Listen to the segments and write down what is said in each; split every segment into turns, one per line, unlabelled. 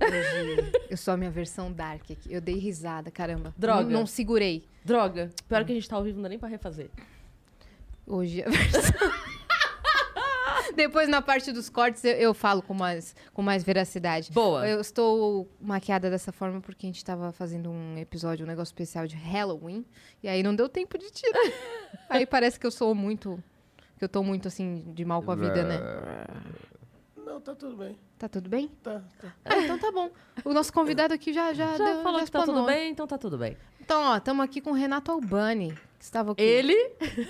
Hoje eu sou a minha versão dark aqui. Eu dei risada, caramba.
Droga.
Não, não segurei.
Droga, pior
Hum.
que a gente tá ao vivo, não dá nem pra refazer.
Hoje é a versão... Depois, na parte dos cortes, eu, eu falo com mais, com mais veracidade.
Boa.
Eu estou maquiada dessa forma porque a gente estava fazendo um episódio, um negócio especial de Halloween. E aí não deu tempo de tirar. aí parece que eu sou muito... Que eu tô muito, assim, de mal com a vida, né?
Não, tá tudo bem.
Tá tudo bem?
Tá, tá.
Ah, então tá bom. O nosso convidado aqui já, já,
Já
deu,
falou
já
que tá tudo
explanou.
bem, então tá tudo bem.
Então, ó, estamos aqui com o Renato Albani, que estava aqui.
Ele,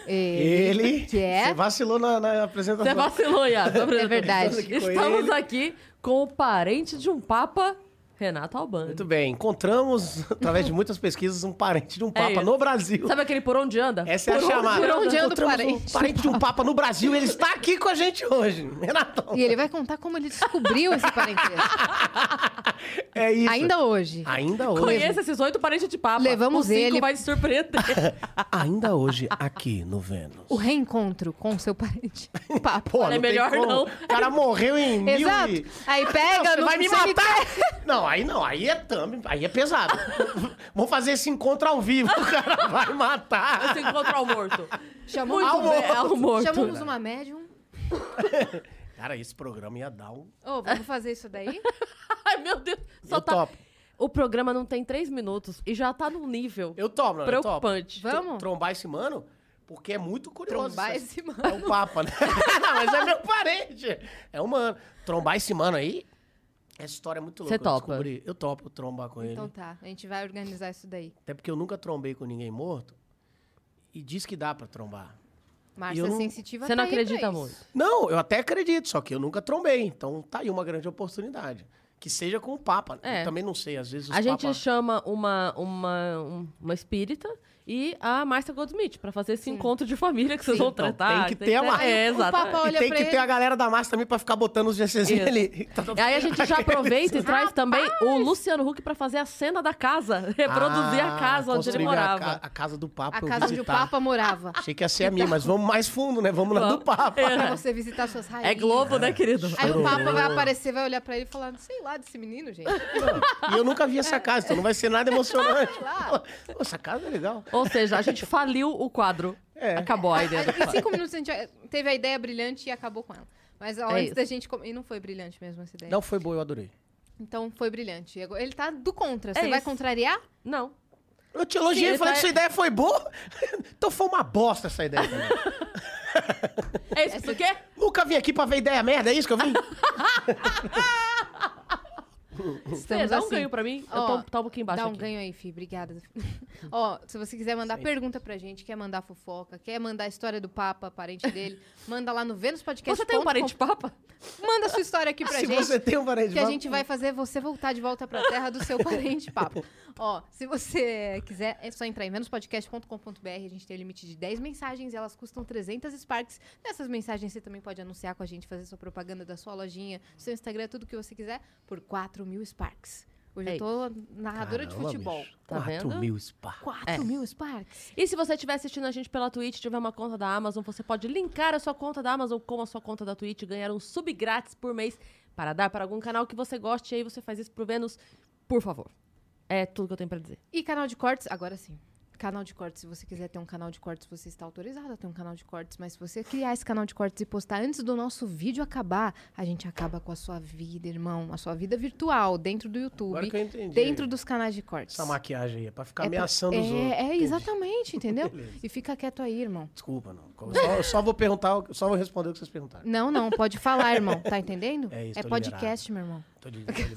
Ele.
Ele.
Que é?
Você vacilou na, na apresentação.
você vacilou, Iago.
É verdade.
Foi
Estamos
ele.
aqui com o parente de um papa, Renato Albano.
Muito bem. Encontramos, através de muitas pesquisas, um parente de um Papa
isso.
no Brasil.
Sabe aquele por onde anda?
Essa é a
Por onde
chamada.
por onde anda o
Encontramos
parente?
Um parente de um Papa no Brasil. Ele está aqui com a gente hoje. Renatão.
E ele vai contar como ele descobriu esse parentesco.
É isso.
Ainda hoje.
Ainda hoje.
Conheça esses oito parentes de papa.
Levamos
Os cinco
ele-
vai se surpreender.
Ainda hoje, aqui no Vênus.
O reencontro com o seu parente. O papo.
Pô,
É
não tem
melhor
como.
não.
O cara morreu em mil
Exato.
e-
Aí pega,
Você
no
vai me
cemitério.
matar? Não, aí não, aí é thumb, aí é pesado. Vou fazer esse encontro ao vivo, o cara vai matar.
Se encontrar o morto.
Chamamos, um
Muito
Ao
bem, é o morto.
chamamos
né?
uma médium.
Cara, esse programa ia dar um.
Ô, vamos fazer isso daí?
Ai, meu Deus. Só
eu
tá...
topo.
O programa não tem três minutos e já tá num nível
Eu topo, mano. eu topo.
preocupante.
Vai- Vamos?
Trombar esse mano, porque é muito curioso.
Trombar
isso.
esse mano.
É o Papa, né? não, mas é meu parente. É um mano. Trombar esse mano aí, essa história é muito louca.
Você
eu
topa?
descobri. Eu topo trombar com ele.
Então tá, a gente vai organizar isso daí.
Até porque eu nunca trombei com ninguém morto. E diz que dá pra trombar.
Márcia
Eu não-
Sensitiva
Você não
tá aí pra
acredita
isso.
muito.
Não, eu até acredito, só que eu nunca trombei. Então tá aí uma grande oportunidade. Que seja com o Papa.
É.
Eu também não sei, às vezes os
A gente
papas-
chama uma, uma, um- uma espírita e a Marcia Goldsmith pra fazer esse encontro de família que vocês
Sim.
vão
Então,
tratar.
tem que ter a Mar-
É,
O Papa
exato.
E
olha
tem
pra
que
ele.
ter a galera da massa também pra ficar botando os GCzinhos
Isso. É
ali. Então,
é
Aí a gente já aproveita e traz também o Luciano Huck pra fazer a cena da casa, reproduzir a casa onde ele
Ah, construir a ca-
morava.
A, casa do Papa.
A
eu
casa onde o
visitar.
Papa morava.
Achei que ia ser a minha, mas vamos mais fundo, né? Vamos na do Papa.
pra você visitar suas raízes.
É Globo, né, querido?
Aí o Papa vai aparecer, vai olhar pra ele e falar, sei lá desse menino, gente.
E eu nunca vi essa casa, então não vai ser nada emocionante.
Claro.
Pô, essa casa é legal.
Ou seja, a gente faliu o quadro.
É.
Acabou a ideia do
Em
quadro.
cinco minutos a gente teve a ideia brilhante e acabou com ela. Mas ó,
É
antes
isso.
da gente. com- E não foi brilhante mesmo essa ideia.
Não, foi boa, eu adorei.
Então foi brilhante. E agora- Ele tá do contra. Você
É
vai
isso.
contrariar?
Não.
Eu te elogiei,
Sim,
falei
tá-
que sua ideia foi boa. Então foi uma bosta essa ideia. também.
É isso porque
Nunca vim aqui pra ver ideia merda, é isso que eu vim?
Estamos
dá um
assim.
ganho pra mim. eu
Ó,
tô, tá um pouquinho embaixo
Dá um
aqui.
ganho aí, Fih. Obrigada. Ó, se você quiser mandar pergunta pra gente, quer mandar fofoca, quer mandar a história do Papa, parente dele, manda lá no Vênus Podcast.
Você tem um parente papa?
Manda sua história aqui pra
Se
gente.
você tem um parente
que a
mal-
gente é vai fazer você voltar de volta pra terra do seu parente papo. Ó, se você quiser, é só entrar em menuspodcast.com.br. A gente tem limite de 10 mensagens e elas custam 300 Sparks. Nessas mensagens você também pode anunciar com a gente, fazer sua propaganda da sua lojinha, seu Instagram, tudo que você quiser, por 4 mil Sparks. Hoje
É
eu tô narradora de
Caramba,
futebol.
bicho. É.
Tá
Quatro
vendo?
mil spa.
4 mil Sparks?
E se você estiver assistindo a gente pela Twitch, tiver uma conta da Amazon, você pode linkar a sua conta da Amazon com a sua conta da Twitch e ganhar um sub grátis por mês para dar para algum canal que você goste. E aí você faz isso pro Vênus, por favor. É tudo que eu tenho pra dizer.
E canal de cortes, agora sim. Canal de cortes, se você quiser ter um canal de cortes, você está autorizado a ter um canal de cortes, mas se você criar esse canal de cortes e postar antes do nosso vídeo acabar, a gente acaba com a sua vida, irmão, a sua vida virtual dentro do
Agora
YouTube,
que eu entendi.
dentro dos canais de cortes.
Essa maquiagem aí, é pra ficar
É pra-
ameaçando
é,
os outros.
É,
Entendi.
exatamente, entendeu? e fica quieto aí, irmão.
Desculpa, não. Eu só, eu só vou perguntar, o- só vou responder o que vocês perguntaram.
Não, não, pode falar, irmão, tá entendendo?
É isso, tô
podcast, meu irmão.
Tô de- tô de-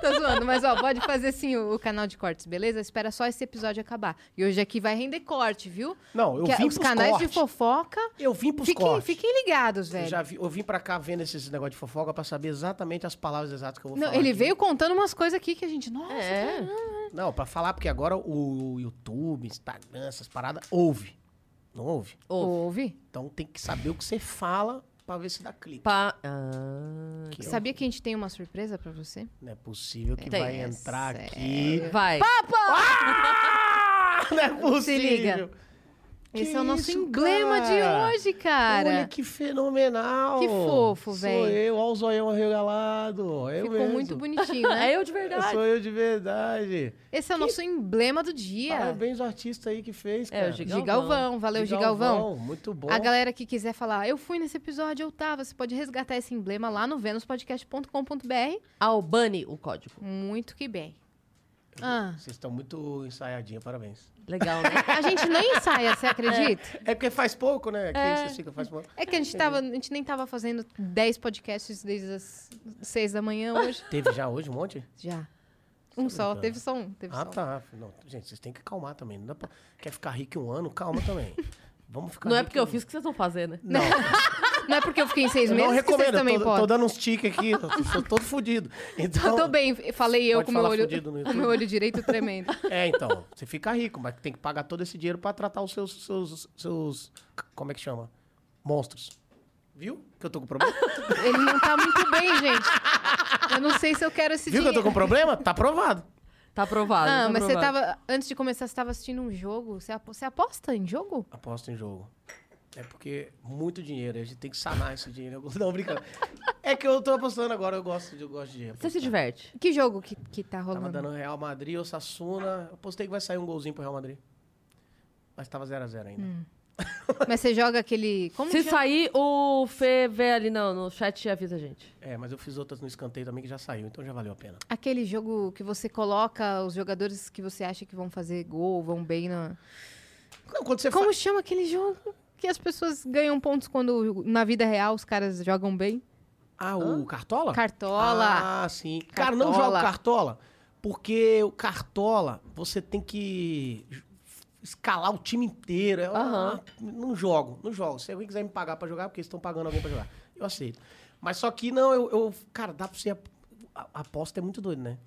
Tô zoando, mas ó, pode fazer sim o, o canal de cortes, beleza? Espera só esse episódio acabar. E hoje aqui vai render corte, viu?
Não, eu
Que é
vim
os
pros
canais de
cortes.
fofoca.
Eu vim pros
Fiquem,
cortes.
fiquem ligados,
Eu,
velho.
já vi- eu vim pra cá vendo esse negócio de fofoca pra saber exatamente as palavras exatas que eu vou
Não,
falar.
ele
aqui.
veio contando umas coisas aqui que a gente. Nossa,
É.
Não, pra falar, porque agora o YouTube, Instagram, essas paradas, ouve. Não ouve.
ouve.
Então tem que saber o que você fala pra ver se dá clique.
Pa... Ah,
Que
Sabia que a gente tem uma surpresa pra você?
Não é possível que
Então
Tem.
vai
é
entrar aqui.
vai.
Ah, não é possível.
Se liga.
Que
Esse é o nosso
isso,
emblema
cara?
de hoje, cara.
Olha que fenomenal.
Que fofo,
Sou
véi.
eu, olha o zoião arregalado. Eu
Ficou
mesmo.
muito bonitinho, né?
É eu de verdade.
Sou eu de verdade.
Esse é o nosso emblema do dia.
Parabéns ao artista aí que fez,
É,
cara.
o Giga-
Gigalvão, valeu, Gigalvão.
Muito bom.
A galera que quiser falar, "Ah, eu fui nesse episódio, eu tava, você pode resgatar esse emblema lá no venuspodcast.com.br.
Albani, o código.
Muito que bem. Ah,
Vocês estão muito ensaiadinhos, parabéns.
Legal, né?
a gente nem ensaia, você acredita?
É porque faz pouco, né? Aqui vocês ficam faz pouco.
É que a gente, tava, a gente nem tava fazendo 10 podcasts desde as 6 da manhã hoje.
Teve já hoje um monte?
Já. Um só,
brincando.
teve só um. Teve
Ah,
só um.
tá. Não, gente, vocês têm que calmar também. Não dá pra... Quer ficar rico em um ano? Calma também. Vamos ficar
Não é
rico
porque
em
eu
um-
fiz o que vocês vão fazer, né?
Não,
Não é porque eu fiquei em seis
eu não
meses que vocês
recomendo.
também
Eu tô, tô
podem.
dando uns tiques aqui. Eu sou todo fudido.
Eu
Então,
tô bem, falei eu
Pode
com meu
falar
olho,
fudido no
o meu olho direito tremendo.
É, então. Você fica rico, mas tem que pagar todo esse dinheiro pra tratar os seus, seus, seus... Como é que chama? Monstros. Viu? Que eu tô com problema?
Ele não tá muito bem, gente. Eu não sei se eu quero esse
Viu que eu
dinheiro.
tô com problema? Tá aprovado.
Tá aprovado.
Ah,
tá
mas você
aprovado.
tava. Antes de começar, você tava assistindo um jogo. Você, apo- você aposta em jogo?
Aposto em jogo. É porque muito dinheiro, a gente tem que sanar esse dinheiro. Não, brincando. É que eu tô apostando agora, eu gosto de, eu gosto de dinheiro.
Você se diverte.
Que jogo que, que tá rolando?
Tava dando Real Madrid, Osasuna. Apostei que vai sair um golzinho pro Real Madrid. Mas tava 0x0 ainda.
Mas você joga aquele. Como
Se
que
sair, o Fê vê ali não, no chat e avisa a gente.
É, mas eu fiz outras no escanteio também que já saiu, então já valeu a pena.
Aquele jogo que você coloca os jogadores que você acha que vão fazer gol, vão bem na.
Não, quando você
Como
faz.
chama aquele jogo que as pessoas ganham pontos quando na vida real os caras jogam bem?
Ah, o Cartola?
Cartola.
Ah, sim. Cara, não
Cartola.
joga o Cartola, porque o Cartola, você tem que j- escalar o time inteiro. É uma- Não jogo, não jogo. Se alguém quiser me pagar pra jogar, porque eles estão pagando alguém pra jogar. Eu aceito. Mas só que não, eu... eu- cara, dá pra você... ap- a- a Aposta é muito doido, né?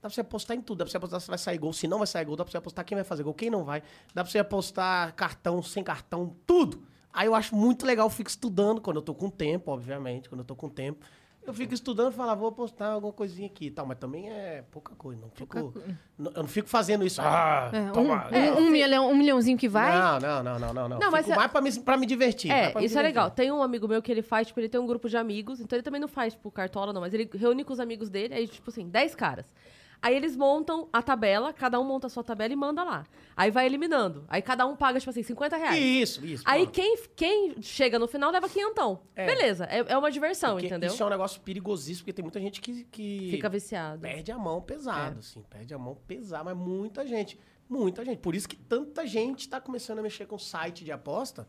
Dá pra você apostar em tudo. Dá pra você apostar se vai sair gol, se não vai sair gol. Dá pra você apostar quem vai fazer gol, quem não vai. Dá pra você apostar cartão, sem cartão, tudo. Aí eu acho muito legal, eu fico estudando quando eu tô com tempo, obviamente, quando eu tô com tempo. Eu fico estudando e falo, ah, vou apostar alguma coisinha aqui e tal. Mas também é pouca coisa. Não fico, não- eu não fico fazendo isso. Ah,
É, um,
toma.
um- um milhão, um milhãozinho que vai.
Não, não, não, não, não.
Não,
não
mas
fico
é-
mais pra me, pra me divertir. mais
É,
pra me
isso é
divertir.
legal. Tem um amigo meu que ele faz, tipo, ele tem um grupo de amigos, então ele também não faz, tipo, cartola, não, mas ele reúne com os amigos dele, aí, tipo assim, 10 caras. Aí eles montam a tabela, cada um monta a sua tabela e manda lá. Aí vai eliminando. Aí cada um paga, tipo assim, 50 reais.
Isso, isso.
Aí
pronto.
quem, quem chega no final leva quinhentão.
É.
Beleza, é, é uma diversão,
Porque
entendeu?
Isso é um negócio perigosíssimo, porque tem muita gente que... que...
Fica viciado.
Perde a mão pesado,
É.
assim. Perde a mão pesado, mas muita gente. Muita gente. Por isso que tanta gente tá começando a mexer com site de aposta,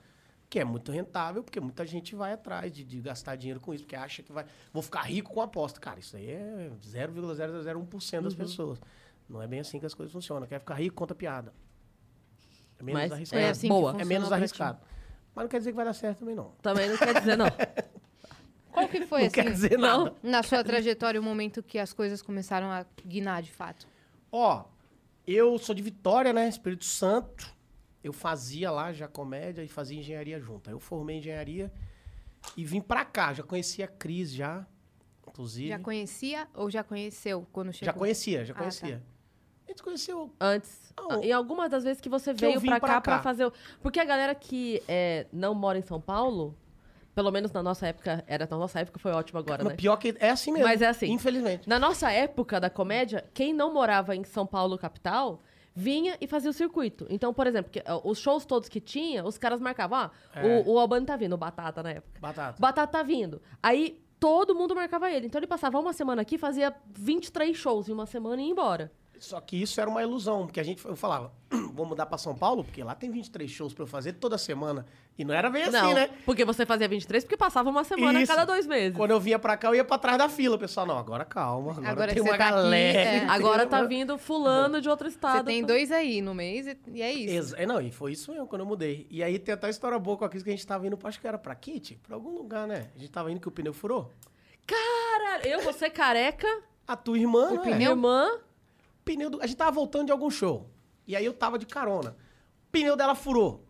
que é muito rentável, porque muita gente vai atrás de, de gastar dinheiro com isso, porque acha que vai. Vou ficar rico com aposta. Cara, isso aí é 0,001%
Uhum.
das pessoas. Não é bem assim que as coisas funcionam. Quer ficar rico, conta piada. É menos
Mas
arriscado.
é
assim que
boa.
funciona.
É menos
pra ti.
arriscado. Mas não quer dizer que vai dar certo também, não.
Também não quer dizer, não.
Qual que foi
não
assim?
quer dizer nada.
Na sua trajetória, o momento que as coisas começaram a guinar de fato.
Ó, eu sou de Vitória, né? Espírito Santo. Eu fazia lá já comédia e fazia engenharia junto. Aí eu formei engenharia e vim pra cá. Já conhecia a Cris, já, inclusive.
Já conhecia ou já conheceu quando chegou?
Já conhecia, já
tá.
Ah,
conhecia. A gente conheceu.
Antes.
Ah, o-
Em algumas das vezes que você
Que eu
veio
vim
pra
pra
cá
cá.
pra fazer. o- Porque a galera que é, não mora em São Paulo, pelo menos na nossa época, era na nossa época, foi ótimo agora,
Mas
né?
pior que é assim mesmo.
Mas é assim.
Infelizmente.
Na nossa época da comédia, quem não morava em São Paulo, capital, vinha e fazia o circuito. Então, por exemplo, que, ó, os shows todos que tinha, os caras marcavam, ó,
É.
o, o Albani tá vindo, o Batata na época.
Batata.
Batata tá vindo. Aí todo mundo marcava ele. Então ele passava uma semana aqui, fazia 23 shows em uma semana e ia embora.
Só que isso era uma ilusão, porque a gente eu falava, vou mudar pra São Paulo, porque lá tem 23 shows pra eu fazer toda semana. E não era bem assim,
não,
né?
porque você fazia 23, porque passava uma semana
Isso.
a cada dois meses.
Quando eu vinha pra cá, eu ia pra trás da fila. O pessoal, não, agora calma, agora,
Agora
tem
que
uma
você tá aqui,
galera.
é.
Agora tá vindo fulano de outro estado.
Você tem dois aí no mês e, e é isso.
Exa- é, não, e foi isso mesmo, quando eu mudei. E aí tem até uma história boa com a Cris, que a gente tava indo, pra- acho que era pra Kit, pra algum lugar, né? A gente tava indo que o pneu furou.
Caralho, eu, você careca,
A tua irmã, né?
minha irmã.
pneu do- A gente tava voltando de algum show. E aí eu tava de carona. O pneu dela furou.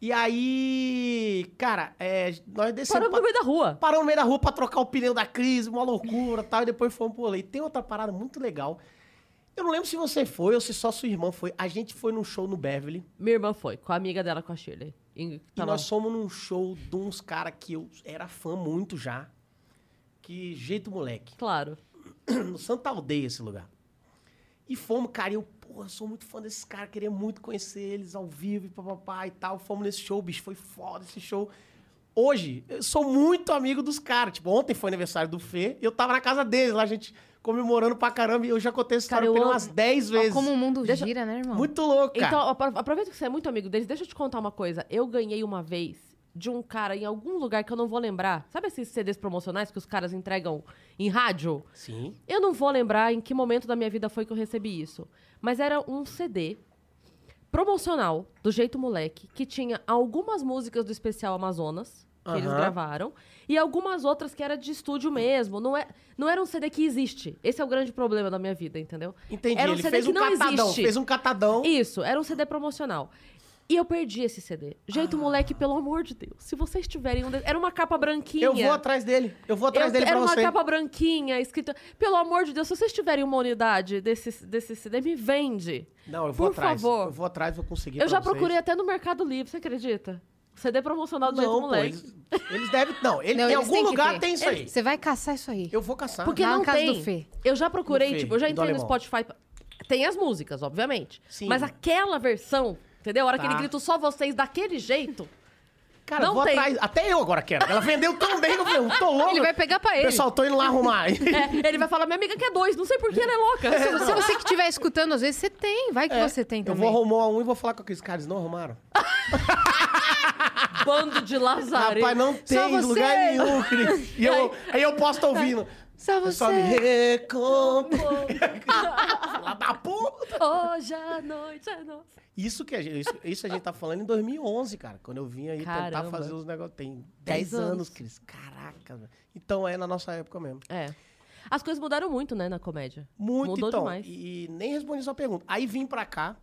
E aí, cara, é, nós descemos.
Parou
pra-
no meio da rua.
Paramos no meio da rua pra trocar o pneu da Cris, uma loucura e tal. E depois fomos pro rolê. E tem outra parada muito legal. Eu não lembro se você foi ou se só sua irmã foi. A gente foi num show no Beverly.
Minha irmã foi, com a amiga dela, com a Shirley. E tá
E
tava-
nós fomos num show de uns caras que eu era fã muito já. Que jeito moleque.
Claro.
no Santa Aldeia esse lugar. E fomos, cara, e eu, porra, sou muito fã desses caras, queria muito conhecer eles ao vivo e papapá e tal. Fomos nesse show, bicho, foi foda esse show. Hoje, eu sou muito amigo dos caras. Tipo, ontem foi aniversário do Fê, e eu tava na casa deles lá, a gente comemorando pra caramba. E eu já contei essa
Cara,
história
eu
pra ele
amo-
umas 10
Olha
vezes.
como o mundo gira, né, irmão?
Muito louco, cara.
Então, apro- aproveita que você é muito amigo deles, deixa eu te contar uma coisa. Eu ganhei uma vez de um cara em algum lugar que eu não vou lembrar. Sabe esses CDs promocionais que os caras entregam em rádio?
Sim.
Eu não vou lembrar em que momento da minha vida foi que eu recebi isso. Mas era um CD promocional, do jeito moleque, que tinha algumas músicas do especial Amazonas, que eles
Aham.
gravaram, e algumas outras que era de estúdio mesmo. Não, é, não era um CD que existe. Esse é o grande problema da minha vida, entendeu?
Entendi.
Era um
ele
CD
fez
que
um
não
catadão.
existe.
Fez um catadão.
Isso, era um CD promocional. E eu perdi esse CD. Jeito moleque, pelo amor de Deus. Se vocês tiverem um. de- Era uma capa branquinha.
Ah. Eu vou atrás dele. Eu vou atrás
Eu-
dele
Era
pra
uma
você.
capa branquinha, escrita. Pelo amor de Deus, se vocês tiverem uma unidade desse, desse CD, me vende.
Não, eu vou
Por
atrás.
favor.
Eu vou atrás, vou conseguir.
Eu
pra
já
vocês.
procurei até no Mercado Livre, você acredita? CD promocional do jeito
Não, pô,
moleque.
eles, eles devem. Não, ele,
Não,
em
eles têm
algum
que
lugar
ter.
tem isso aí.
Você vai caçar isso aí.
Eu vou caçar.
Porque
Lá
não
na casa
tem.
do Fê.
Eu já procurei,
Do Fê,
tipo, eu já
do
entrei no
alemão.
Spotify. pra- Tem as músicas, obviamente.
Sim.
Mas aquela versão, entendeu? A hora que
Tá.
ele grita só vocês daquele jeito.
Cara,
não
vou
tem.
atrás. Até eu agora quero. Ela vendeu tão bem que eu falei, eu tô louco.
Ele vai pegar pra ele.
Pessoal, tô indo lá arrumar.
É, ele vai falar, minha amiga quer dois, não sei por que ela é louca.
Se você, você que estiver escutando, às vezes você tem. Vai que você tem
É, eu
também.
vou arrumar um e vou falar com aqueles caras. Não arrumaram?
Bando de lazarento.
Rapaz, não tem em
você.
lugar nenhum, Cris. E eu, aí eu posso estar ouvindo.
Só
Eu
você.
Só me recompro. lá da puta.
Hoje à noite é nossa.
Isso que a gente, isso, isso a gente tá falando em 2011, cara. Quando eu vim aí
Caramba.
tentar fazer os negócios. Tem 10
Dez
anos,
anos.
Cris. Caraca. velho. Então é na nossa época mesmo.
É. As coisas mudaram muito, né, na comédia.
Muito,
Mudou
então.
demais. Hum.
E nem respondi sua pergunta. Aí vim pra cá.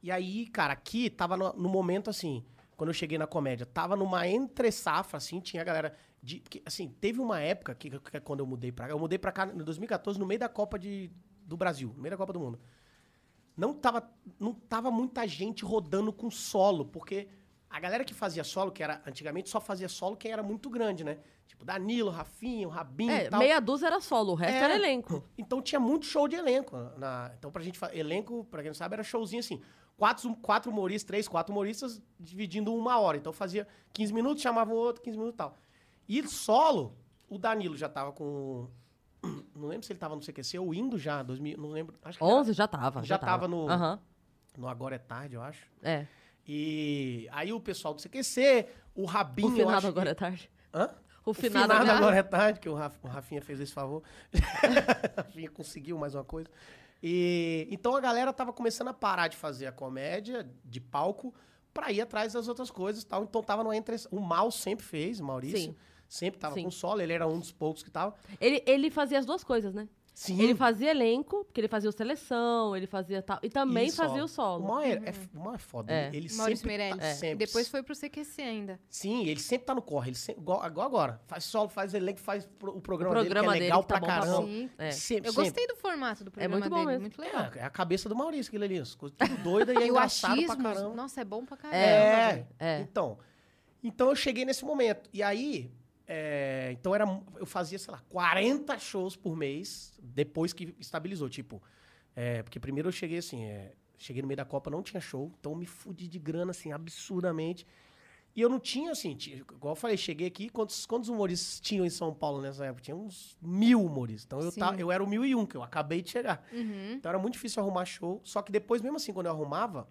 E aí, cara, aqui tava no, no momento assim, quando eu cheguei na comédia, tava numa entre safra, assim, tinha a galera de. porque, assim, teve uma época que, que é quando eu mudei pra cá. Eu mudei pra cá em 2014, no meio da Copa de, do Brasil, no meio da Copa do Mundo. Não tava, não tava muita gente rodando com solo, porque a galera que fazia solo, que era antigamente, só fazia solo quem era muito grande, né? Tipo, Danilo, Rafinho, Rabinho e
É,
tal.
meia dúzia era solo, o resto
É.
era elenco.
Então tinha muito show de elenco. Na, então pra gente fa- elenco, pra quem não sabe, era showzinho assim. Quatro, quatro humoristas, três, quatro humoristas dividindo uma hora. Então fazia 15 minutos, chamava o outro, 15 minutos e tal. E solo, o Danilo já tava com. Não lembro se ele tava no CQC ou indo já, 2000, não lembro. Acho que era
11 já tava.
Já tava no-
Aham.
no Agora é Tarde, eu acho.
É.
E aí o pessoal do CQC, o Rabinho.
O
eu
finado
acho
agora
que...
é tarde.
Hã?
O
O
finado, agora-
agora é tarde, que o, Raf- o Rafinha fez esse favor. O Rafinha conseguiu mais uma coisa. E, então a galera tava começando a parar de fazer a comédia de palco pra ir atrás das outras coisas e tal. Então tava no entre... O Mal sempre fez, o Maurício.
Sim.
Sempre tava
Sim.
com solo, ele era um dos poucos que tava.
Ele, ele fazia as duas coisas, né?
Sim.
Ele fazia elenco, porque ele fazia o seleção, ele fazia tal. E também
e
fazia o
O
solo. Uhum.
Mal é, é, o Mal é foda.
É.
Ele, ele
Maurício
sempre tá-
Meirelles. É.
sempre.
Depois foi pro CQC ainda.
Sim, ele sempre tá no corre. Ele sempre, igual, igual agora. Faz solo, faz elenco, faz pro- o programa,
programa
dele, que é
dele,
legal
que tá
pra
bom, tá
caramba.
bom.
Sim.
É.
Sempre,
Eu
sempre.
gostei do formato do programa
muito bom
dele.
mesmo.
É Muito legal.
É, é a cabeça do Maurício, aquilo ali. As coisas tudo doida e é
Ah. E o
engraçado pra
achismo,
caramba.
nossa, é bom pra caramba.
É,
É.
Então, então eu cheguei nesse momento. E aí, é, então era, mu- eu fazia, sei lá, 40 shows por mês depois que estabilizou. Tipo, é, porque primeiro eu cheguei assim, é, cheguei no meio da Copa, não tinha show. Então eu me fudi de grana, assim, absurdamente. E eu não tinha, assim, tinha- igual eu falei, cheguei aqui, quantos, quantos humoristas tinham em São Paulo nessa época? Tinha uns mil humoristas. Então eu,
Sim.
tava, eu era o mil e um, que eu acabei de chegar.
Uhum.
Então era muito difícil arrumar show. Só que depois, mesmo assim, quando eu arrumava,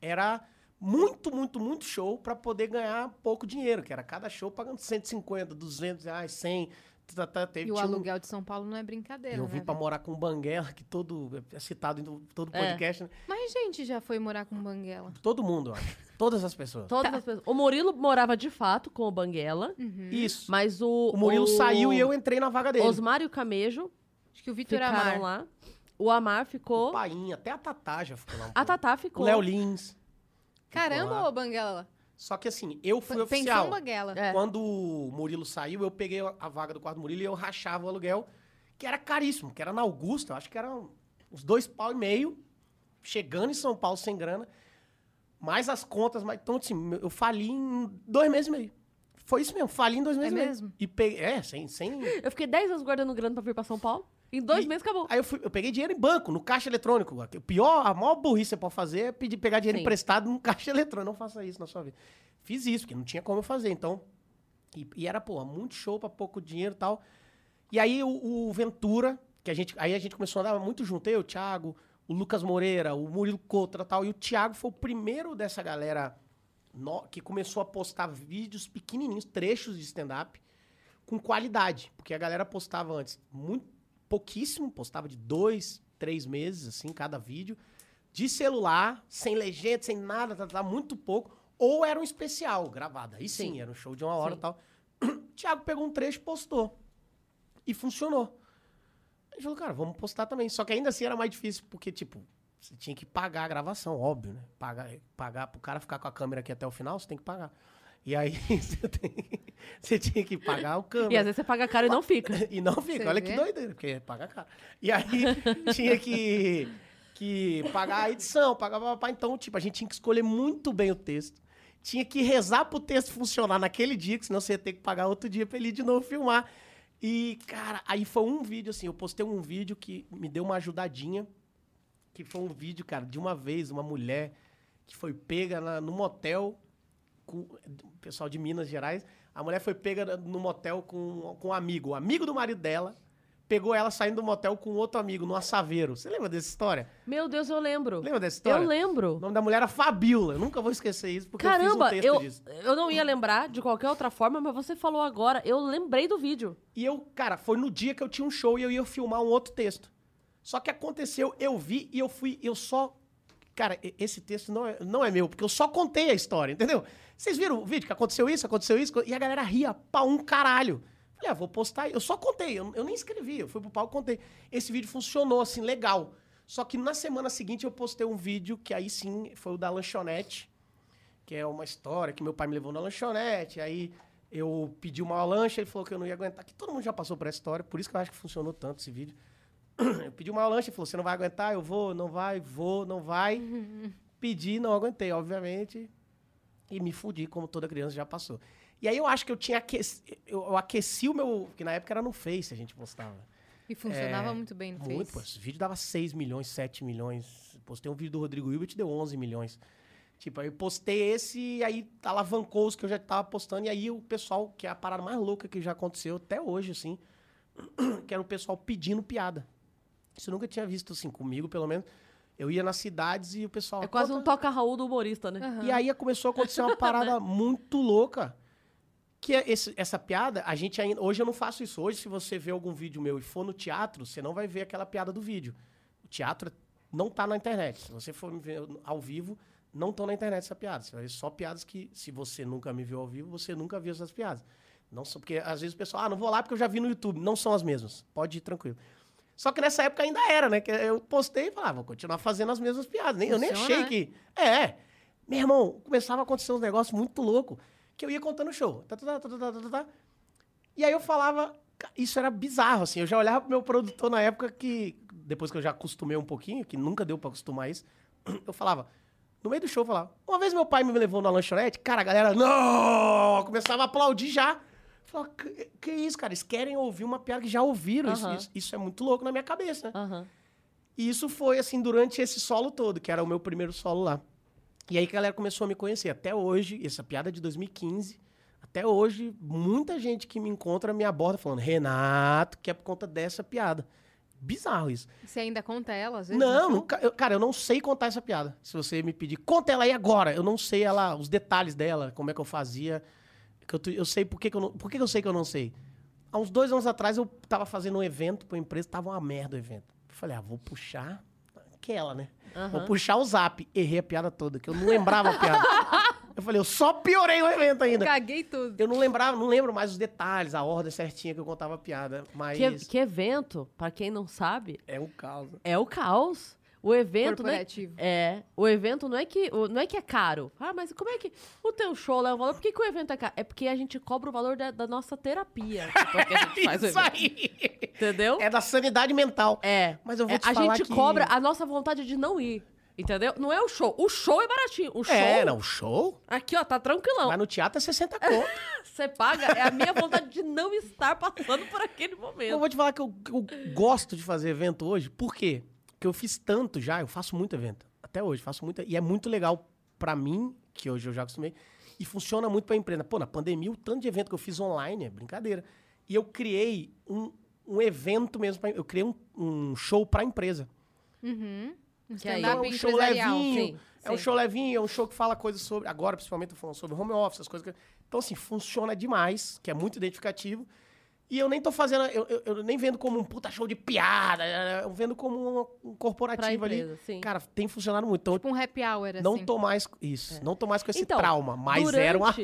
era muito, muito, muito show pra poder ganhar pouco dinheiro, que era cada show pagando 150, 200 reais, 100. tá, tá, teve-
E o
tinha um-
aluguel de São Paulo não é brincadeira,
Eu
né?
vim pra morar com o Banguela, que todo é citado em todo
É.
podcast, né?
Mas gente já foi morar com Banguela.
todo mundo, eu acho. todas as pessoas.
Todas as pessoas. O Murilo morava de fato com o Banguela,
Uhum.
Isso.
mas o.
O Murilo saiu e eu entrei na vaga dele.
Osmar e o Camejo
Acho que o Vitor Amar.
ficaram lá. O Amar
O
ficou.
Painha, até a Tatá já ficou lá um
A
pouco.
Tatá
O
ficou.
Léo Lins.
Caramba,
Ficou lá.
ô Banguela.
Só que assim, eu fui
P- Pensão
oficial.
Banguela.
É.
Quando o Murilo saiu, eu peguei a vaga do quarto do Murilo e eu rachava o aluguel, que era caríssimo, que era na Augusta, eu acho que era um, uns dois pau e meio, chegando em São Paulo sem grana, mais as contas, mais, então assim, eu fali em dois meses e meio. Foi isso mesmo, fali em dois meses e meio.
mesmo?
E peguei, é, sem, sem...
Eu fiquei 10 anos guardando grana pra vir pra São Paulo. Em dois
E-
meses acabou.
Aí eu, fui- eu peguei dinheiro em banco, no caixa eletrônico. O pior, a maior burrice que você pode fazer é pedir, pegar dinheiro
Sim.
emprestado num caixa eletrônico. Não faça isso na sua vida. Fiz isso, porque não tinha como eu fazer, então. E, e era, porra, muito show pra pouco dinheiro e tal. E aí o, o Ventura, que a gente. Aí a gente começou a andar muito junto, eu, o Thiago, o Lucas Moreira, o Murilo Cotra e tal. E o Thiago foi o primeiro dessa galera no- que começou a postar vídeos pequenininhos, trechos de stand-up, com qualidade. Porque a galera postava antes muito pouquíssimo, postava de dois, três meses, assim, cada vídeo. De celular, sem legenda, sem nada, tá, tá, muito pouco. Ou era um especial gravado. Aí sim,
Sim.
era um show de uma hora e
Sim.
tal. Thiago pegou um trecho e postou. E funcionou. Aí falou, cara, vamos postar também. Só que ainda assim era mais difícil, porque, tipo, você tinha que pagar a gravação, óbvio, né? Pagar, pagar pro cara ficar com a câmera aqui até o final, você tem que pagar. E aí você, tem- você tinha que pagar o câmera.
E às vezes você paga caro e não fica.
E não fica,
Você
olha
vê?
que doideira, porque paga caro. E aí tinha que, que pagar a edição, pagar papá. Então, tipo, a gente tinha que escolher muito bem o texto. Tinha que rezar pro texto funcionar naquele dia, que senão você ia ter que pagar outro dia pra ele ir de novo filmar. E, cara, aí foi um vídeo, assim, eu postei um vídeo que me deu uma ajudadinha, que foi um vídeo, cara, de uma vez, uma mulher que foi pega na, no motel com o pessoal de Minas Gerais. A mulher foi pega no motel com, com um amigo, o amigo do marido dela. Pegou ela saindo do motel com outro amigo, no assaveiro. Você lembra dessa história?
Meu Deus, eu lembro.
Lembra dessa
eu
história?
lembro.
O nome da mulher era Fabiola. Eu nunca vou esquecer isso, porque eu
Caramba,
fiz um texto
eu,
disso.
eu não ia lembrar de qualquer outra forma, mas você falou agora. Eu lembrei do vídeo.
E eu, cara, foi no dia que eu tinha um show e eu ia filmar um outro texto. Só que aconteceu, eu vi e eu fui, eu só. Cara, e- esse texto não é, não é meu, porque eu só contei a história, entendeu? Vocês viram o vídeo que aconteceu isso, aconteceu isso, e a galera ria pra um caralho. Falei, ah, vou postar. aí. Eu só contei, eu, eu nem escrevi, eu fui pro palco e contei. Esse vídeo funcionou, assim, legal. Só que na semana seguinte eu postei um vídeo que aí sim foi o da lanchonete que é uma história que meu pai me levou na lanchonete, aí eu pedi uma lancha, ele falou que eu não ia aguentar, que todo mundo já passou por essa história, por isso que eu acho que funcionou tanto esse vídeo. Eu pedi uma lancha, ele falou, você não vai aguentar, eu vou, não vai, vou, não vai. Pedi, não aguentei, obviamente, e me fudi, como toda criança já passou. E aí eu acho que eu tinha aqueci, eu, eu aqueci o meu, que na época era no Face a gente postava.
E funcionava muito bem no
É, Muito, pô.
Face.
Esse vídeo dava 6 milhões, 7 milhões. Postei um vídeo do Rodrigo Hilbert, deu 11 milhões. Tipo, aí eu postei esse e aí alavancou os que eu já tava postando. E aí o pessoal, que é a parada mais louca que já aconteceu até hoje, assim, que era o pessoal pedindo piada. Isso eu nunca tinha visto, assim, comigo, pelo menos. Eu ia nas cidades e o pessoal...
É quase
"Conta-
um toca Raul do humorista, né?
Aham.
e aí começou a acontecer uma parada muito louca. Que é esse- essa piada, a gente ainda. Hoje eu não faço isso. Hoje, se você vê algum vídeo meu e for no teatro, você não vai ver aquela piada do vídeo. O teatro não tá na internet. Se você for me ver ao vivo, não estão na internet essa piada. Você vai ver só piadas que, se você nunca me viu ao vivo, você nunca viu essas piadas. Não são, porque às vezes o pessoal, ah, não vou lá porque eu já vi no YouTube. Não são as mesmas. Pode ir tranquilo. Só que nessa época ainda era, né? Que eu postei e falava, ah, vou continuar fazendo as mesmas piadas. Nem, eu nem
Funciona,
achei
né?
que. É. Meu irmão, começava a acontecer uns negócios muito loucos que eu ia contando o show. Tá, tá, tá, tá, tá, tá, tá, tá. E aí eu falava, ca- isso era bizarro, assim. Eu já olhava pro meu produtor na época que, depois que eu já acostumei um pouquinho, que nunca deu pra acostumar isso, eu falava, no meio do show eu falava, uma vez meu pai me levou na lanchonete, cara, a galera, não! Começava a aplaudir já. Eu Falava, que, que isso, cara? Eles querem ouvir uma piada que já ouviram. Isso-
Aham.
Isso, isso é muito louco na minha cabeça, né?
Aham.
E isso foi, assim, durante esse solo todo, que era o meu primeiro solo lá. E aí que a galera começou a me conhecer. Até hoje, essa piada é de 2015. Até hoje, muita gente que me encontra me aborda falando, Renato, que é por conta dessa piada. Bizarro isso.
Você ainda conta ela, às vezes? no
Não,
show?
nunca, eu- cara, eu não sei contar essa piada. Se você me pedir, conta ela aí agora. Eu não sei ela, os detalhes dela, como é que eu fazia. Que eu, tu- eu sei por que, que eu não. Por que, que eu sei que eu não sei? Há uns dois anos atrás eu tava fazendo um evento pra uma empresa, tava uma merda o evento. Eu falei, ah, vou puxar aquela, né? Vou puxar o zap. Errei a piada toda, que eu não lembrava a piada. Eu falei, eu só piorei o evento ainda.
Caguei tudo.
Eu não lembrava, não lembro mais os detalhes, a ordem certinha que eu contava a piada, mas
Que, é que evento, pra quem não sabe,
é um caos.
é o caos. O evento, né?
Corporativo.
É, o evento não é que o- não é que é caro. Ah, mas como é que o teu show leva valor? Por que, que o evento é caro? É porque a gente cobra o valor da, da nossa terapia. Porque a gente faz o
Isso
evento,
aí!
entendeu?
É da sanidade mental.
É.
Mas eu vou
É,
te
a
falar
gente
que-
cobra a nossa vontade de não ir. Entendeu? Não é o show. O show é baratinho. O show.
É, não, show?
Aqui, ó, tá tranquilão.
Vai no teatro é 60 conto.
Você paga, é a minha vontade de não estar passando por aquele
eu
momento.
vou te falar que eu, eu gosto de fazer evento hoje. Por quê? Porque eu fiz tanto já, eu faço muito evento. Até hoje, faço muito. E é muito legal pra mim, que hoje eu já acostumei. E funciona muito pra empresa. Pô, na pandemia, o tanto de evento que eu fiz online é brincadeira. E eu criei um, um evento mesmo. Pra, eu criei um, um show pra empresa.
Uhum. Um
Que aí-
Então,
stand-up
é um show
empresarial.
levinho.
sim,
é um
sim.
show levinho, é um show que fala coisas sobre. Agora, principalmente, eu falando sobre home office, as coisas que. Então, assim, funciona demais, que é muito identificativo. E eu nem tô fazendo. Eu, eu- eu nem vendo como um puta show de piada. Eu vendo como um, um
Pra
corporativo ali.
empresa, sim.
Cara, tem funcionado muito. Então,
Tipo um happy hour,
eu não
assim.
tô mais. Isso. Não tô mais com esse
Então,
trauma. Mas era uma.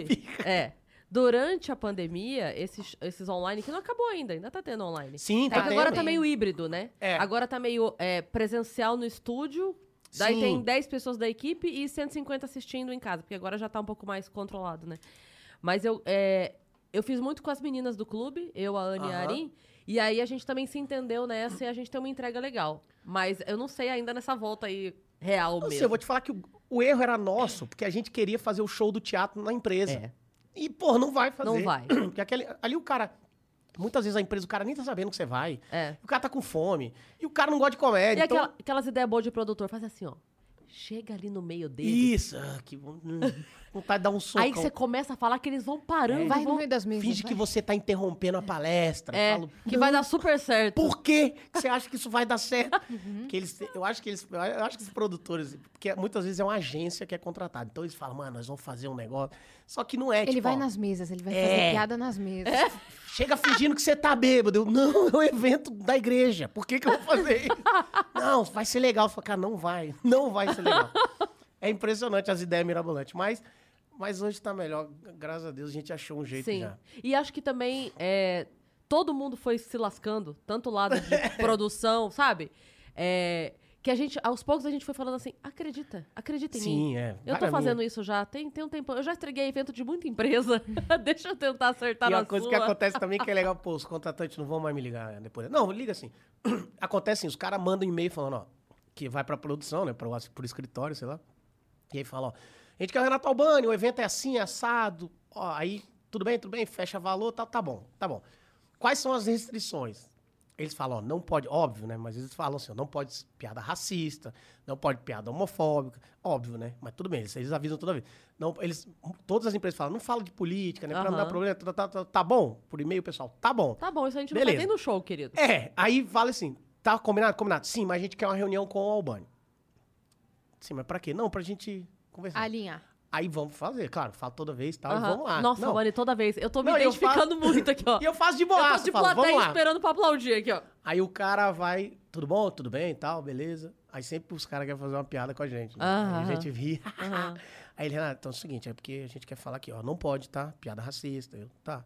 É. Durante a pandemia, esses, esses online, que não acabou ainda, ainda tá tendo online.
Sim,
É
tá
que agora
tendo.
tá meio híbrido, né?
É.
Agora tá meio é, presencial no estúdio. Daí
Sim.
tem 10 pessoas da equipe e 150 assistindo em casa, porque agora já tá um pouco mais controlado, né? Mas eu, é, eu fiz muito com as meninas do clube, eu, a Anne e a
Aham.
Arin. E aí a gente também se entendeu nessa e a gente tem uma entrega legal. Mas eu não sei ainda nessa volta aí real
Assim,
mesmo.
eu vou te falar que o, o erro era nosso, porque a gente queria fazer o show do teatro na empresa.
É.
E, pô, não vai fazer.
Não vai.
Porque aquele, ali o cara. Muitas vezes a empresa, o cara nem tá sabendo que você vai.
É.
O cara tá com fome. E o cara não gosta de comédia.
E
então...
aquela- aquelas ideias boas de produtor, faz assim, ó. Chega ali no meio dele.
Isso, ah, que bom. Hum, vontade de dar um socão. É.
Aí você começa a falar que eles vão parando.
Vai
vão...
no meio das mesas.
Finge
vai.
que você tá interrompendo a palestra.
É,
Falo,
que vai dar super certo.
Por quê que você acha que isso vai dar certo?
Uhum.
Porque eles, eu acho que eles, eu acho que os produtores, porque muitas vezes é uma agência que é contratada. Então eles falam, mano, nós vamos fazer um negócio. Só que não é,
Ele
tipo,
vai
ó,
nas mesas, ele vai
É.
fazer piada nas mesas.
Chega fingindo que você tá bêbado. Eu, não, é um evento da igreja. Por que, que eu vou fazer isso? não, vai ser legal. Eu falo, cara, não vai. Não vai ser legal. É impressionante as ideias mirabolantes. Mas, mas hoje tá melhor. Graças a Deus, a gente achou um jeito
Sim.
já.
E acho que também é, todo mundo foi se lascando, tanto o lado de produção, sabe? É, que a gente, aos poucos, a gente foi falando assim: acredita, acredita em mim.
Sim, é.
Eu tô fazendo isso já, tem, tem um tempo. Eu já estreguei evento de muita empresa. Deixa eu tentar acertar tá
E é
na
uma coisa
sua.
que acontece também que é legal, pô, os contratantes não vão mais me ligar depois. Não, liga assim. Acontece assim, os caras mandam um e-mail falando, ó, que vai pra produção, né, pro, pro escritório, sei lá. E aí fala, ó, a gente quer o Renato Albani, o evento é assim, assado. Ó, aí, tudo bem, tudo bem, fecha valor, tá, tá bom, tá bom. Quais são as restrições? Eles falam, ó, não pode, óbvio, né? Mas eles falam assim, ó, não pode s- piada racista, não pode piada homofóbica, óbvio, né? Mas tudo bem, eles, eles avisam toda vez. Não, eles, todas as empresas falam, não fala de política, né? Pra não dar
Aham.
problema, tá, tá, tá, tá bom? Por e-mail, pessoal, tá bom.
Tá bom, isso a gente não
Beleza.
vai nem no show, querido.
É, aí fala assim, tá combinado? Combinado. Sim, mas a gente quer uma reunião com o Albani. Sim, mas pra quê? Não, pra gente conversar.
Alinhar.
Aí vamos fazer, claro, falo toda vez e tal, e
Aham.
tá, vamos lá.
Nossa,
não.
Vani, toda vez. Eu tô me
Não, eu
identificando muito aqui, ó.
E eu faço de
eu
boaça,
tô de
falo, vamos
plateia
lá.
esperando pra aplaudir aqui, ó.
Aí o cara vai, tudo bom, tudo bem e tal, beleza. Aí sempre os caras querem fazer uma piada com a gente. Né?
Aham.
Aí a gente ri.
Aham.
Aí ele, Renato, então é o seguinte, é porque a gente quer falar aqui, ó, não pode, tá? Piada racista, eu, tá.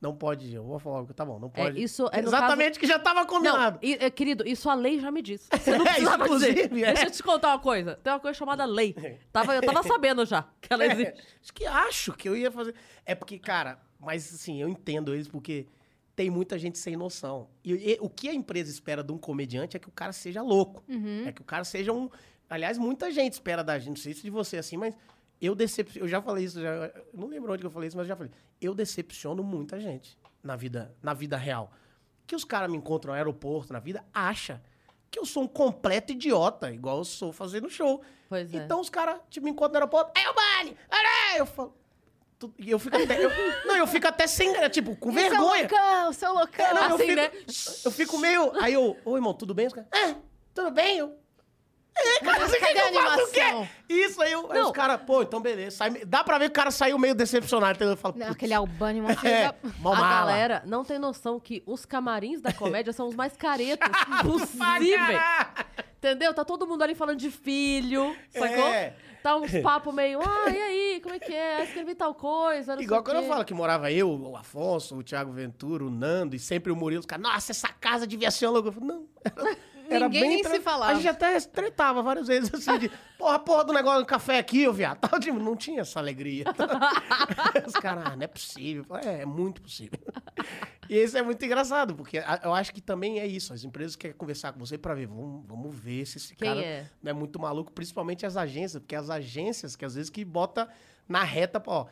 Não pode, homofóbico, tá bom, não pode.
isso é no
Exatamente o que já tava combinado.
Não, e, é, querido, isso a lei já me disse. Você não
É,
precisa
inclusive,
dizer.
é.
Deixa eu te contar uma coisa. Tem uma coisa chamada lei. Tava, eu tava sabendo já que ela
É,
existe.
acho que acho que eu ia fazer. É porque, cara, mas assim, eu entendo eles porque tem muita gente sem noção. E, e o que a empresa espera de um comediante é que o cara seja louco.
Uhum.
É que o cara seja um. Aliás, muita gente espera da gente. Não sei se de você assim, mas eu decepciono. Eu já falei isso, já, eu não lembro onde que eu falei isso, mas eu já falei. Eu decepciono muita gente na vida, na vida real. Que os caras me encontram no aeroporto, na vida, acha que eu sou um completo idiota, igual eu sou fazendo show.
Pois é.
Então os caras, tipo, me encontram no aeroporto, aí o Bani, ará! eu falo. tu- E eu fico até. eu- não, eu fico até sem. gra- Tipo,
é
com vergonha.
Seu loucão, seu loucão.
É, não, eu,
Assim,
fico,
né?
eu fico meio. Aí eu, ô irmão, tudo bem? Os caras, ah, tudo bem? Eu. "É, cara, você quer
cadê
que eu
a
faça o quê?
animação?
Isso aí, eu, aí
Não.
os caras, pô, então beleza. sai- dá pra ver que o cara saiu meio decepcionado. Entendeu? Eu falo,
Não,
"Putz,
aquele Albani, uma
é,
filha da-
mó
a
mala."
galera não tem noção que os camarins da comédia são os mais caretas
Pra
possíveis.
caralho.
Entendeu? Tá todo mundo ali falando de filho, sacou?
É.
Tá uns papo meio, ah, e aí, como é que é? Ah, Escrevi tal coisa, não sei
Igual
o
quando eu
quê."
falo que morava eu, o Afonso, o Thiago Ventura, o Nando e sempre o Murilo. Os caras, nossa, essa casa devia ser um lugar. Eu falo, Não. Era, era
Ninguém
bem
nem se
tran-
falava.
A gente até tretava várias vezes, assim, de porra, porra do negócio do café aqui, ô viado. Tal, tipo, não tinha essa alegria. Os caras, ah, não é possível. Eu falo, É, é muito possível. E isso é muito engraçado, porque a- eu acho que também é isso. As empresas querem conversar com você pra ver, vamos, vamos ver se esse
Quem
cara
é?
não é muito maluco, principalmente as agências, porque as agências que às vezes que bota na reta, ó,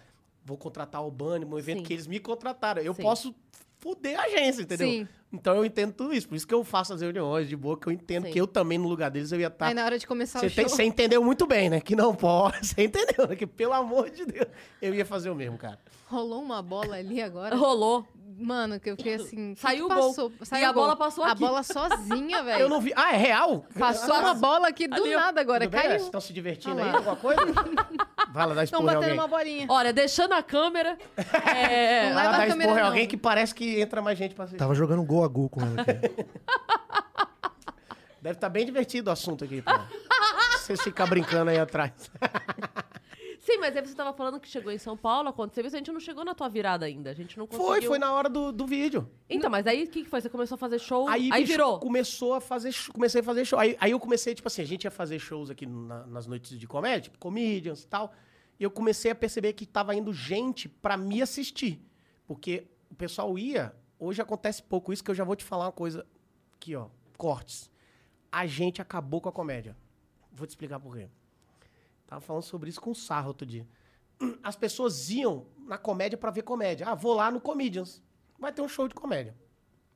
vou contratar o Bunny, um evento
Sim.
que eles me contrataram. Eu
Sim.
posso foder a agência, entendeu?
Sim.
Então eu entendo tudo isso, por isso que eu faço as reuniões de boa, que eu entendo
Sim.
que eu também no lugar deles eu ia estar
Aí na hora de começar
Tá. você,
o show.
tem- você entendeu muito bem, né? Que não pode. Você entendeu, né? Que pelo amor de Deus. Eu ia fazer o mesmo, cara.
Rolou uma bola ali agora.
Rolou.
Mano, que eu fiquei assim. que
Saiu
que
o gol.
passou?
E
Saiu
a
o gol.
bola passou
A
aqui.
bola sozinha,
Eu
velho.
não vi. Ah, é real?
Passou uma bola aqui do
Ali, ó.
nada agora.
Tudo bem, né? Vocês
Caiu.
estão se divertindo
Ah
aí
lá.
alguma coisa? Vai lá dar
Estão
esporro em
batendo
alguém.
uma bolinha.
Olha, deixando a câmera.
Não
É,
leva
Vai lá
a
dar
câmera,
esporro em
não.
alguém que parece que entra mais gente pra assistir.
Tava jogando gol a gol com ela aqui.
Deve estar bem divertido o assunto aqui, pô. Vocês ficam brincando aí atrás.
sim, mas aí você tava falando que chegou em São Paulo, aconteceu isso, a gente não chegou na tua virada ainda. A gente não conseguiu.
Foi, foi na hora do, do vídeo.
Então, mas aí o que que foi? Você começou a fazer show, aí,
bicho,
virou.
Começou a fazer, sh- comecei a fazer show. Aí, aí eu comecei, tipo assim, a gente ia fazer shows aqui na- nas noites de comédia, tipo, comedians e tal. E eu comecei a perceber que tava indo gente pra me assistir. Porque o pessoal ia, hoje acontece pouco isso, que eu já vou te falar uma coisa aqui, ó, cortes. A gente acabou com a comédia. Vou te explicar por quê. Tava falando sobre isso com o Sarro outro dia. As pessoas iam na comédia pra ver comédia. Ah, vou lá no Comedians. Vai ter um show de comédia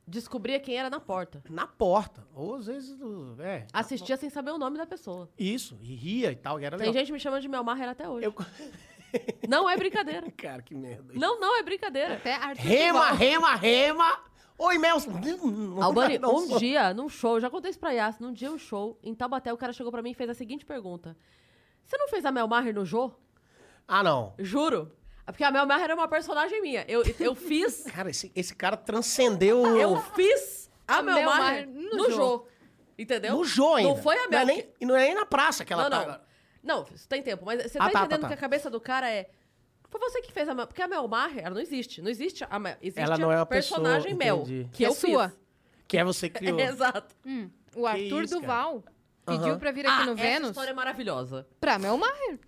Descobria quem era na porta.
na porta. Ou às vezes. do- É.
Assistia sem saber o nome da pessoa.
Isso, e ria e tal, e era
Tem
legal.
gente me chamando de Mel Maher até hoje.
Eu...
Não é brincadeira.
Cara, que merda.
Não, é não é brincadeira.
Até Arthur
Rema,
Duval.
rema, rema. Oi, Melson. Não,
Albani,
não
um
sou.
dia, num show, eu já contei isso pra Yas, num dia um show, em Taubaté, o cara chegou pra mim e fez a seguinte pergunta. Você não fez a Mel Maher no Jô?
Ah, não.
Juro. É Porque a Mel Maher era uma personagem minha. Eu, eu fiz,
Cara, esse, esse cara transcendeu.
eu fiz a, Mel, Maher no, Jô. Entendeu?
No Jô ainda.
Não foi a
Não
Mel.
é nem, e não é nem na praça que ela
não,
tá.
não. Não, isso tem tempo. Mas você
Ah,
tá,
tá, tá,
entendendo
tá.
que a cabeça do cara é... Foi você que fez a Mel... Porque a Mel Maher, ela não existe. Não existe a Mel. Existe
Ela não é
a
uma pessoa,
personagem Mel.
entendi.
Que
Que é
eu
sua.
fiz.
Que é você que criou.
Exato.
Hum, o Arthur
isso,
Duval pediu
Aham.
pra vir aqui
ah,
no
essa
Vênus
história é maravilhosa.
pra Mel Maher.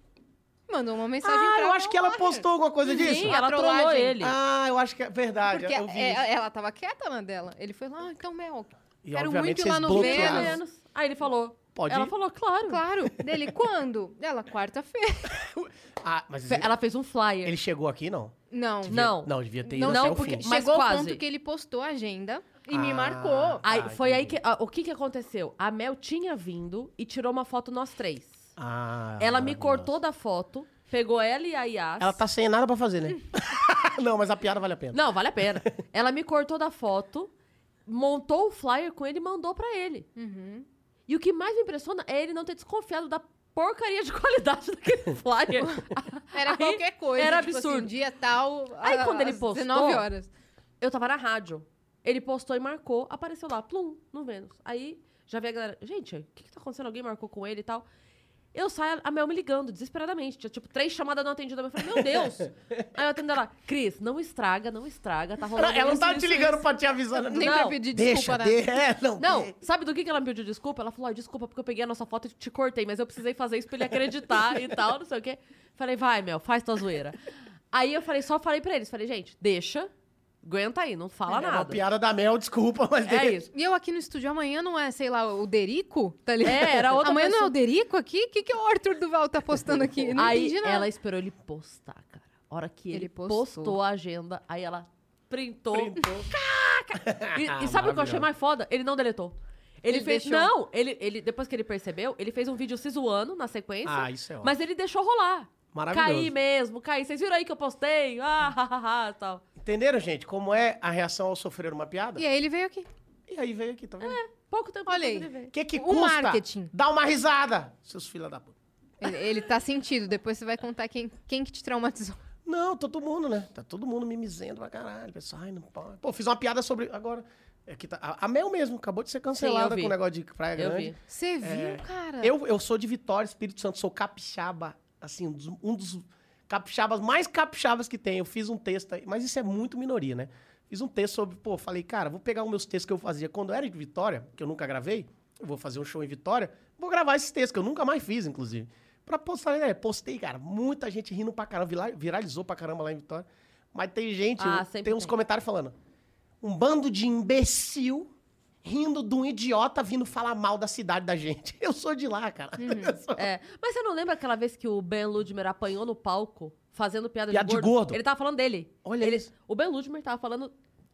Mandou uma mensagem
ah,
pra
eu acho
Mel
que ela
Maher.
postou alguma coisa disso.
Sim,
A
ela trollou
trollagem.
ele.
Ah, eu acho que é verdade.
Porque
eu vi
é-
isso.
ela tava quieta na dela. Ele foi lá, ah, então, Mel,
E,
um
quero
obviamente,
muito ir
vocês
lá no
bloquearam.
Vênus.
menos. é Aí ele falou.
Pode
Ela
ir?
falou, claro.
claro. Dele, quando? Ela, quarta-feira.
Ah, mas
Fe- Ela fez um flyer.
ele chegou aqui, não?
Não.
Devia-
Não.
Não, devia ter ido
Não,
até
não,
o
porque-
fim.
Mas
Chegou ao
quase.
ponto que ele postou a agenda e me
Ah.
marcou.
Aí,
Ah,
foi aí que.
entendi.
ah, o que, que aconteceu? A Mel tinha vindo e tirou uma foto nós três.
Ah,
ela me
maravilhoso.
cortou da foto, pegou ela e a Yas.
Ela tá sem nada pra fazer, né? não, mas a piada vale a pena.
Não, vale a pena. ela me cortou da foto, montou o flyer com ele e mandou pra ele.
Uhum.
E o que mais me impressiona é ele não ter desconfiado da porcaria de qualidade daquele flyer.
Era
Aí,
qualquer coisa.
era
tipo
absurdo.
Assim, dia tal.
Aí,
às
quando ele postou-
19 horas.
Eu tava na rádio. Ele postou e marcou, apareceu lá, plum, no Vênus. Aí já vi a galera, gente, o que que tá acontecendo? Alguém marcou com ele e tal. Eu saio, a Mel me ligando, desesperadamente. Tinha, tipo, três chamadas não atendidas. Eu falei, meu Deus! Aí eu atendo ela, Cris, não estraga, não estraga, tá rolando
Ela, ela não
isso,
tava
isso,
te ligando
isso."
pra te avisar. né?
Nem
Não,
pra pedir
Deixa,
desculpa. né?
de... é, não.
Não, sabe do que que ela me pediu desculpa? Ela falou, "Ó, desculpa, porque eu peguei a nossa foto e te cortei, mas eu precisei fazer isso pra ele acreditar e tal, não sei o quê. Falei, vai, Mel, faz tua zoeira. Aí eu falei, só falei pra eles, falei, gente, deixa, aguenta aí, não fala
É uma
nada.
piada da Mel, desculpa, mas
É
deixa.
isso.
E eu aqui no estúdio, amanhã não é, sei lá, o Derico? Tá ligado?
É, era outra
Amanhã não é
pessoa.
o Derico aqui? O que, que o Arthur Duval tá postando aqui? Eu Não
aí
entendi nada.
ela esperou ele postar, cara. A hora que ele,
Ele
postou.
postou.
a agenda, aí ela printou.
Printou.
E, e sabe o que eu achei
Maravilhoso.
mais foda? Ele não deletou. Ele,
Ele
fez.
deixou.
Não, ele, ele, depois que ele percebeu, ele fez um vídeo se zoando na sequência.
Ah, isso é ótimo.
Mas ele deixou rolar.
Maravilhoso.
Caí mesmo, caí. Vocês viram aí que eu postei? Ah, ha, ha, ha, tal.
Entenderam, gente? Como é a reação ao sofrer uma piada?
E aí ele veio aqui.
E aí veio aqui, tá vendo?
Pouco tempo
Olha
depois
aí.
ele veio.
O que que
O
custa?
marketing.
Dá uma risada, seus filha da puta.
Ele, ele tá sentido. Depois você vai contar quem, quem que te traumatizou.
Não, todo mundo, né? Tá todo mundo mimizendo pra caralho. Pessoal, ai, não pode. Pô, fiz uma piada sobre... Agora... É que tá... A a Mel mesmo, acabou de ser cancelada
vi.
com o negócio de
Tá
Praia
Eu
Grande.
vi.
Você
É.
viu, cara?
Eu, eu sou de Vitória, Espírito Santo, sou capixaba, assim, um dos, um dos capixabas mais capixabas que tem. Eu fiz um texto, aí, mas isso é muito minoria, né? Fiz um texto sobre, pô, falei, cara, vou pegar os meus textos que eu fazia quando eu era de Vitória, que eu nunca gravei, eu vou fazer um show em Vitória, vou gravar esses textos que eu nunca mais fiz, inclusive. Pra postar, né? Postei, cara, muita gente rindo pra caramba, vira- viralizou pra caramba lá em Vitória. Mas tem gente,
Ah,
eu-
sempre
tem uns
tem.
comentários falando, um bando de imbecil rindo de um idiota vindo falar mal da cidade da gente. Eu sou de lá, cara. Eu sou-
É. Mas você não lembra aquela vez que o Ben Ludmer apanhou no palco fazendo piada,
Piada de gordo?
Ele tava falando dele.
Olha
ele,
isso.
O Ben Ludmer tava falando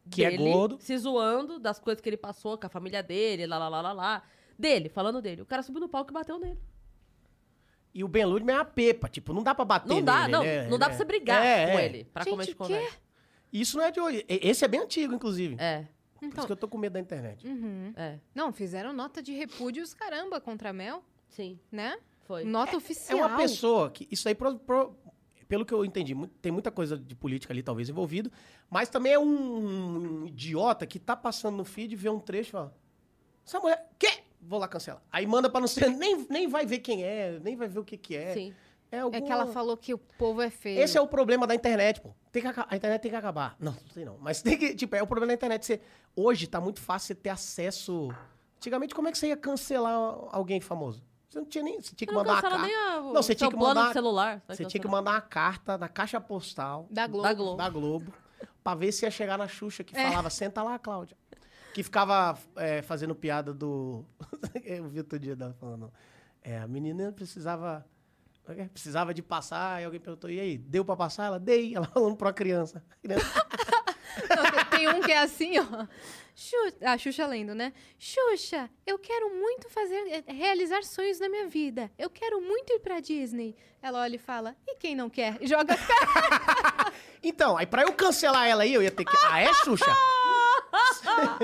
Que é
dele,
gordo.
se zoando das coisas que ele passou com a família dele, lá, lá, lá, lá, lá. Dele, falando dele. O cara subiu no palco e bateu nele.
E o Ben Ludman é uma pepa, tipo, não dá pra bater
Não dá,
nele,
não,
né?
não dá pra você brigar
É,
com
é.
ele pra
Gente,
comer de
o quê?
conversa.
Isso não é de hoje. E- Esse é bem antigo, inclusive.
É,
Por isso que eu tô com medo da internet.
Uhum.
é,
Não, fizeram nota de repúdio os caramba contra a Mel,
sim,
né?
foi.
Nota
É
oficial.
uma pessoa que... Isso aí, pro- pro- pelo que eu entendi, mu- tem muita coisa de política ali, talvez, envolvido. Mas também é um, idiota que tá passando no feed, vê um trecho e fala... Essa mulher... Quê? Vou lá cancelar. Aí manda pra não ser... Nem, nem vai ver quem é, nem vai ver o que que é.
Sim.
É,
É
alguma...
que ela falou que o povo é feio.
Esse é o problema da internet, pô. Tem que aca- a internet tem que acabar. Não, não tem não. Mas tem que, tipo, é o problema da internet. Você, hoje tá muito fácil você ter acesso. Antigamente, como é que você ia cancelar alguém famoso? Você não tinha nem. Você
Você
tinha que
não
mandar uma
cancela
carta.
nem a, o
Não, você
seu
tinha que
plano
mandar-
do celular. vai
Você tinha que
cancelar.
mandar uma carta na caixa postal
Tá Da Globo. É.
Da Globo.
da Globo pra ver se ia chegar na Xuxa, que falava, senta lá, Cláudia. Que ficava é, fazendo piada do. Eu vi outro dia dela falando. É, a menina precisava. como é que é? Precisava de passar, e alguém perguntou, e aí, deu pra passar? Ela, dei, ela falando pra criança. A criança,
Não, tem- tem um que é assim, ó. Xu- A Xuxa lendo, né? Xuxa, eu quero muito fazer, eh, realizar sonhos na minha vida. Eu quero muito ir pra Disney. Ela olha e fala, e quem não quer? E Joga a cara.
Então, aí pra eu cancelar ela aí, eu ia ter que. Ah, é, Xuxa?
Ah,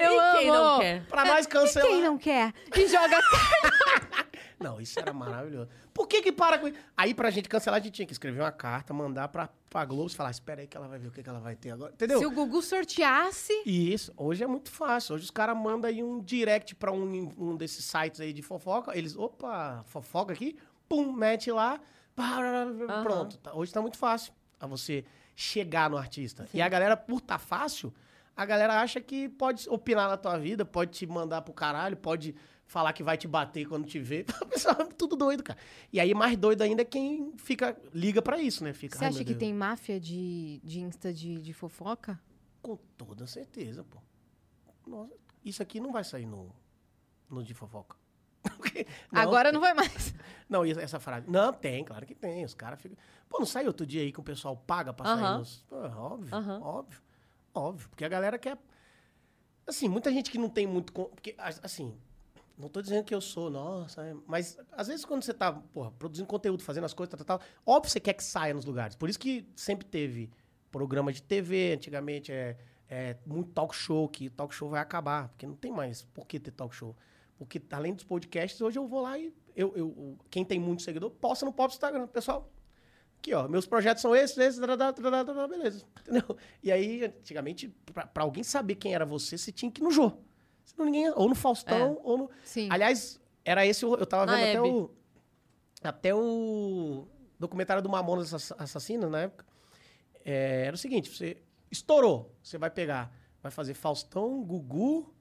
Eu
e quem não
amo.
quer?
Pra
É,
nós né?
E quem
cancelar.
não quer? E joga a cara.
Não, isso era maravilhoso. Por que que para com isso? Aí pra gente cancelar, a gente tinha que escrever uma carta, mandar pra, pra Globo e falar, espera aí que ela vai ver o que, que ela vai ter agora. Entendeu?
Se o Gugu sorteasse...
E Isso, hoje é muito fácil. Hoje os caras mandam aí um direct pra um, um desses sites aí de fofoca. Eles, opa, fofoca aqui, pum, mete lá, pá, blá, blá, blá,
Aham.
pronto. Tá- Hoje tá muito fácil a você chegar no artista. E a galera, por tá fácil, a galera acha que pode opinar na tua vida, pode te mandar pro caralho, pode falar que vai te bater quando te vê. O pessoal é tudo doido, cara. E aí, mais doido ainda é quem fica, liga pra isso, né? Fica,
Você
"Ai,
acha
meu
que
Deus."
tem máfia de, de Insta de, de fofoca?
Com toda certeza, pô. Nossa, isso aqui não vai sair no, no de fofoca. Porque-
Agora não vai mais.
Não, e essa- essa frase. Não, tem, claro que tem. Os caras ficam. Pô, não saiu outro dia aí que o pessoal paga pra sair
Aham.
nos. Pô, é óbvio,
Aham.
óbvio, óbvio. Porque a galera quer. Assim, muita gente que não tem muito. con- Porque, a- assim, não tô dizendo que eu sou, nossa, é- mas às vezes quando você tá, porra, produzindo conteúdo, fazendo as coisas, tal, tal, tal, óbvio que você quer que saia nos lugares. Por isso que sempre teve programa de TV, antigamente é, é muito talk show, que talk show vai acabar, porque não tem mais por que ter talk show. Porque além dos podcasts, hoje eu vou lá e eu, eu- eu- quem tem muito seguidor, posta no próprio Instagram. Pessoal, aqui, ó, meus projetos são esses, esses, dadadá, dadadá, dadadá, beleza. Entendeu? E aí, antigamente, pra, pra alguém saber quem era você, você tinha que ir no Jô. Senão ninguém, ou no Faustão, ou no...
Sim.
Aliás, era esse, o- eu tava
É. Na
vendo até
Hebe.
o, até o documentário do Mamonas Assa- Assassino, na época. É, era o seguinte, você estourou, você vai pegar, vai fazer Faustão, Gugu,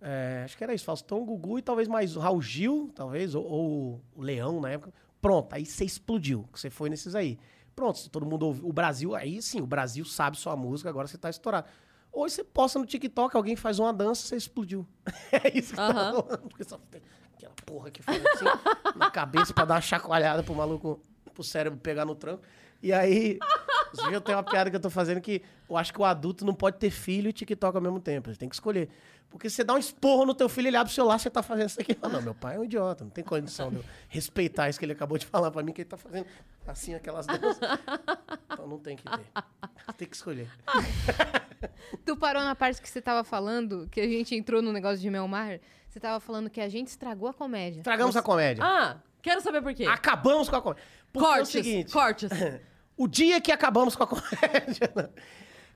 é, acho que era isso, Faustão, Gugu e talvez mais o Raul Gil, talvez, ou, ou o Leão na época. Pronto, aí você explodiu, que você foi nesses aí. Pronto, se todo mundo ouve, o Brasil, aí sim, o Brasil sabe sua música, agora você tá estourado. Hoje você posta no TikTok, alguém faz uma dança, você explodiu. É isso que tá
Aham.
rolando, porque só tem aquela porra que faz assim na cabeça pra dar uma chacoalhada pro maluco, pro cérebro pegar no tranco. E aí Esse dia eu tenho uma piada que eu tô fazendo que eu acho que o adulto não pode ter filho e TikTok ao mesmo tempo. Você tem que escolher. Porque você dá um esporro no teu filho, ele abre o celular, você tá fazendo isso aqui. Ele fala, não, meu pai é um idiota, não tem condição de eu respeitar isso que ele acabou de falar pra mim, que ele tá fazendo assim aquelas duas. Então não tem que ter. Tem que escolher.
Tu parou na parte que você tava falando, que a gente entrou no negócio de Melmar. Você tava falando que a gente estragou a comédia.
Tragamos a comédia.
Ah, quero saber por quê.
Acabamos com a comédia. Porque é o
cortes,
seguinte,
cortes.
o dia que acabamos com a comédia... né?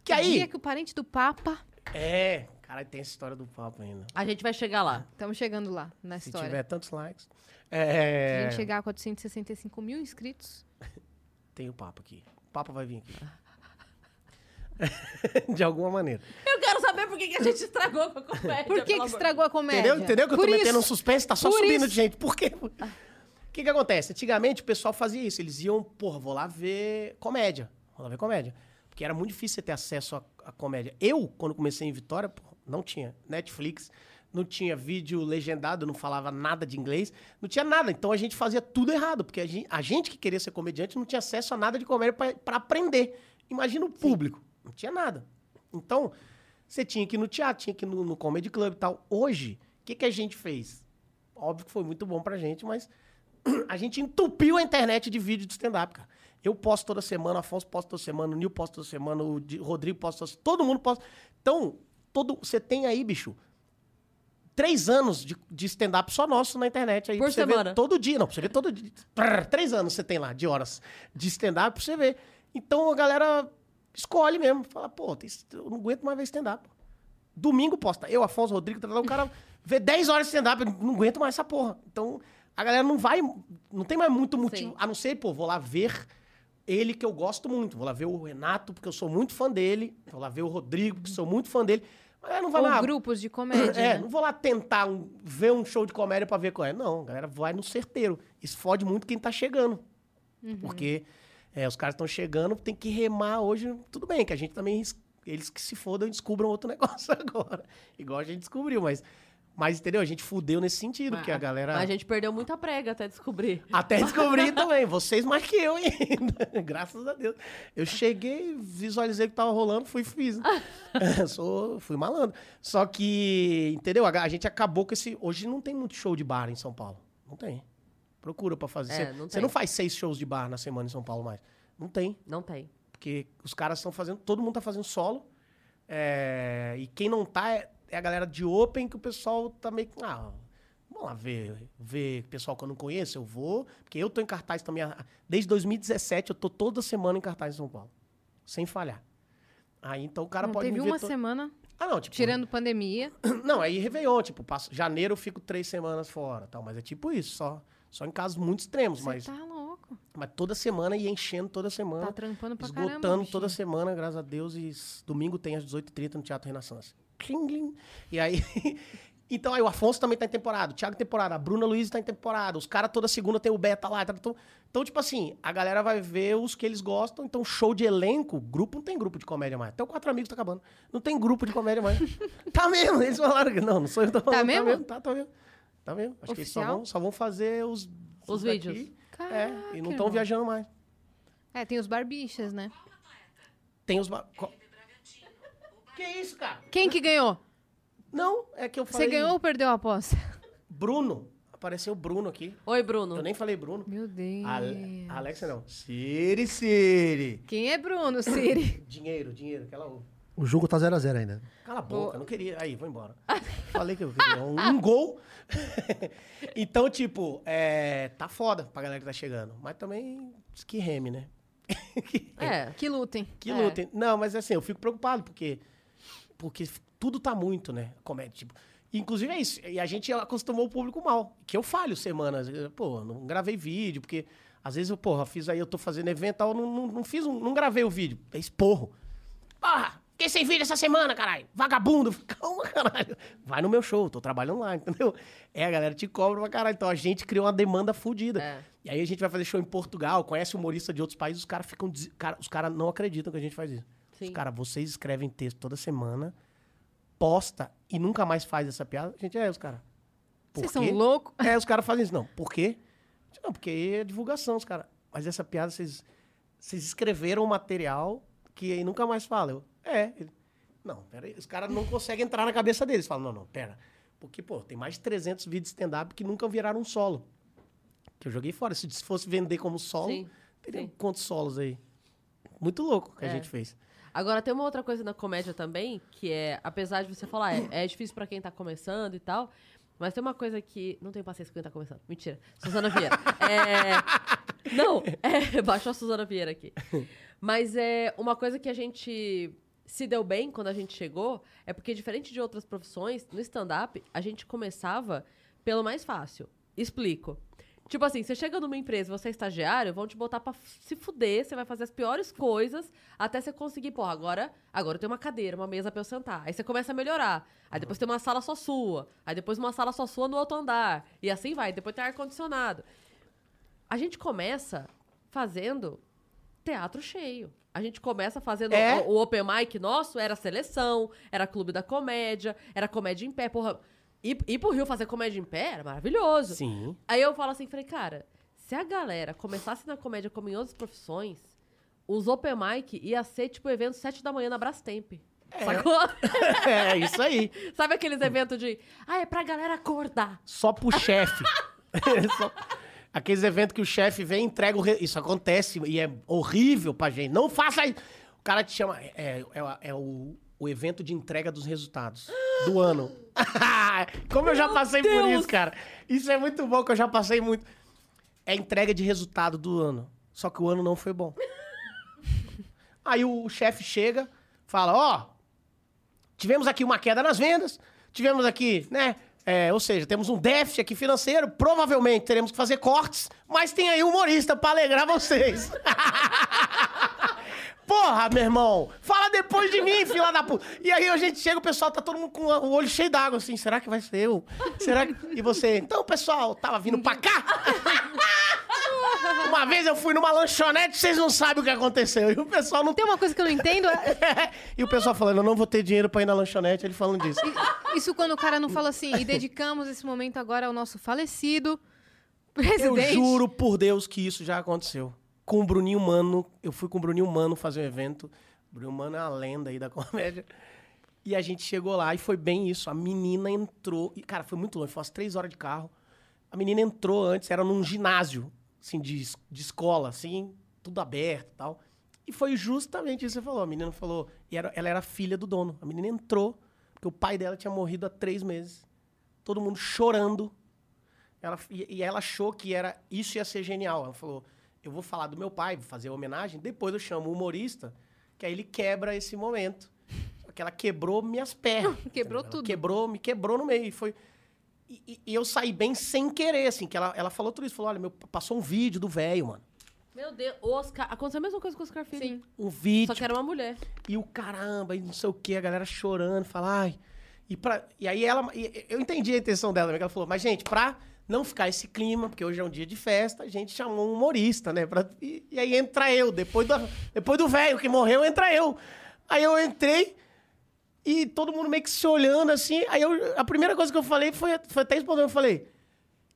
Que
O
aí...
dia que o parente do Papa.
É, cara, tem essa história do papo ainda.
A gente vai chegar lá.
Estamos chegando lá na
Se
história.
tiver tantos likes.
Se a
É,
gente chegar a 465 mil inscritos.
Tem o papo aqui. O papo vai vir aqui. De alguma maneira.
Eu quero saber por que, que a gente estragou com a comédia.
Por que,
pelo
que
amor.
estragou a comédia?
Entendeu? Entendeu que eu tô
Por
metendo um
isso.
suspense, tá só
Por
subindo
isso.
de gente. Por quê? O que que acontece? Antigamente o pessoal fazia isso. Eles iam, porra, vou lá ver comédia. Vou lá ver comédia. Porque era muito difícil você ter acesso à, à comédia. Eu, quando comecei em Vitória, porra, não tinha Netflix, não tinha vídeo legendado, não falava nada de inglês, não tinha nada. Então a gente fazia tudo errado, porque a gen- a gente, que queria ser comediante não tinha acesso a nada de comédia pra- pra aprender. Imagina o público. Não tinha nada. Então, você tinha que ir no teatro, tinha que ir no, no comedy club e tal. Hoje, o que, que a gente fez? Óbvio que foi muito bom pra gente, mas a gente entupiu a internet de vídeo de stand-up, cara. Eu posto toda semana, o Afonso posta toda semana, o Nil posta toda semana, o Di- Rodrigo posta toda semana, todo mundo posta. Então, todo, você tem aí, bicho, três anos de, de stand-up só nosso na internet. Aí
Por
pra você ver
semana.
todo dia, não, pra você ver todo dia. Prrr, Três anos você tem lá de horas de stand-up pra você ver. Então a galera escolhe mesmo. Fala, pô, tem- eu não aguento mais ver stand-up. Domingo posta. Eu, Afonso, Rodrigo, tá lá, o cara vê 10 horas de stand-up, eu não aguento mais essa porra. Então, a galera não vai, não tem mais muito motivo,
Sim.
a não ser, pô, vou lá ver ele que eu gosto muito. Vou lá ver o Renato, porque eu sou muito fã dele. Vou lá ver o Rodrigo, porque sou muito fã dele. Mas a galera não vai ah, lá.
Ou grupos de comédia.
É,
né?
não vou lá tentar um- ver um show de comédia pra ver qual é. Não, a galera vai no certeiro. Isso fode muito quem tá chegando. Porque é, os caras estão chegando, tem que remar hoje. Tudo bem, que a gente também. ris- Eles que se fodam e descubram outro negócio agora. Igual a gente descobriu, mas. Mas entendeu? A gente fudeu nesse sentido, porque a galera.
Ah, Mas a gente perdeu muita prega até descobrir.
Até descobri também. Vocês mais que eu ainda. Graças a Deus. Eu cheguei, visualizei o que tava rolando, fui e fiz. Sou, fui malandro. Só que, entendeu? A, a gente acabou com esse. Hoje não tem muito show de bar em São Paulo. Não tem. Procura pra fazer.
É,
Você-
não
Você
tem.
não faz seis shows de bar na semana em São Paulo mais. Não tem.
Não tem.
Porque os caras estão fazendo, todo mundo tá fazendo solo. É, e quem não tá é, é a galera de Open, que o pessoal tá meio que. Ah, vamos lá ver, ver pessoal que eu não conheço, eu vou. Porque eu tô em cartaz também. há- Desde 2017, eu tô toda semana em cartaz em São Paulo. Sem falhar. Aí então o cara
Não,
pode
teve
me ver
uma
to-
semana,
Ah, não, tipo,
tirando pandemia.
não, aí Réveillon, tipo, passo, janeiro eu fico três semanas fora, tal, mas é tipo isso, só, só em casos muito extremos,
Você
mas,
tá louco.
mas toda semana e enchendo toda semana.
Tá trampando pra
Esgotando
caramba.
toda
bichinho.
semana, graças a Deus. E s- domingo tem às 18h30 no Teatro Renaissance. Cling, cling. E aí... então, aí o Afonso também tá em temporada. O Thiago em temporada. A Bruna Luiz tá em temporada. Os caras toda segunda tem o Beta lá. tá- Então, então, tipo assim, a galera vai ver os que eles gostam. Então, show de elenco, grupo, não tem grupo de comédia mais. Até o Quatro Amigos tá acabando. Não tem grupo de comédia mais. tá mesmo. Eles falaram que... Não, não sou eu que tô falando.
mesmo?
Tá, tá mesmo. Tá mesmo. Acho que eles só
Oficial?
vão, só vão fazer os...
Os
daqui.
vídeos.
É, e não
Caraca,
estão viajando mais.
É, tem os barbichas, né?
Tem os. ba- co- Que isso, cara?
Quem que ganhou?
Não, é que eu
Você
falei.
ganhou ou perdeu a aposta?
Bruno. Apareceu o Bruno aqui.
Oi, Bruno.
Eu nem falei Bruno.
Meu Deus.
Ale... Alexa não. Siri, Siri.
Quem é Bruno, Siri?
Dinheiro, dinheiro, aquela ouve.
O jogo tá 0x0 ainda.
Cala a boca, eu não queria. Aí, vou embora. Falei que eu queria um, um gol. então, tipo, é, tá foda pra galera que tá chegando. Mas também que reme, né?
É.
que lutem.
Que
É.
lutem. Não, mas assim, eu fico preocupado, porque, porque f- tudo tá muito, né? Comédia, tipo. Inclusive é isso. E a gente acostumou o público mal. Que eu falho semanas. Eu, Pô, não gravei vídeo, porque às vezes eu, porra, fiz aí, eu tô fazendo evento e tal, não, não, não fiz um. Não gravei o vídeo. É esporro. Porra! Fiquei sem vídeo essa semana, caralho! Vagabundo! Calma, caralho! Vai no meu show, tô trabalhando lá, entendeu? É, a galera te cobra pra caralho. Então a gente criou uma demanda fodida.
É.
E aí a gente vai fazer show em Portugal, conhece humorista de outros países, os caras ficam. des- cara- os caras não acreditam que a gente faz isso. Os
Sim.
caras, vocês escrevem texto toda semana, posta e nunca mais faz essa piada. A gente é, os caras. por
Vocês são
quê?
loucos?
É, os caras fazem isso. Não, por quê? Não, porque aí é divulgação, os caras. Mas essa piada, vocês. vocês escreveram o material que aí nunca mais fala. Eu, é. Ele, não, peraí. Os caras não conseguem entrar na cabeça deles. Falam, não, não, pera. Porque, pô, tem mais de 300 vídeos de stand-up que nunca viraram um solo. Que eu joguei fora. Se fosse vender como solo,
Sim,
teria
sim.
quantos solos aí? Muito louco que
É.
a gente fez.
Agora, tem uma outra coisa na comédia também, que é, apesar de você falar, é, é difícil pra quem tá começando e tal, mas tem uma coisa que. Não tenho paciência com quem tá começando. Mentira. Suzana Vieira. É, não, é, baixou a Suzana Vieira aqui. Mas é uma coisa que a gente se deu bem quando a gente chegou, é porque, diferente de outras profissões, no stand-up, a gente começava pelo mais fácil. Explico. Tipo assim, você chega numa empresa, você é estagiário, vão te botar pra se fuder, você vai fazer as piores coisas até você conseguir, pô, agora, agora eu tenho uma cadeira, uma mesa pra eu sentar. Aí você começa a melhorar. Aí depois tem uma sala só sua. Aí depois uma sala só sua no outro andar. E assim vai, depois tem ar-condicionado. A gente começa fazendo teatro cheio. A gente começa fazendo
É?
o, o open mic nosso, era seleção, era clube da comédia, era comédia em pé, porra. Ir, ir pro Rio fazer comédia em pé era maravilhoso.
Sim.
Aí eu falo assim, falei, cara, se a galera começasse na comédia como em outras profissões, os open mic ia ser tipo evento 7 da manhã na Brastemp. Sacou?
é isso aí.
Sabe aqueles eventos de, ah, é pra galera acordar.
Só pro chefe. É Só- Aqueles eventos que o chefe vem e entrega o. re- Isso acontece e é horrível pra gente. Não faça isso. O cara te chama. É, é- é o, o evento de entrega dos resultados do ano. Como eu já passei por
Deus!
isso, cara. Isso é muito bom que eu já passei muito. É entrega de resultado do ano. Só que o ano não foi bom. Aí o chefe chega, fala: Ó, tivemos aqui uma queda nas vendas, tivemos aqui, né? é, ou seja, temos um déficit aqui financeiro, provavelmente teremos que fazer cortes, mas tem aí um humorista pra alegrar vocês. Porra, meu irmão! Fala depois de mim, fila da puta! E aí a gente chega, o pessoal tá todo mundo com o olho cheio d'água, assim, será que vai ser eu? Será que. E você, então, pessoal, tava vindo pra cá? Uma vez eu fui numa lanchonete, vocês não sabem o que aconteceu. E o pessoal não
Tem uma coisa que eu não entendo. é-
e o pessoal falando, eu não vou ter dinheiro pra ir na lanchonete, ele falando disso.
Isso quando o cara não fala assim, e dedicamos esse momento agora ao nosso falecido
Eu
presidente.
juro por Deus que isso já aconteceu. Com o Bruninho Mano, eu fui com o Bruninho Mano fazer um evento. O Bruninho Mano é uma lenda aí da comédia. E a gente chegou lá e foi bem isso. A menina entrou. E, cara, foi muito longe, foi umas três horas de carro. A menina entrou antes, era num ginásio, assim, de, es- de escola, assim, tudo aberto e tal. E foi justamente isso que você falou. A menina falou. E era- ela era filha do dono. A menina entrou, porque o pai dela tinha morrido há três meses. Todo mundo chorando. Ela, e, e ela achou que era isso ia ser genial. Ela falou: eu vou falar do meu pai, vou fazer a homenagem, depois eu chamo o humorista, que aí ele quebra esse momento. Só que ela quebrou minhas pernas.
Quebrou
Ela
tudo.
Quebrou, me quebrou no meio. E foi. E, e- e eu saí bem sem querer, assim, que ela, ela falou tudo isso. Falou: olha, meu, passou um vídeo do velho, mano.
Meu Deus, Oscar. Aconteceu a mesma coisa com o Oscar Filho.
Sim.
Um vídeo.
Só que era uma mulher.
E o caramba, e não sei o que, a galera chorando, fala, ai. E, pra, e aí ela. e- eu entendi a intenção dela, né, que ela falou, mas, gente, pra não ficar esse clima, porque hoje é um dia de festa, a gente chamou um humorista, né? pra- e, e aí entra eu, depois do depois do velho que morreu, entra eu. Aí eu entrei e todo mundo meio que se olhando assim. Aí eu, a primeira coisa que eu falei foi, foi até espontâneo, eu falei.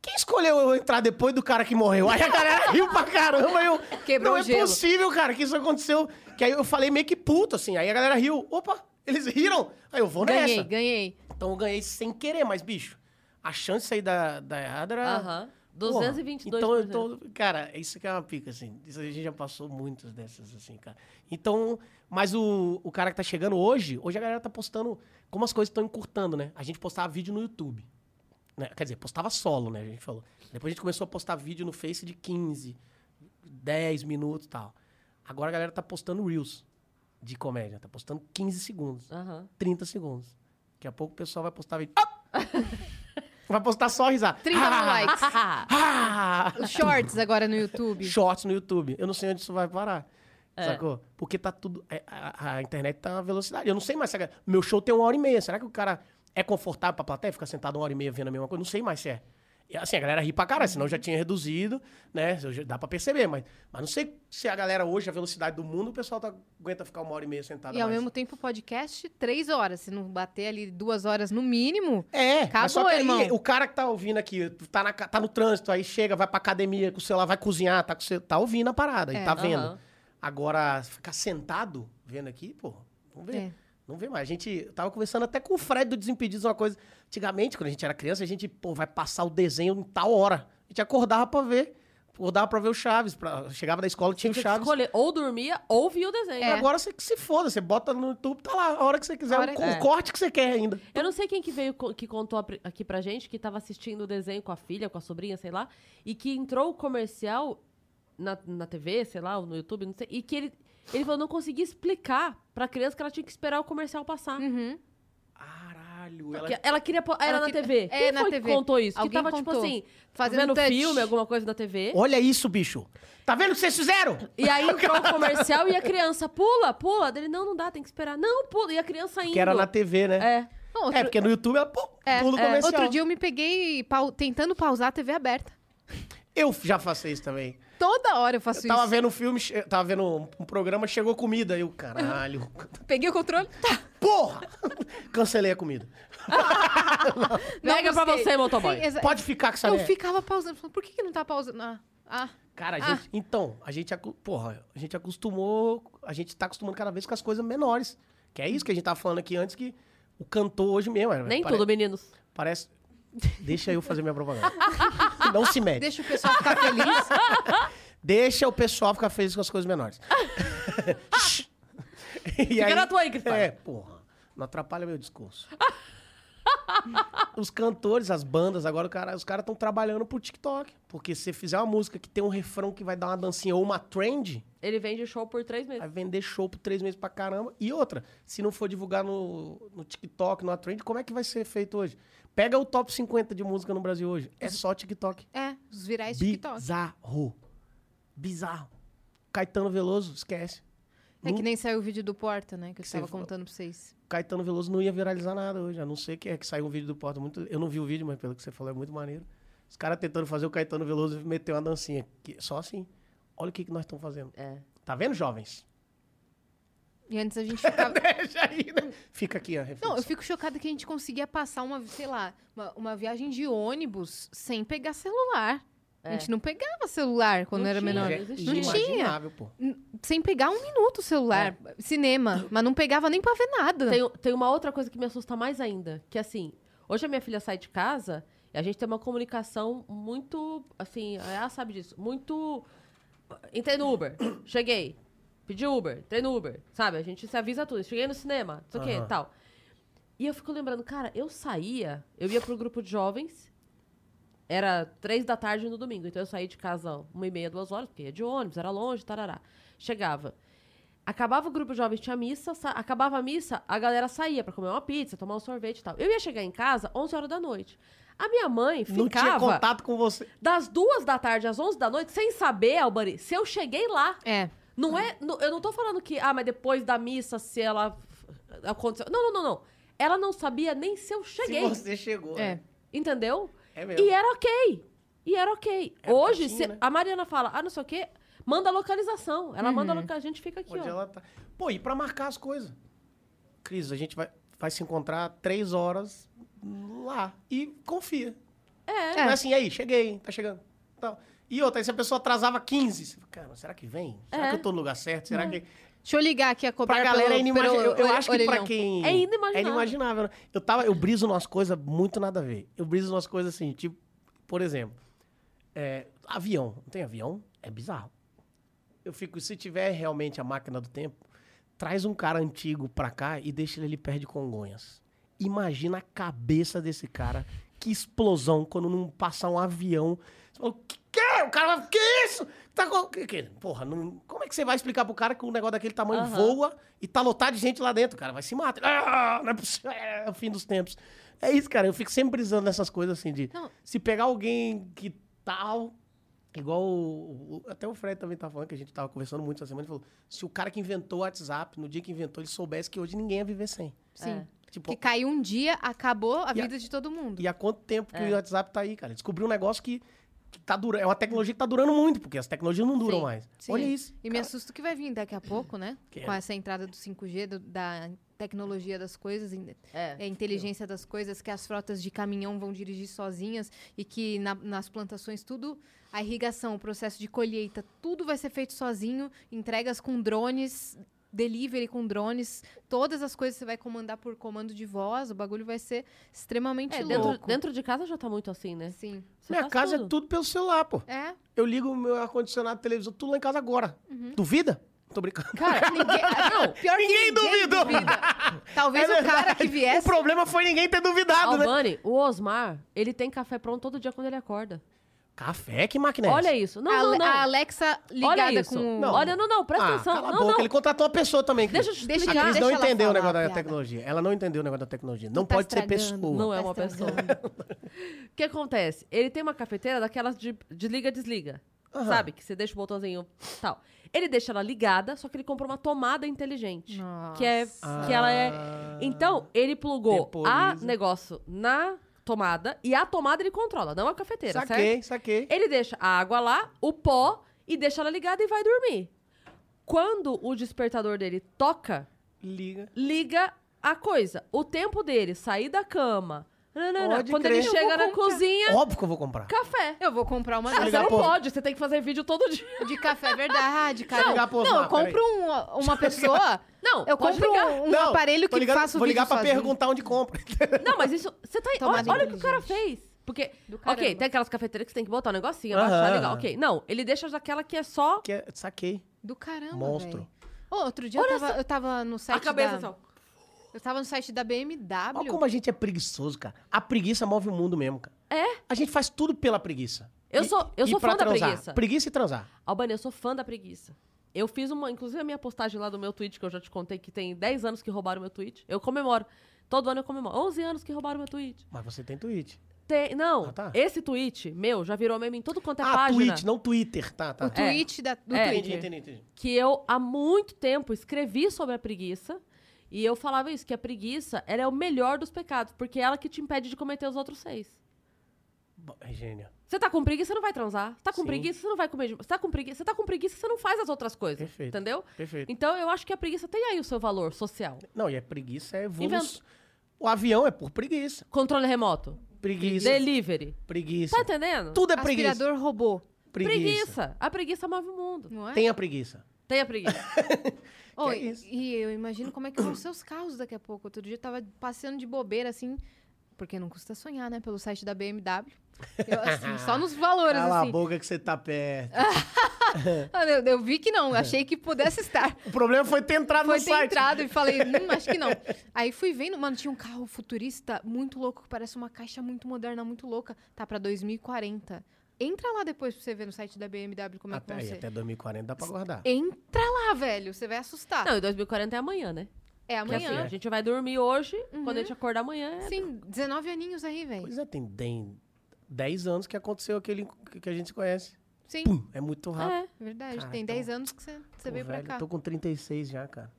Quem escolheu eu entrar depois do cara que morreu? Aí a galera riu pra caramba. Eu,
Quebrou
não
o
é
gelo."
possível, cara, que isso aconteceu. Que aí eu falei meio que puto, assim. Aí a galera riu. Opa, eles riram. Aí eu vou
Ganhei,
nessa.
ganhei.
Então eu ganhei sem querer, mas, bicho, a chance de sair da, da errada era.
Aham.
Porra,
222
Então, eu tô, cara, isso que é uma pica, assim. Isso a gente já passou muitas dessas, assim, cara. Então, mas o, o cara que tá chegando hoje, hoje a galera tá postando como as coisas estão encurtando, né? A gente postava vídeo no YouTube. né? Quer dizer, postava solo, né? A gente falou. Depois a gente começou a postar vídeo no Face de 15, 10 minutos e tal. Agora a galera tá postando Reels de comédia. Tá postando 15 segundos.
Aham.
30 segundos. Daqui a pouco o pessoal vai postar vídeo. Ah! Vai postar só risada.
30 mil likes. Tá
Ah!
Os shorts agora no YouTube.
Shorts no YouTube. Eu não sei onde isso vai parar.
É.
Sacou? Porque tá tudo. é, A, a internet tá uma velocidade. Eu não sei mais se. a galera- Meu show tem uma hora e meia. Será que o cara é confortável pra plateia? Fica sentado uma hora e meia vendo a mesma coisa? Não sei mais se é. E, assim, a galera ri pra caralho, senão eu já tinha reduzido, né? Eu já- Dá pra perceber, mas, mas não sei se a galera hoje, a velocidade do mundo, o pessoal tá, aguenta ficar uma hora e meia sentado.
E ao
mais.
mesmo tempo, podcast, três horas. Se não bater ali duas horas no mínimo,
É, mas
Acabou,
só que aí,
irmão.
o cara que tá ouvindo aqui, tá, na ca- tá no trânsito, aí chega, vai pra academia, com o celular vai cozinhar, tá, com o cel- tá ouvindo a parada,
É,
e tá vendo.
aham.
Agora, ficar sentado vendo aqui, pô, vamos ver.
É.
Não vê mais. A gente eu tava conversando até com o Fred do Desimpedidos uma coisa. Antigamente, quando a gente era criança, a gente, pô, vai passar o desenho em tal hora. A gente acordava pra ver. Acordava pra ver o Chaves. Pra... Chegava da escola, tinha o
Tinha que
Chaves.
escolher, ou dormia ou via o desenho.
É.
Agora você que se foda, você bota no YouTube, tá lá, a hora que você quiser,
A hora-
o, o
É.
corte que você quer ainda.
Eu não sei quem que veio co- que contou a pri- aqui pra gente que tava assistindo o desenho com a filha, com a sobrinha, sei lá, e que entrou o comercial na, na TV, sei lá, ou no YouTube, não sei, e que ele, ele falou, não conseguia explicar pra criança que ela tinha que esperar o comercial passar.
Uhum.
Caralho, ela
Que ela queria. pôr- Era
Ela
na
queria-
TV.
é,
Quem
na
foi
TV.
que contou isso? que
Alguém
tava, tipo
contou.
assim,
Fazendo
vendo
touch.
filme, alguma coisa na TV.
Olha isso, bicho. Tá vendo o que vocês fizeram?
E aí entrou o comercial e a criança, pula, pula. Dele, não, não dá, tem que esperar. Não, pula. E a criança indo.
Que era na TV, né?
É.
Não, outro,
É, porque no YouTube ela pô,
é,
pula o
é.
comercial.
Outro dia eu me peguei pau- tentando pausar a TV aberta.
Eu já faço isso também.
Toda hora eu faço
Eu tava
isso.
vendo um filme, che- tava vendo um um programa, chegou comida. Eu, caralho.
Peguei o controle, tá.
Porra! Cancelei a comida.
Não
Pega pra
busquei.
você, motoboy.
Sim, exa-
Pode ficar com essa
Eu
merda.
ficava pausando. falando, Por que, que não tá pausando? Ah, ah,
Cara, a
Ah.
gente. Então, a gente. acu- Porra, a gente acostumou. A gente tá acostumando cada vez com as coisas menores. Que é isso que a gente tava falando aqui antes, que o cantor hoje mesmo. é,
Nem
pare-
tudo, meninos.
Parece. Deixa eu fazer minha propaganda. Não se mete.
deixa o pessoal ficar feliz.
Deixa o pessoal ficar feliz com as coisas menores. Shh. e Fica
na tua aí, Cristal.
É, porra. Não atrapalha meu discurso. os cantores, as bandas, agora o cara- os caras estão trabalhando pro TikTok. Porque se fizer uma música que tem um refrão que vai dar uma dancinha ou uma trend,
Ele vende show por três meses.
vai vender show por três meses pra caramba. E outra, se não for divulgar no, no TikTok, numa trend, como é que vai ser feito hoje? Pega o top 50 de música no Brasil hoje. É só TikTok.
É, os virais TikTok.
Bizarro. Bizarro. Caetano Veloso, esquece.
É que
Não-
nem saiu o vídeo do Porta, né? Que eu
Que
tava
você falou.
contando pra vocês.
Caetano Veloso não ia viralizar nada hoje, a não ser que, é que saiu um vídeo do Porta. Muito, eu não vi o vídeo, mas pelo que você falou, é muito maneiro. Os caras tentando fazer o Caetano Veloso meter uma dancinha. que- só assim. Olha o que, que nós estamos fazendo.
É.
Tá vendo, jovens?
E antes a gente ficava.
Deixa aí, né? Fica aqui a reflexão.
Não, eu fico chocada que a gente conseguia passar uma, sei lá, uma, uma viagem de ônibus sem pegar celular. A
É.
gente não pegava celular quando
Não
era
tinha.
menor.
Mas é
não existia.
inimaginável, pô.
Sem pegar um minuto o celular.
É.
Cinema. Mas não pegava nem pra ver nada.
Tem, tem uma outra coisa que me assusta mais ainda. Que assim, hoje a minha filha sai de casa e a gente tem uma comunicação muito. Assim, ela sabe disso. Muito. Entrei no Uber. Cheguei. Pedi Uber. Entrei no Uber. Sabe? A gente se avisa tudo. Cheguei no cinema. Não sei o quê
Aham.
tal. E eu fico lembrando, cara, eu saía, eu ia pro grupo de jovens. Era três da tarde no domingo. Então eu saí de casa uma e meia, duas horas, porque ia de ônibus, era longe, tarará. Chegava. Acabava o grupo de jovens, tinha missa. sa- Acabava a missa, a galera saía pra comer uma pizza, tomar um sorvete e tal. Eu ia chegar em casa 11 horas da noite. A minha mãe
Não tinha
ficava
contato com você.
das duas da tarde às 11 da noite sem saber, Albany, se eu cheguei lá.
um
É.
Não é. não- eu não tô falando que, ah, mas depois da missa, se ela f- aconteceu. Não, não, não, não. Ela não sabia nem se eu cheguei.
Se você chegou.
É.
né?
Entendeu?
É mesmo.
E era ok. E era ok.
Era
Hoje,
quietinho,
se-
né?
a Mariana fala, ah, não sei o quê, manda a localização. Ela
Uhum.
manda a localização. A gente fica aqui,
Onde
ó.
ela tá. Pô, e pra marcar as coisas? Cris, a gente vai, vai se encontrar três horas lá. E confia.
É.
Não é assim, e aí, cheguei, tá chegando. Tal. E outra, aí se a pessoa atrasava 15, você fala, cara, será que vem?
É.
Será que eu tô no lugar certo? Será que.
Deixa eu ligar aqui a cobrar
Pra galera é
pelo- pelo
inimaginável. Eu, eu
ore-
acho que pra
orelhão.
quem.
É inimaginável.
É inimaginável. né? Eu, tava, eu briso umas coisas muito nada a ver. Eu briso umas coisas assim, tipo, por exemplo, é, avião. Não tem avião? É bizarro. Eu fico, se tiver realmente a máquina do tempo, traz um cara antigo pra cá e deixa ele ali perto de Congonhas. Imagina a cabeça desse cara. Que explosão quando não passar um avião. Você fala, que, que? O cara vai, que isso? Tá com, que, que? Porra, não- como é que você vai explicar pro cara que um negócio daquele tamanho
Aham.
voa e tá lotado de gente lá dentro? O cara vai se matar. Ah, não é, possível, é o fim dos tempos. É isso, cara. Eu fico sempre brisando nessas coisas assim de...
Não.
Se pegar alguém que tal... Igual o- o- até o Fred também tava falando, que a gente tava conversando muito essa semana, ele falou, se o cara que inventou o WhatsApp, no dia que inventou, ele soubesse que hoje ninguém ia viver sem.
Sim.
Tipo,
Que caiu um dia, acabou a
E a-
vida de todo mundo.
e há quanto tempo
É.
que o WhatsApp tá aí, cara? Descobriu um negócio que, que tá durando. É uma tecnologia que tá durando muito, porque as tecnologias não duram
Sim,
mais.
sim.
Olha isso.
E me assusta o que vai vir daqui a pouco, né?
Que-
Com essa entrada do 5G, do- da tecnologia das coisas, in-
É.
é, inteligência das coisas, que as frotas de caminhão vão dirigir sozinhas e que na- nas plantações tudo, a irrigação, o processo de colheita, tudo vai ser feito sozinho, entregas com drones, delivery com drones, todas as coisas você vai comandar por comando de voz, o bagulho vai ser extremamente
É,
louco.
dentro, dentro de casa já tá muito assim, né?
Sim.
Você
Minha
faz
casa é tudo pelo celular, pô.
É.
Eu ligo o meu ar-condicionado, televisão, tudo lá em casa agora.
Uhum.
Duvida? Tô brincando.
Cara, ninguém. Não, pior que
Ninguém duvidou.
Talvez
É
o cara que
O
viesse.
problema foi ninguém ter duvidado, né?
Albani, o Osmar, ele tem café pronto todo dia quando ele acorda.
Café, que máquina é
Olha
essa?
isso. Não,
a,
não, não.
a Alexa ligada
Olha isso.
com. o- tá
Não.
Olha, não, não, presta
Ah,
atenção.
cala a
não,
boca,
não.
ele contratou uma pessoa também. que-
Deixa eu te
Deixa
explicar.
Eles
Deixa
não
ela
entendeu o
falar,
negócio da
piada.
tecnologia. Ela não entendeu o negócio da tecnologia. Não
tá
pode ser
estragando.
pessoa.
Não é
Tá
uma pessoa.
estragando.
O que acontece? Ele tem uma cafeteira daquelas de desliga, desliga.
Aham.
Sabe? Que você deixa o botãozinho tal. Ele deixa ela ligada, só que ele comprou uma tomada inteligente.
Nossa.
Que é.
Ah.
Que ela é. Então, ele plugou a
Depolariza.
negócio na tomada e a tomada ele controla, não a cafeteira, certo?
Saquei, saquei.
Ele deixa a água lá, o pó, e deixa ela ligada e vai dormir. Quando o despertador dele toca,
Liga.
liga a coisa. O tempo dele sair da cama. nananã,
Pode
quando
crer.
ele
Eu
chega
vou
na
comprar.
cozinha,
Óbvio que eu vou comprar.
café.
Eu vou comprar uma
Ah, você
ligar
não
pro-
pode, você tem que fazer vídeo todo dia.
de café, é verdade, cara.
ligar pro
não, eu
Osmar,
compro um- uma pessoa.
Não,
Eu
pode
compro
ligar.
um, um
Não,
aparelho
vou
que
ligar-
faça o
Vou
vídeo
ligar pra
sozinho.
perguntar onde compra.
Não, mas isso. Você tá.
Tomada
Olha, olha o que o cara
inteligente.
fez. Porque.
Do
Ok,
caramba.
tem aquelas cafeteiras que você tem que botar um negocinho,
Aham.
abaixar, legal. Ok. Não, ele deixa daquela que é só.
Que é- saquei.
Do caramba,
Monstro.
velho. Ô, outro dia eu
Olha
tava, eu tava no
A
site
cabeça
da...
só.
Eu tava no site da
Olha
BMW.
como a gente é preguiçoso, cara. A preguiça move o mundo mesmo, cara.
É.
A gente faz tudo pela preguiça.
Eu
E-
sou- eu
e
sou
pra
fã da
transar.
preguiça.
Preguiça e transar.
Albani, eu sou fã da preguiça. Eu fiz uma. Inclusive, a minha postagem lá do meu tweet, que eu já te contei, que tem 10 anos que roubaram meu tweet. Eu comemoro. Todo ano eu comemoro. 11 anos que roubaram meu tweet.
Mas você tem tweet.
Tem- não,
Ah, tá.
esse tweet meu já virou meme em tudo quanto é
ah,
página.
tweet, não Twitter. Tá, tá.
O tweet da, do
É.
Entendi,
Twitter.
entendi, entendi.
que eu há muito tempo escrevi sobre a preguiça. E eu falava isso, que a preguiça ela é o melhor dos pecados, porque é ela que te impede de cometer os outros seis.
Bo- É gênio.
Você tá com preguiça, você não vai transar. Você tá com
Sim.
preguiça, você não vai comer. de- Você tá com preguiça, você tá com preguiça, você não faz as outras coisas.
Perfeito.
Entendeu?
Perfeito.
Então eu acho que a preguiça tem aí o seu valor social.
Não, e a preguiça é voo.
Inventa.
O avião é por preguiça.
Controle remoto.
Preguiça.
Delivery.
Preguiça.
Tá entendendo?
Tudo é preguiça.
Aspirador robô,
Preguiça.
A preguiça move o mundo.
não é?
Tenha preguiça.
Tem a preguiça.
Ô,
Que é
e-
isso?
E eu imagino como é que vão ser os carros daqui a pouco. Outro dia eu tava passeando de bobeira, assim, porque não custa sonhar, né? Pelo site da BMW. Eu, assim, só nos valores,
Cala a
assim.
boca que você tá perto.
Ah, Eu, eu vi que não, achei que pudesse estar.
O problema foi ter entrado
Foi
no
ter
site.
entrado e falei, hum, acho que não. Aí fui vendo, mano, tinha um carro futurista muito louco, que parece uma caixa muito moderna, muito louca. Tá pra 2040. Entra lá depois pra você ver no site da BMW como é que
Até,
vai
aí,
ser.
até 2040 dá pra guardar.
Entra lá, velho, você vai assustar.
Não, e 2040 é amanhã, né?
é
Que assim,
amanhã.
a gente vai dormir hoje,
Uhum.
quando a gente acordar amanhã. é-
Sim, 19 aninhos aí, velho.
Pois é, tem tem 10 anos que aconteceu aquele que- que a gente se conhece.
Sim.
Pum, é muito rápido.
É.
Verdade,
Cara,
tem
então-
10 anos que você você
Pô,
veio pra
velho,
cá.
Tô com 36 já, cara.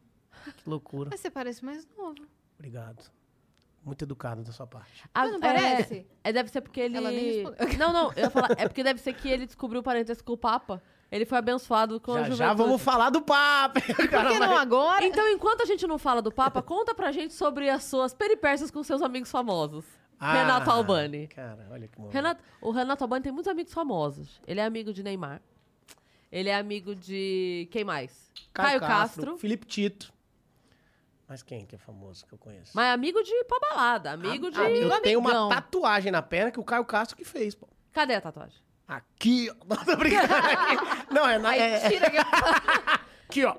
Que loucura.
Mas você parece mais novo.
Obrigado. Muito educado da sua parte.
Ah,
Mas não
é-
parece?
É, deve ser porque ele.
Ela nem respondeu.
Não, não, eu ia falar. É porque deve ser que ele descobriu o parentesco com o Papa. Ele foi abençoado com a
Já,
juventude.
já vamos falar do papo.
Por que não agora?
Então, enquanto a gente não fala do Papa, conta pra gente sobre as suas peripécias com seus amigos famosos.
Ah.
Renato Albani.
Cara, olha que momento.
Renato, o Renato Albani tem muitos amigos famosos. Ele é amigo de Neymar. Ele é amigo de. Quem mais? Caio, Castro.
Felipe Tito. Mas quem que é famoso que eu conheço?
Mas é amigo de ir pra balada. Amigo de. um
Ah, eu tenho uma
amigão.
tatuagem na perna que o Caio Castro que fez, pô.
Cadê a tatuagem?
Aqui, ó. Não, tô brincando. Não, é, na, é, é
Tira aqui.
aqui, ó.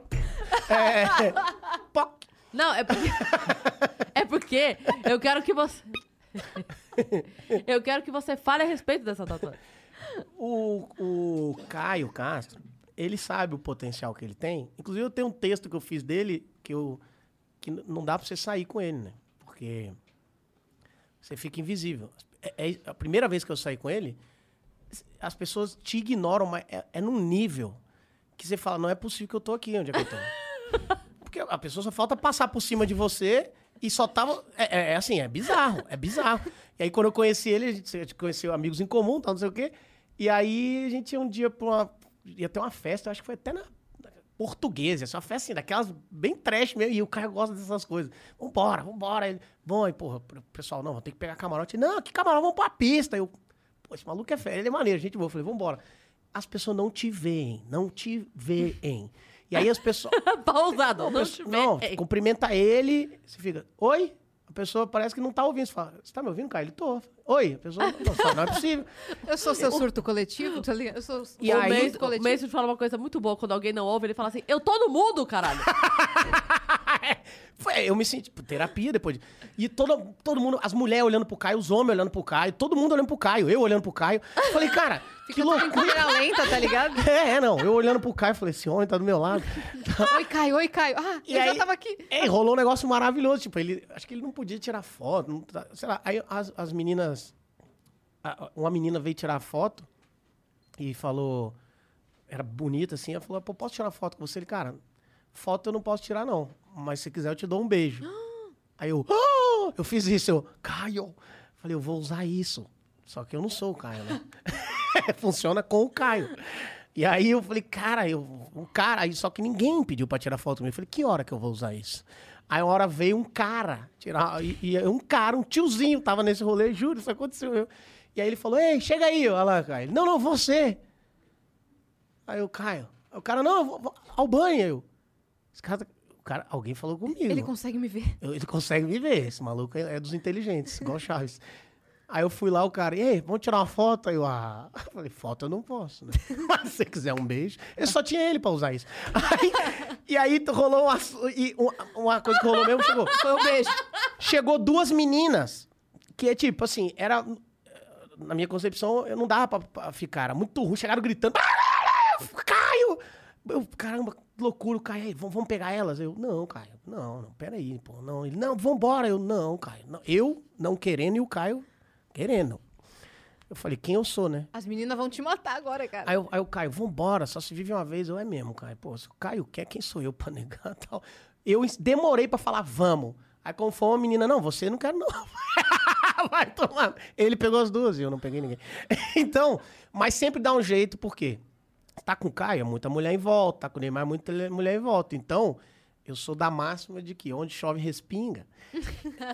É, poc.
Não, é porque. é porque eu quero que você. eu quero que você fale a respeito dessa tatuagem.
O, o Caio Castro, ele sabe o potencial que ele tem. Inclusive, eu tenho um texto que eu fiz dele que, eu, que n- não dá pra você sair com ele, né? Porque você fica invisível. É, é- a primeira vez que eu saí com ele, s- as pessoas te ignoram, mas é, é num nível que você fala, não é possível que eu tô aqui onde é que eu tô. Porque a pessoa só falta passar por cima de você e só tava. É, é- é assim, é bizarro, é bizarro. E aí, quando eu conheci ele, a gente, a gente conheceu amigos em comum, tal, não sei o quê. E aí a gente ia um dia pra uma. ia ter uma festa, eu acho que foi até na. portuguesa. É só festa assim, daquelas bem trash mesmo. E o cara gosta dessas coisas. Vambora, vambora. Ele, bom, aí, porra, o pessoal, não, tem que pegar camarote. Não, que camarote, vamos pra pista. Eu, pô, esse maluco é fera, ele é maneiro, gente boa. Eu falei, vambora. As pessoas não te veem, não te veem. E aí as pessoas.
Pausado, Tá não
Não,
É,
pessoa-
tiver.
não, cumprimenta ele, você fica, oi? A pessoa parece que não tá ouvindo. Você fala, você tá me ouvindo, cara? Ele tô. Oi, a pessoa, não, fala, não é possível.
Eu sou seu surto coletivo, tá ligado? Eu sou o
E
o
aí-
Mason-
surto
o
coletivo.
Mason fala uma coisa muito boa quando alguém não ouve, ele fala assim, eu tô no mundo, caralho.
Ah, é. Foi, eu me senti, tipo, terapia depois. de- E todo, todo mundo, as mulheres olhando pro Caio, os homens olhando pro Caio, todo mundo olhando pro Caio, eu olhando pro Caio. Falei, cara, que
Fica tudo em
loucura.
câmera lenta, tá ligado?
É, é, não, eu olhando pro Caio, falei, esse homem tá do meu lado.
Oi, Caio, oi, Caio. Ah,
Tá. E
eu já
aí-
tava aqui.
É, e rolou um negócio maravilhoso. Tipo, ele. Acho que ele não podia tirar foto. Não, tá- sei lá. Aí as, as meninas. a- a- uma menina veio tirar foto e falou. Era bonita assim. Ela falou: Pô, posso tirar foto com você? Ele, cara, foto eu não posso tirar, não. Mas se quiser, eu te dou um beijo. Aí eu. "Ah!" Eu fiz isso. Eu. Caio. Falei: Eu vou usar isso. Só que eu não sou o Caio, né? Funciona com o Caio. E aí eu falei, cara, eu, um cara, aí só que ninguém pediu pra tirar foto comigo. Eu falei, que hora que eu vou usar isso? Aí uma hora veio um cara tirar, e, e um cara, um tiozinho, tava nesse rolê, juro, isso aconteceu. Eu- e aí ele falou, ei, chega aí, olha lá, Caio. Ele, não, não, você. Aí eu, Caio. Aí O cara, não, eu vou, vou ao banho. Aí Eu, esse cara, tá- o cara, alguém falou comigo.
Ele consegue me ver.
Eu- Ele consegue me ver. Esse maluco é é dos inteligentes, igual o Chaves. Aí eu fui lá, o cara, ei, vamos tirar uma foto? Aí eu, ah, eu falei, foto eu não posso, né? Mas se você quiser um beijo, eu só tinha ele pra usar isso. Aí- e aí rolou uma, e uma, uma coisa que rolou mesmo, chegou.
Foi um beijo.
Chegou duas meninas, que é tipo assim, era. Na minha concepção, eu não dava pra, pra ficar, era muito ruim. Chegaram gritando. Caio! Eu, caramba, que loucura, o Caio, aí, vamos, vamos pegar elas? Eu, não, Caio, não, não, peraí, pô, não. Ele, não, vambora. Eu, não, Caio, não. Eu não querendo e o Caio querendo. Eu falei, quem eu sou, né?
As meninas vão te matar agora, cara.
Aí, eu- aí o Caio, vambora, só se vive uma vez, eu é mesmo, Caio. Pô, se o Caio quer, quem sou eu pra negar tal? Eu ens- demorei pra falar, vamos. Aí como foi uma menina, não, você não quero não. Vai tomar. Ele pegou as duas e eu não peguei ninguém. Então, mas sempre dá um jeito, por quê? Tá com o Caio, é muita mulher em volta, tá com o Neymar, é muita le- mulher em volta. Então, eu sou da máxima de que onde chove respinga.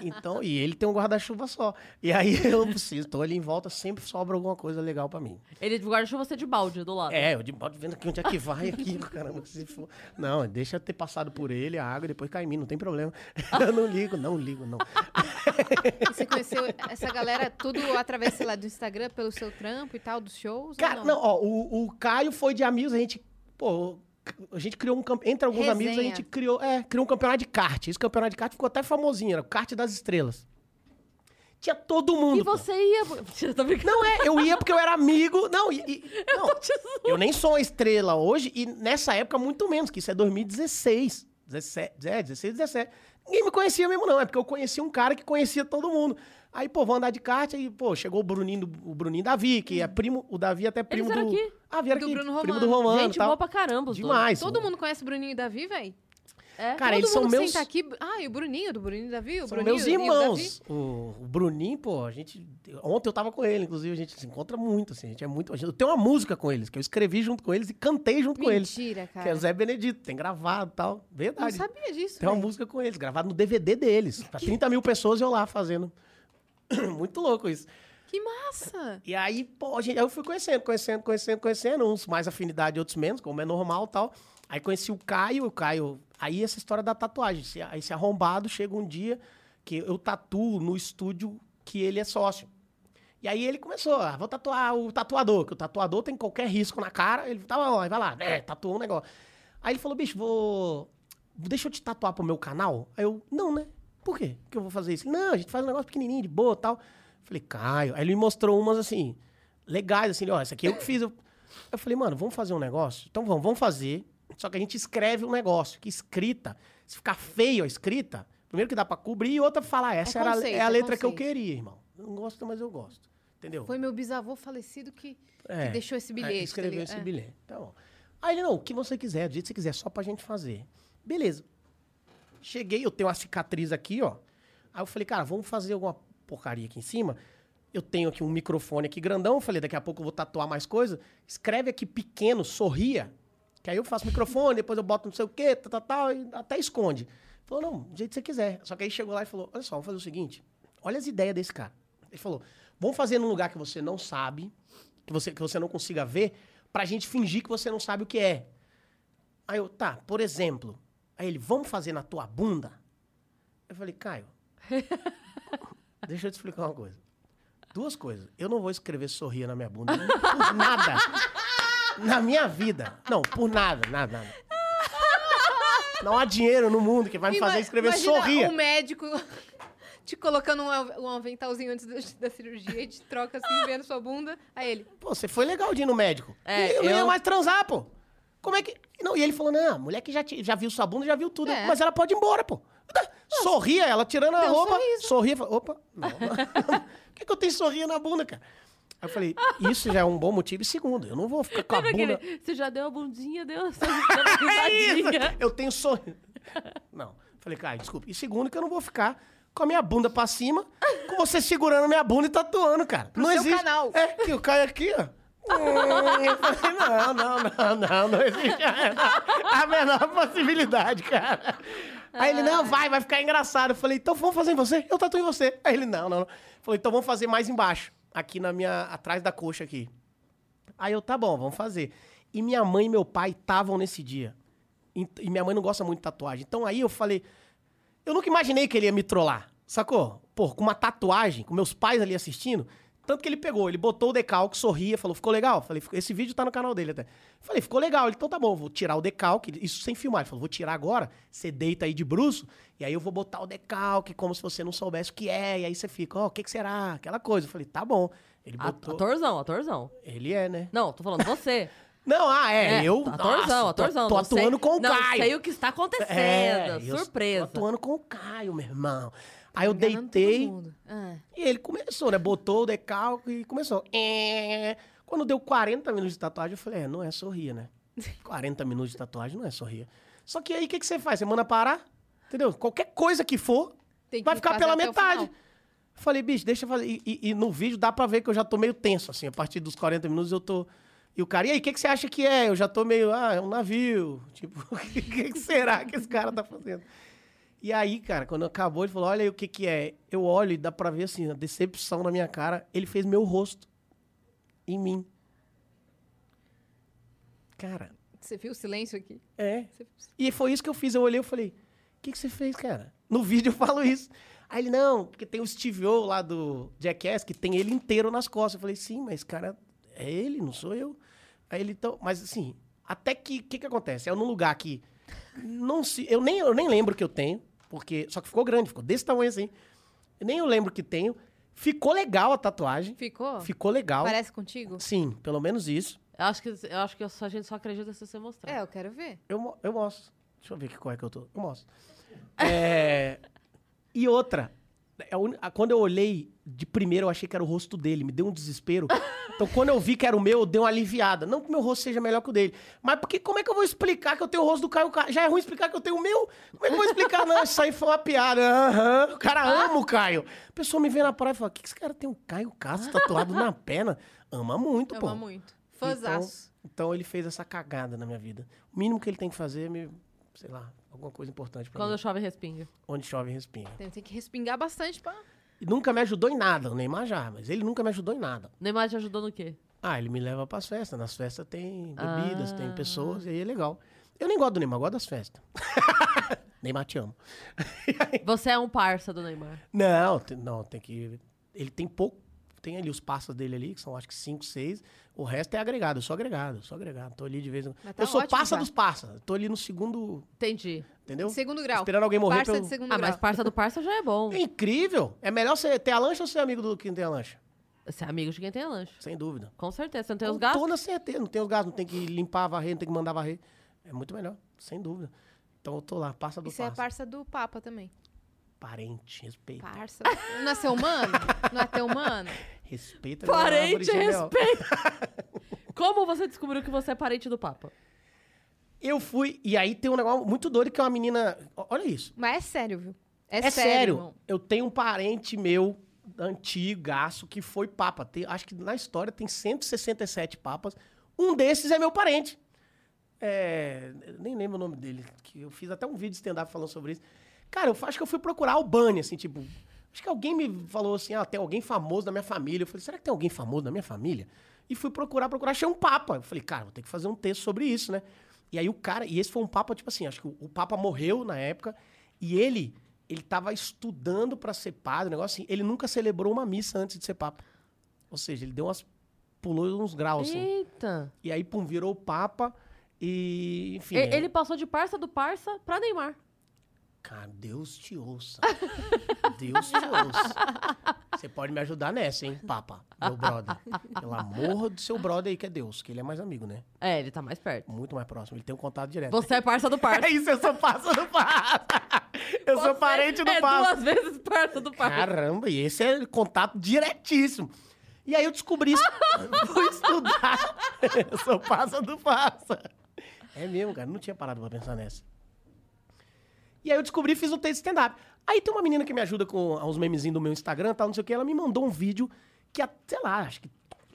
Então, e ele tem um guarda-chuva só. E aí eu preciso, tô ali em volta, sempre sobra alguma coisa legal pra mim.
Ele guarda-chuva você de balde do lado.
É, eu de modo vendo aqui onde é que vai aqui, caramba, se for. Não, deixa eu ter passado por ele a água e depois cai em mim, não tem problema. Eu não ligo, não ligo, não.
E você conheceu essa galera tudo através, sei lá, do Instagram, pelo seu trampo e tal, dos shows? ou
Cara, não, ó, o, o Caio foi de amigos, a gente, pô, a gente criou um campeonato, entre alguns amigos a
Resenha.
gente criou, é, criou um campeonato de kart. Esse campeonato de kart ficou até famosinho, era o kart das estrelas. Tinha todo mundo.
E
pô.
você ia... Mentira, tô brincando.
Não é, eu ia porque eu era amigo. Não, e, e- não, eu nem sou uma estrela hoje e nessa época muito menos, que isso é 2016, 17, é, 16, 17. Ninguém me conhecia mesmo não, é porque eu conhecia um cara que conhecia todo mundo. Aí, pô, vou andar de kart, aí, pô, chegou o Bruninho, do- o Bruninho Davi, que é primo, o Davi é até primo
vieram
do
aqui.
Ah, vieram
Do
aqui,
Bruno
primo do
Romano.
Romano,
Gente
e tal.
boa pra caramba os dois.
tá Demais.
Todo mundo conhece Bruninho e Davi, véi?
É.
Cara,
Todo
eles
mundo
são meus-
senta aqui. Ah, e o Bruninho, do Bruninho e Davi? O
São
Bruninho,
meus
e o
irmãos.
Davi?
O, o Bruninho, pô, a gente. Ontem eu tava com ele, inclusive, a gente se encontra muito, assim. A gente é muito. a gente- eu tenho uma música com eles, que eu escrevi junto com eles e cantei junto com eles.
Mentira,
Que é
cara.
o Zé Então, Benedito, tem gravado e tal.
Não
Verdade.
sabia disso.
Tem uma
véi.
música com eles, gravado no DVD deles. Pra 30 mil pessoas eu lá fazendo. muito louco isso.
Que massa!
E aí, pô, a gente, aí eu fui conhecendo, conhecendo, conhecendo, conhecendo. Uns mais afinidade, outros menos, como é normal e tal. Aí conheci o Caio, o Caio. Aí essa história da tatuagem. Esse, esse arrombado chega um dia que eu tatuo no estúdio que ele é sócio. E aí ele começou, ah, vou tatuar o tatuador, que o tatuador tem qualquer risco na cara. Ele tava, ó, vai lá, né, tatuou um negócio. Aí ele falou, bicho, vou. Deixa eu te tatuar pro meu canal? Aí eu, não, né? Por quê? Que eu vou fazer isso? Ele, Não, a gente faz um negócio pequenininho, de boa tal. Falei, Caio. Aí ele me mostrou umas assim, legais, assim, ele, ó, essa aqui eu que fiz. Eu, eu falei, mano, vamos fazer um negócio? Então vamos, vamos fazer. Só que a gente escreve um negócio, que escrita, se ficar feio a escrita, primeiro que dá pra cobrir, e outra falar, essa era,
conceito,
é a
é
letra que eu
conceito.
queria, irmão. Eu não gosto, mas eu gosto. Entendeu?
Foi meu bisavô falecido que, que
É.
deixou esse bilhete.
É,
tá
escreveu
ligado?
esse
É.
bilhete. Tá bom. Aí ele, não, o que você quiser, do jeito que você quiser, só pra gente fazer. Beleza. Cheguei, eu tenho uma cicatriz aqui, ó. Aí eu falei, cara, vamos fazer alguma porcaria aqui em cima. Eu tenho aqui um microfone aqui grandão. Eu falei, daqui a pouco eu vou tatuar mais coisa. Escreve aqui pequeno, sorria. Que aí eu faço microfone, depois eu boto não sei o quê, tal, tal, tal, e até esconde. Falou, não, do jeito que você quiser. Só que aí chegou lá e falou, olha só, vamos fazer o seguinte, olha as ideias desse cara. Ele falou, vamos fazer num lugar que você não sabe, que você, que você não consiga ver, pra gente fingir que você não sabe o que é. Aí eu, tá, por exemplo. Aí ele, vamos fazer na tua bunda? Eu falei, Caio, deixa eu te explicar uma coisa. Duas coisas. Eu não vou escrever sorria na minha bunda por nada. Na minha vida. Não, por nada, nada, nada. Não há dinheiro no mundo que vai me fazer
Ima-
escrever
imagina
sorria.
um médico te colocando um, al- um aventalzinho antes da, da cirurgia e te troca assim, vendo sua bunda. Aí ele,
Pô, você foi legal de ir no médico.
É,
E eu não ia
eu-
mais transar, pô. Como é que. Não, e ele falou: não, a mulher que já, te- já viu sua bunda, já viu tudo.
É.
Mas ela pode ir embora, pô. Ah, Sorria, ela tirando a
Deu um
roupa,
sorriso.
sorria e falou: opa, não. Por que, que eu tenho sorria na bunda, cara? Aí eu falei: isso já é um bom motivo. E segundo, eu não vou ficar com a
Lembra
bunda. É
aquele, você já deu a bundinha, deu você deu uma risadinha.
Eu tenho sorriso. Não. Falei, cara, desculpa. E segundo, que eu não vou ficar com a minha bunda pra cima, com você segurando a minha bunda e tatuando, cara. não
seu
existe.
canal.
É, que eu caio aqui, ó. Hum, Eu falei, não, não, não, não, não existe a menor, a menor possibilidade, cara. Aí ele, não, vai, vai ficar engraçado. Eu falei, então vamos fazer em você? Eu tatuo em você. Aí ele, não, não, não. Eu Falei, então vamos fazer mais embaixo, aqui na minha, atrás da coxa aqui. Aí eu, tá bom, vamos fazer. E minha mãe e meu pai estavam nesse dia. E e minha mãe não gosta muito de tatuagem. Então aí eu falei, eu nunca imaginei que ele ia me trollar, sacou? Pô, com uma tatuagem, com meus pais ali assistindo. Tanto que ele pegou, ele botou o decalque, sorria, falou, ficou legal? Falei, "Ficou- esse vídeo tá no canal dele até. Falei, ficou legal. Ele, então tá bom, vou tirar o decalque, isso sem filmar. Ele falou, vou tirar agora, você deita aí de bruço, e aí eu vou botar o decalque, como se você não soubesse o que é, e aí você fica, ó, o que, que será? Aquela coisa. Eu falei, tá bom. Ele botou.
Atorzão, atorzão.
Ele é, né?
Não, tô falando você.
Não, ah, é,
É,
eu.
Atorzão,
nossa, tô-
atorzão.
Tô,
não sei-
atuando com o
não
Caio.
sei o que está acontecendo.
É, eu
surpresa.
Tô atuando com o Caio, meu irmão. Aí eu
enganando
deitei
todo mundo. Ah.
e ele começou, né? Botou o decalque e começou. É. Quando deu 40 minutos de tatuagem, eu falei, é, não é sorrir, né? 40 minutos de tatuagem não é sorrir. Só que aí o que, que você faz? Você manda parar? Entendeu? Qualquer coisa que for,
Tem que
vai ficar
fazer
pela
até o
metade.
final.
Falei, bicho, deixa eu fazer. E, e- e no vídeo dá pra ver que eu já tô meio tenso, assim. A partir dos 40 minutos eu tô. E o cara, e aí, o que, que você acha que é? Eu já tô meio, ah, é um navio. Tipo, o que, que será que esse cara tá fazendo? E aí, cara, quando acabou, ele falou, olha aí o que que é. Eu olho e dá pra ver, assim, a decepção na minha cara. Ele fez meu rosto em mim. Cara,
Você viu o silêncio aqui?
é. E foi isso que eu fiz. Eu olhei e falei, o que, que você fez, cara? No vídeo eu falo isso. Aí ele, não, porque tem o Steve O lá do Jackass, que tem ele inteiro nas costas. Eu falei, sim, mas, cara, é ele, não sou eu. Aí ele, então... Mas, assim, até que... O que que acontece? É num lugar que não se... Eu nem, eu nem lembro que eu tenho, porque... Só que ficou grande, ficou desse tamanho assim. Eu nem eu lembro que tenho. Ficou legal a tatuagem.
Ficou?
Ficou legal.
Parece contigo?
Sim, pelo menos isso.
Eu acho que, eu acho que eu só- a gente só acredita se você mostrar.
É, eu quero ver.
Eu, mo- eu mostro. Deixa eu ver que cor é que eu tô. Eu mostro. É, e outra. é a uni- a- Quando eu olhei de primeiro, eu achei que era o rosto dele. Me deu um desespero. Então, quando eu vi que era o meu, eu dei uma aliviada. Não que meu rosto seja melhor que o dele. Mas porque como é que eu vou explicar que eu tenho o rosto do Caio Ca- Já é ruim explicar que eu tenho o meu? Como é que eu vou explicar? Não, isso aí foi uma piada. Aham. O cara ama o Caio. A pessoa me vê na praia e fala, o que que esse cara tem um Caio Castro tatuado na perna? Ama muito,
Eu
pô.
amo muito. Fãzaço.
Então, então ele fez essa cagada na minha vida. O mínimo que ele tem que fazer é me, sei lá, alguma coisa importante pra
Quando
mim.
chove, respinga.
Onde chove, respinga.
Tem, tem que respingar bastante pra...
E nunca me ajudou em nada, o Neymar já, mas ele nunca me ajudou em nada.
Neymar te ajudou no quê?
Ah, ele me leva pras festas. Nas festas tem
Ah.
bebidas, tem pessoas, e aí é legal. Eu nem gosto do Neymar, eu gosto das festas. Neymar te amo.
Você é um parça do Neymar.
Não, tem- não, tem que. Ele tem pouco. Tem ali os passos dele ali, que são acho que cinco, seis. O resto é agregado, eu sou agregado, eu sou agregado. Tô ali de vez em quando.
Mas tá
eu sou
ótimo
passa
já.
dos passas. Tô ali no segundo.
Entendi.
Entendeu?
Segundo grau.
Esperando alguém morrer
Parça
pra Então,
de
eu-
segundo
Ah,
grau.
mas parça do parça já é bom.
É incrível. É melhor você ter a lancha ou ser amigo do que tem a lancha?
Você é amigo de quem tem lanche.
Sem dúvida.
Com certeza. Você não tem os
Com
gastos?
Toda certeza. Não tem os gastos, não tem que limpar, varrer, não tem que mandar varrer. É muito melhor, sem dúvida. Então eu tô lá, passa do
E você é
passo.
parça do Papa também.
Parente, respeita.
Parça. Não é seu humano? Não é teu humano?
Respeita. minha árvore
Parente,
geneal-
respeito. Como você descobriu que você é parente do Papa?
Eu fui, e aí tem um negócio muito doido que é uma menina... o- Olha isso.
Mas é sério, viu? É,
É, sério.
irmão.
eu tenho um parente meu, antigaço, que foi papa. Tem- acho que na história tem 167 papas. Um desses é meu parente. é, nem lembro o nome dele, que eu fiz até um vídeo de stand-up falando sobre isso. Cara, eu acho que eu fui procurar o Bunny, assim, tipo. Acho que alguém me falou assim: ah, tem alguém famoso na minha família. Eu falei: será que tem alguém famoso na minha família? E fui procurar, procurar, achei um Papa. Eu falei: cara, vou ter que fazer um texto sobre isso, né? E aí o cara, e esse foi um Papa, tipo assim, acho que o, o Papa morreu na época e ele. Ele tava estudando para ser padre, um negócio assim. Ele nunca celebrou uma missa antes de ser papa. Ou seja, ele deu umas. pulou uns graus, assim.
Eita!
E aí, pum, virou o Papa. E, enfim.
E-
é-
Ele passou de parça do parça pra Neymar.
Cara, Deus te ouça. Deus te ouça. Você pode me ajudar nessa, hein, Papa? Meu brother. Pelo amor do seu brother aí, que é Deus, que ele é mais amigo, né?
É, ele tá mais perto.
Muito mais próximo. Ele tem um contato direto.
Você é parça do parça.
É isso, eu sou parça do Papa. Eu sou
Você
parente do
é
Papa.
duas vezes parça do parça.
Caramba, e esse é contato diretíssimo. E aí eu descobri isso. Fui estudar. eu sou passa do passa. É mesmo, cara. Não tinha parado pra pensar nessa. E aí eu descobri e fiz um texto de stand-up. Aí tem uma menina que me ajuda com uns memezinhos do meu Instagram, tal, não sei o que. Ela me mandou um vídeo que, há, sei lá, acho que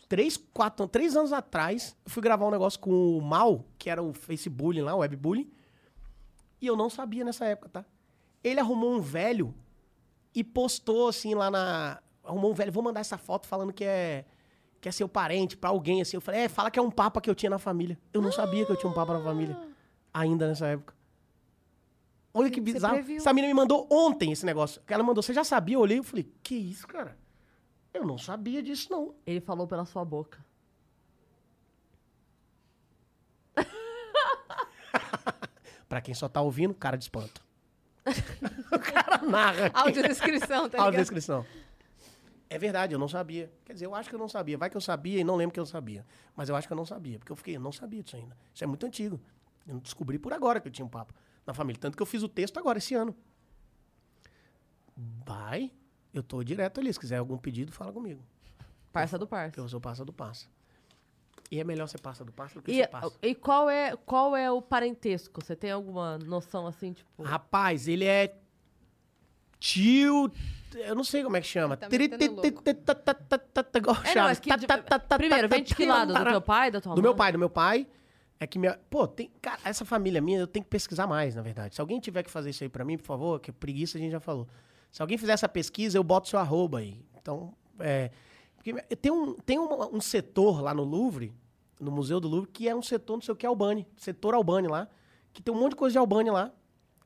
três, quatro, três anos atrás, eu fui gravar um negócio com o Mal, que era o Facebook lá, o webbullying. E eu não sabia nessa época, tá? Ele arrumou um velho e postou assim lá na. Arrumou um velho, vou mandar essa foto falando que é. Que é seu parente, pra alguém, assim. Eu falei, é, fala que é um papa que eu tinha na família. Eu não sabia que eu tinha um papa na família. Ainda nessa época. Olha que
Você
bizarro.
previu.
Essa menina me mandou ontem esse negócio. Ela mandou, você já sabia? Eu olhei e falei, que isso, cara? Eu não sabia disso, não.
Ele falou pela sua boca.
Pra quem só tá ouvindo, cara de espanto. o cara narra. aqui.
Audiodescrição, tá ligado?
Audiodescrição. É verdade, eu não sabia. Quer dizer, eu acho que eu não sabia. Vai que eu sabia e não lembro que eu sabia. Mas eu acho que eu não sabia, porque eu fiquei, eu não sabia disso ainda. Isso é muito antigo. Eu não descobri por agora que eu tinha um papo na família. Tanto que eu fiz o texto agora, esse ano. Vai, eu tô direto ali. Se quiser algum pedido, fala comigo.
Parça do
Porque
parça.
eu sou passa do passa. E é melhor ser passa do passa do que
E,
ser passa.
e qual, é, qual é o parentesco? Você tem alguma noção assim, tipo.
Rapaz, ele é tio. Eu não sei como é que chama.
Tá metendo louco.
Tri-ti-ti-ti-ta-ta-ta-ta, Igual
É, não,
Chaves.
é que de-
Ta-ta-ta-ta-ta-ta-ta.
Primeiro, vem de que lado? Do teu pai, da tua mãe?
Do meu pai, do meu pai. É que minha. Pô, tem. Cara, essa família minha, eu tenho que pesquisar mais, na verdade. Se alguém tiver que fazer isso aí pra mim, por favor, que é preguiça a gente já falou. Se alguém fizer essa pesquisa, eu boto seu arroba aí. Então, é. Porque tem um, tem um, um setor lá no Louvre, no Museu do Louvre, que é um setor, não sei o que, Albani. Setor Albani lá. Que tem um monte de coisa de Albani lá.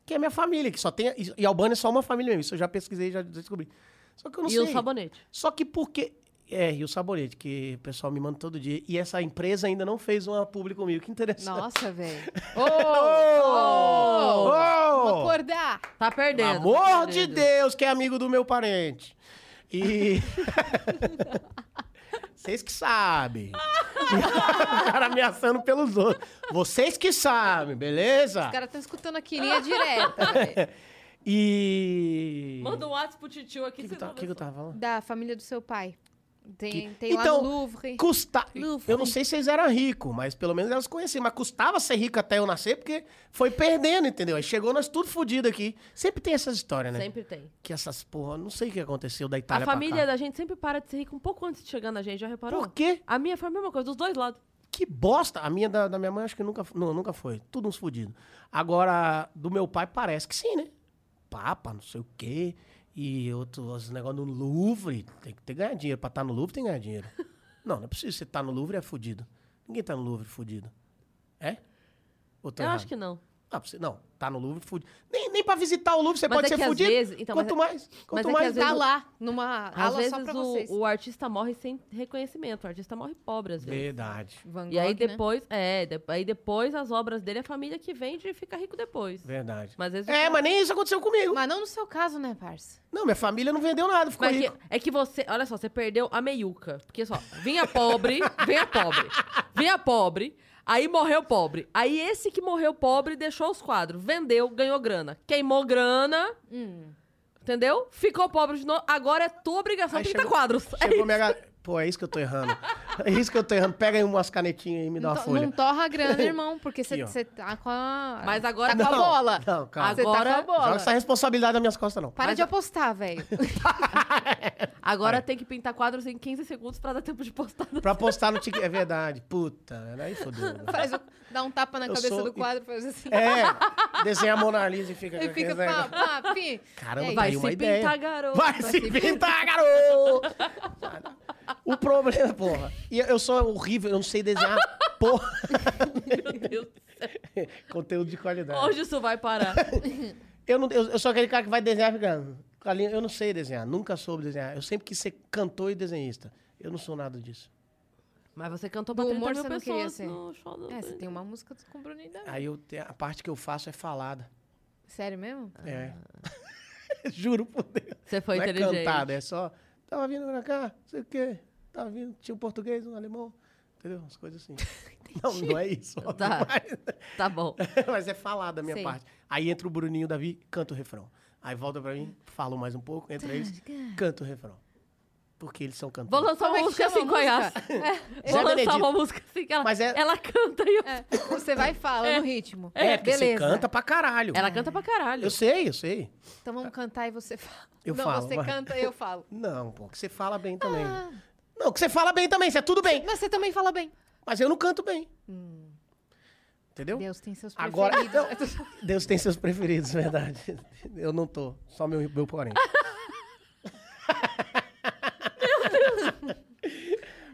Que é minha família, que só tem. E e Albani é só uma família mesmo. Isso eu já pesquisei, já descobri. Só que eu não
E
sei.
o sabonete.
Só que porque. É, e o sabonete, que o pessoal me manda todo dia. E essa empresa ainda não fez uma publi comigo. Que interessante.
Nossa, velho.
Oh!
Ô!
Vamos
Ô!
acordar.
Tá
Oh! Pelo
perdendo. tá
amor de
perdendo.
Deus, que é amigo do meu parente. E. Vocês que sabem. o cara ameaçando pelos outros. Vocês que sabem, beleza?
Os caras estão escutando a quininha direta, velho.
E.
Manda um WhatsApp pro titio
O
aqui.
que, que,
vocês
tá-
vão
que que
ver
eu tava falando?
Da família do seu pai. Tem,
Que-
tem lá
Então,
no Louvre.
Custa...
Não,
Eu não sei se vocês eram ricos, mas pelo menos elas conheciam. Mas custava ser rico até eu nascer, porque foi perdendo, entendeu? Aí chegou nós tudo fudido aqui. Sempre tem essas histórias, né?
Sempre tem.
Que essas porra, não sei o que aconteceu da
A
Itália pra
família
cá.
da gente sempre para de ser rica um pouco antes de chegar na gente, já reparou?
Por quê?
A minha foi a mesma coisa, dos dois lados.
Que bosta! A minha da, da minha mãe acho que nunca, não, nunca foi. Tudo uns fudidos. Agora, do meu pai parece que sim, né? Papa, não sei o quê. E outros negócios no Louvre. Tem que ter ganhar dinheiro. Pra estar no Louvre tem que ganhar dinheiro. não, não é possível. Você tá no Louvre é fudido. Ninguém tá no Louvre fudido. É? Ou tô
eu
errado?
acho que não.
Ah, você- não, tá no Louvre fudido. Nem, nem pra visitar o Louvre você
Mas
pode
é
ser
que às
fudido.
vezes- então, mas
quanto
é-
mais,
mas
quanto
é que
mais.
às vezes
Tá lá, numa
Às
ala só
vezes
pra
o,
vocês.
o artista morre sem reconhecimento, o artista morre pobre às vezes.
Verdade,
Van
E aí
Gogh, né?
depois, é, de- aí depois as obras dele, a família que vende e fica rico depois.
verdade.
Mas às vezes o
É,
cara-
mas nem isso aconteceu comigo.
Mas não no seu caso, né, parça?
Não, minha família não vendeu nada, ficou
Mas
rico.
que- é que você, olha só, você perdeu a meiuca. Porque só, vinha pobre, vinha pobre, vinha pobre, aí morreu pobre. Aí esse que morreu pobre deixou os quadros, vendeu, ganhou grana. Queimou grana, entendeu? Ficou pobre de novo, agora é tua obrigação
Aí
pintar
chegou-
quadros. É
Chegou minha galera. Pô, é isso que eu tô errando. É isso que eu tô errando. Pega aí umas canetinhas aí e me dá
Não,
uma
to-
folha.
Então, não torra a grana, irmão, porque
Aqui, ó.
você tá com a.
Mas agora-
Tá com
Não,
a bola.
não, calma.
Você tá com a
Agora-
Joga
bola.
essa responsabilidade nas minhas costas, não.
Para
Mas
de
a-
apostar, velho.
Agora
É.
tem que pintar quadros em 15 segundos pra dar tempo de postar. no-
Pra postar no TikTok. É verdade. Puta, aí fodeu. né?
Faz o- Dá um tapa na
Eu
cabeça
sou-
do quadro, faz assim.
É, desenha a Mona Lisa e fica...
e
com
fica
aquele
pá,
negócio.
pá, pi.
Caramba,
É
tá
Vai
aí
se
uma
pintar,
ideia.
garoto.
Vai se pintar, garoto! O problema, porra. E eu sou horrível, eu não sei desenhar porra.
Meu Deus.
Conteúdo de qualidade.
Onde isso vai parar?
Eu, não, eu, eu sou aquele cara que vai desenhar ficando. Eu não sei desenhar, nunca soube desenhar. Eu sempre quis ser cantor e desenhista. Eu não sou nada disso.
Mas você cantou
Do
pra 30
humor
mil
você não queria
pessoas assim.
ser.
no show do...
É, você tem uma música com o Bruno ainda.
Aí eu, te- a parte que eu faço é falada.
Sério mesmo?
É. Juro por Deus.
Você Ah. foi
não é
inteligente.
cantada, é só. Tava vindo pra cá, não sei o quê. Tava vindo, tinha um português, um alemão. Entendeu? Umas coisas assim. não, não é isso.
Tá. Tá bom.
Mas, mas é falada a minha
Sei.
parte. Aí entra o Bruninho Davi, canta o refrão. Aí volta pra mim, falo mais um pouco,
Tá,
entra eles, canta o refrão. Porque eles são
Vou
cantores.
lançar
Como
uma
é que
música
chama
assim,
a
Goiás.
Zé
Vou lançar
Benedito.
uma música assim que ela,
Mas é-
ela canta e eu...
É, você vai e fala no ritmo.
É, porque você
beleza.
canta pra caralho.
Ela canta pra caralho.
Eu sei, eu sei.
Então vamos cantar e você fala.
Eu
não,
falo,
você
vai.
canta e eu falo.
Não, pô, que você fala bem também.
Ah.
Não, que você fala bem também, você é tudo bem.
Mas você também fala bem.
Mas eu não canto bem. Entendeu? Deus,
Hum. Deus tem seus
Agora- então,
preferidos.
tem seus preferidos, verdade. Eu não tô. Só meu, meu porém.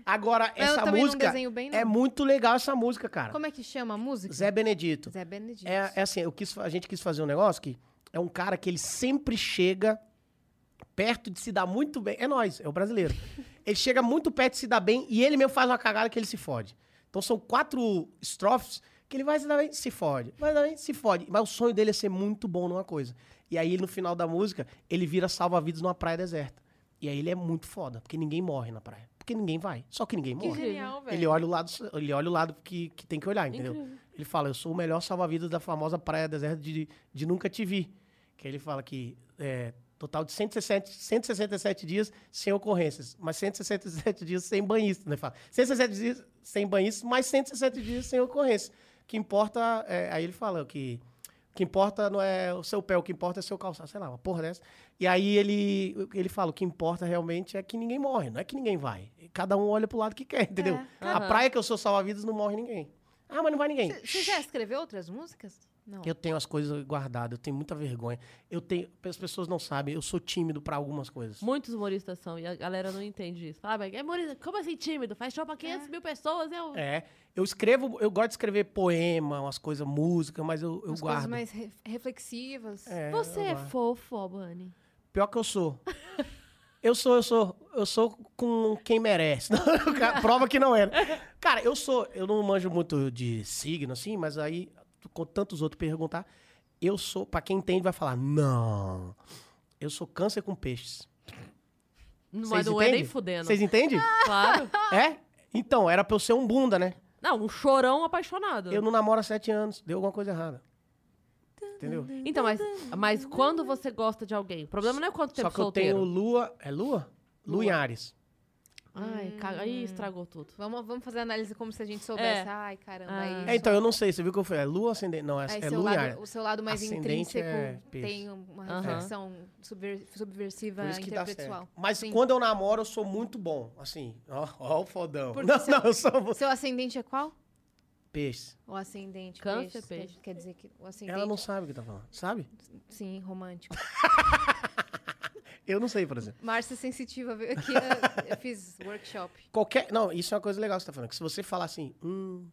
Agora,
Mas eu
essa
também não
música
desenho bem, não.
é muito legal essa música, cara.
Como é que chama a música?
Zé Benedito.
Zé Benedito.
É, é assim, eu quis, fa- a gente quis fazer um negócio que é um cara que ele sempre chega perto de se dar muito bem. É nós, é o brasileiro. ele chega muito perto de se dar bem e ele mesmo faz uma cagada que ele se fode. Então são quatro estrofes que ele vai se dar bem, se fode. Vai se dar bem, se fode. Mas o sonho dele é ser muito bom numa coisa. E aí, no final da música, ele vira salva-vidas numa praia deserta. E aí ele é muito foda, porque ninguém morre na praia. Porque ninguém vai. Só que ninguém
Que
morre.
genial, velho.
Ele olha o lado, ele olha o lado que, que tem que olhar, entendeu? Ele fala, eu sou o melhor salva-vidas da famosa praia deserta de, de Nunca Te Vi. Que ele fala que é, total de 167, 167 dias sem ocorrências, mas 167 dias sem banhista. Né? Ele Fala, 167 dias sem banhista, mais 167 dias sem ocorrência. O que importa, é, aí ele fala que o que importa não é o seu pé, o que importa é o seu calçado, sei lá, uma porra dessa. E aí ele, ele fala, o que importa realmente é que ninguém morre, não é que ninguém vai. Cada um olha pro lado que quer, entendeu?
É.
A
Aham.
praia que eu sou salva-vidas não morre ninguém. Ah, mas não vai ninguém.
Você já é escreveu outras músicas? Não.
Eu tenho as coisas guardadas, eu tenho muita vergonha. Eu tenho, as pessoas não sabem, eu sou tímido pra algumas coisas.
Muitos humoristas são, e a galera não entende isso. Fala, mas é humorista, como assim tímido? Faz show pra 500 mil pessoas, é um...
É, eu escrevo, eu gosto de escrever poema, umas coisas, música, mas eu, eu
Umas coisas
guardo.
mais re- reflexivas.
É,
Você
eu
é
guardo.
fofo, Albani.
Pior que eu sou. Eu sou, eu sou, eu sou com quem merece. Não, cara, Prova que não era. Cara, eu sou, eu não manjo muito de signo, assim, mas aí, com tantos outros perguntar, eu sou, pra quem entende, vai falar, não. Eu sou câncer com peixes.
Não,
Vocês
mas não é nem
entendem?
fudendo.
Vocês entendem?
Claro.
É? Então, era pra eu ser um bunda, né?
Não, um chorão apaixonado.
Eu não namoro há sete anos, deu alguma coisa errada. Entendeu?
Então, mas, mas quando
né?
você gosta de alguém? O problema não é quanto tempo
Só que eu
solteiro.
tenho lua. É lua? Lua em Ares.
Hum.
Ai, caga... Aí estragou tudo.
Vamos, vamos fazer a análise como se a gente soubesse.
É.
Ai, caramba,
Ah.
é isso.
É, então, eu não sei, você viu que eu falei? É lua ascendente? Não, é,
Aí
é
seu
lua em
lado,
Ares.
o seu lado mais
Ascendente
intrínseco
é peixe.
tem uma
Aham.
reflexão subver- subversiva
Por isso que dá certo.
Ah, interpessoal.
Mas
Sim.
quando eu namoro, eu sou muito bom. Assim, ó, ó o fodão.
Porque
não,
você-
não, eu sou bom.
Seu ascendente é qual?
Peixe.
O ascendente
Câncer,
peixe.
peixe.
Quer, quer dizer que o ascendente,
Ela não sabe o que tá falando, sabe?
sim, romântico.
Eu não sei, por exemplo.
Márcia Sensitiva veio aqui,
é,
eu, eu fiz workshop.
Qualquer. Não, isso é uma coisa legal que você tá falando. Que se você falar assim, hum.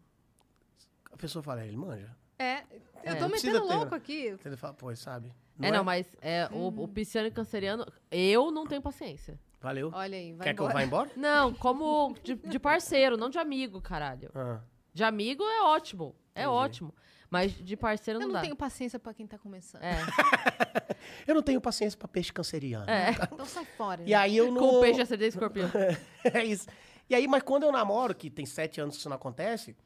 A pessoa fala, "É, ele manja.
É, eu
É.
tô
Não precisa
metendo
ter,
louco
né?
aqui.
Ele fala, pô, sabe?
é, não, mas é, o, o
Uhum.
pisciano e canceriano, eu não tenho paciência.
Valeu.
Olha aí, vai
Quer que eu
embora.
vá embora?
Não, como de, de parceiro, não de amigo, caralho.
Ah.
De amigo é ótimo, é ótimo. Mas de parceiro
Eu
não
não
dá.
tenho paciência pra quem tá começando.
É,
Eu não tenho paciência pra peixe canceriano.
Então sai fora.
E aí eu não.
com o peixe acertei escorpião.
é isso. E aí, mas quando eu namoro, que tem sete anos que isso não acontece,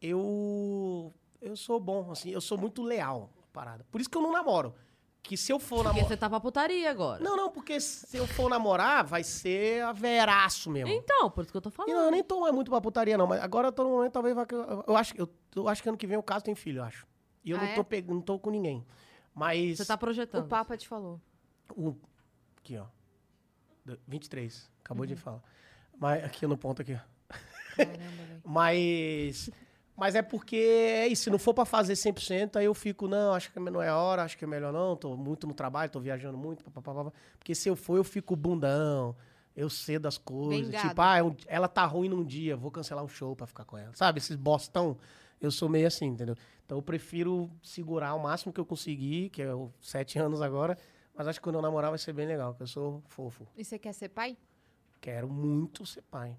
eu eu sou bom, assim, eu sou muito leal à parada. Por isso que eu não namoro. que se eu for
Porque
namorar.
você tá pra putaria agora.
Não, não, porque se eu for namorar, vai ser a veraço mesmo.
Então, por isso que eu tô
E
falando.
não, eu nem tô mais muito pra putaria, não. Mas agora eu tô no momento, talvez vá. que Eu, eu acho, eu, eu acho que ano que vem o caso tem filho, eu acho. E eu
Ah,
não,
é?
tô peg... não tô com ninguém. Mas.
Você tá projetando.
O Papa te falou.
o- Aqui, ó. Do- 23. Acabou de falar. Mas aqui no ponto aqui, ó.
Caramba, velho.
Mas. Mas é porque é isso. Se não for pra fazer 100%, aí eu fico, não, acho que não é hora, acho que é melhor não. Tô muito no trabalho, tô viajando muito. pá, pá, pá, pá, pá. Porque se eu for, eu fico bundão. Eu cedo as coisas.
Vingado.
Tipo, ah, é um- ela tá ruim num dia, vou cancelar um show pra ficar com ela. Sabe? Esses bostão. Eu sou meio assim, entendeu? Então eu prefiro segurar o máximo que eu conseguir, que é o sete anos agora. Mas acho que quando eu namorar vai ser bem legal, porque eu sou fofo.
E você quer ser pai?
Quero muito ser pai.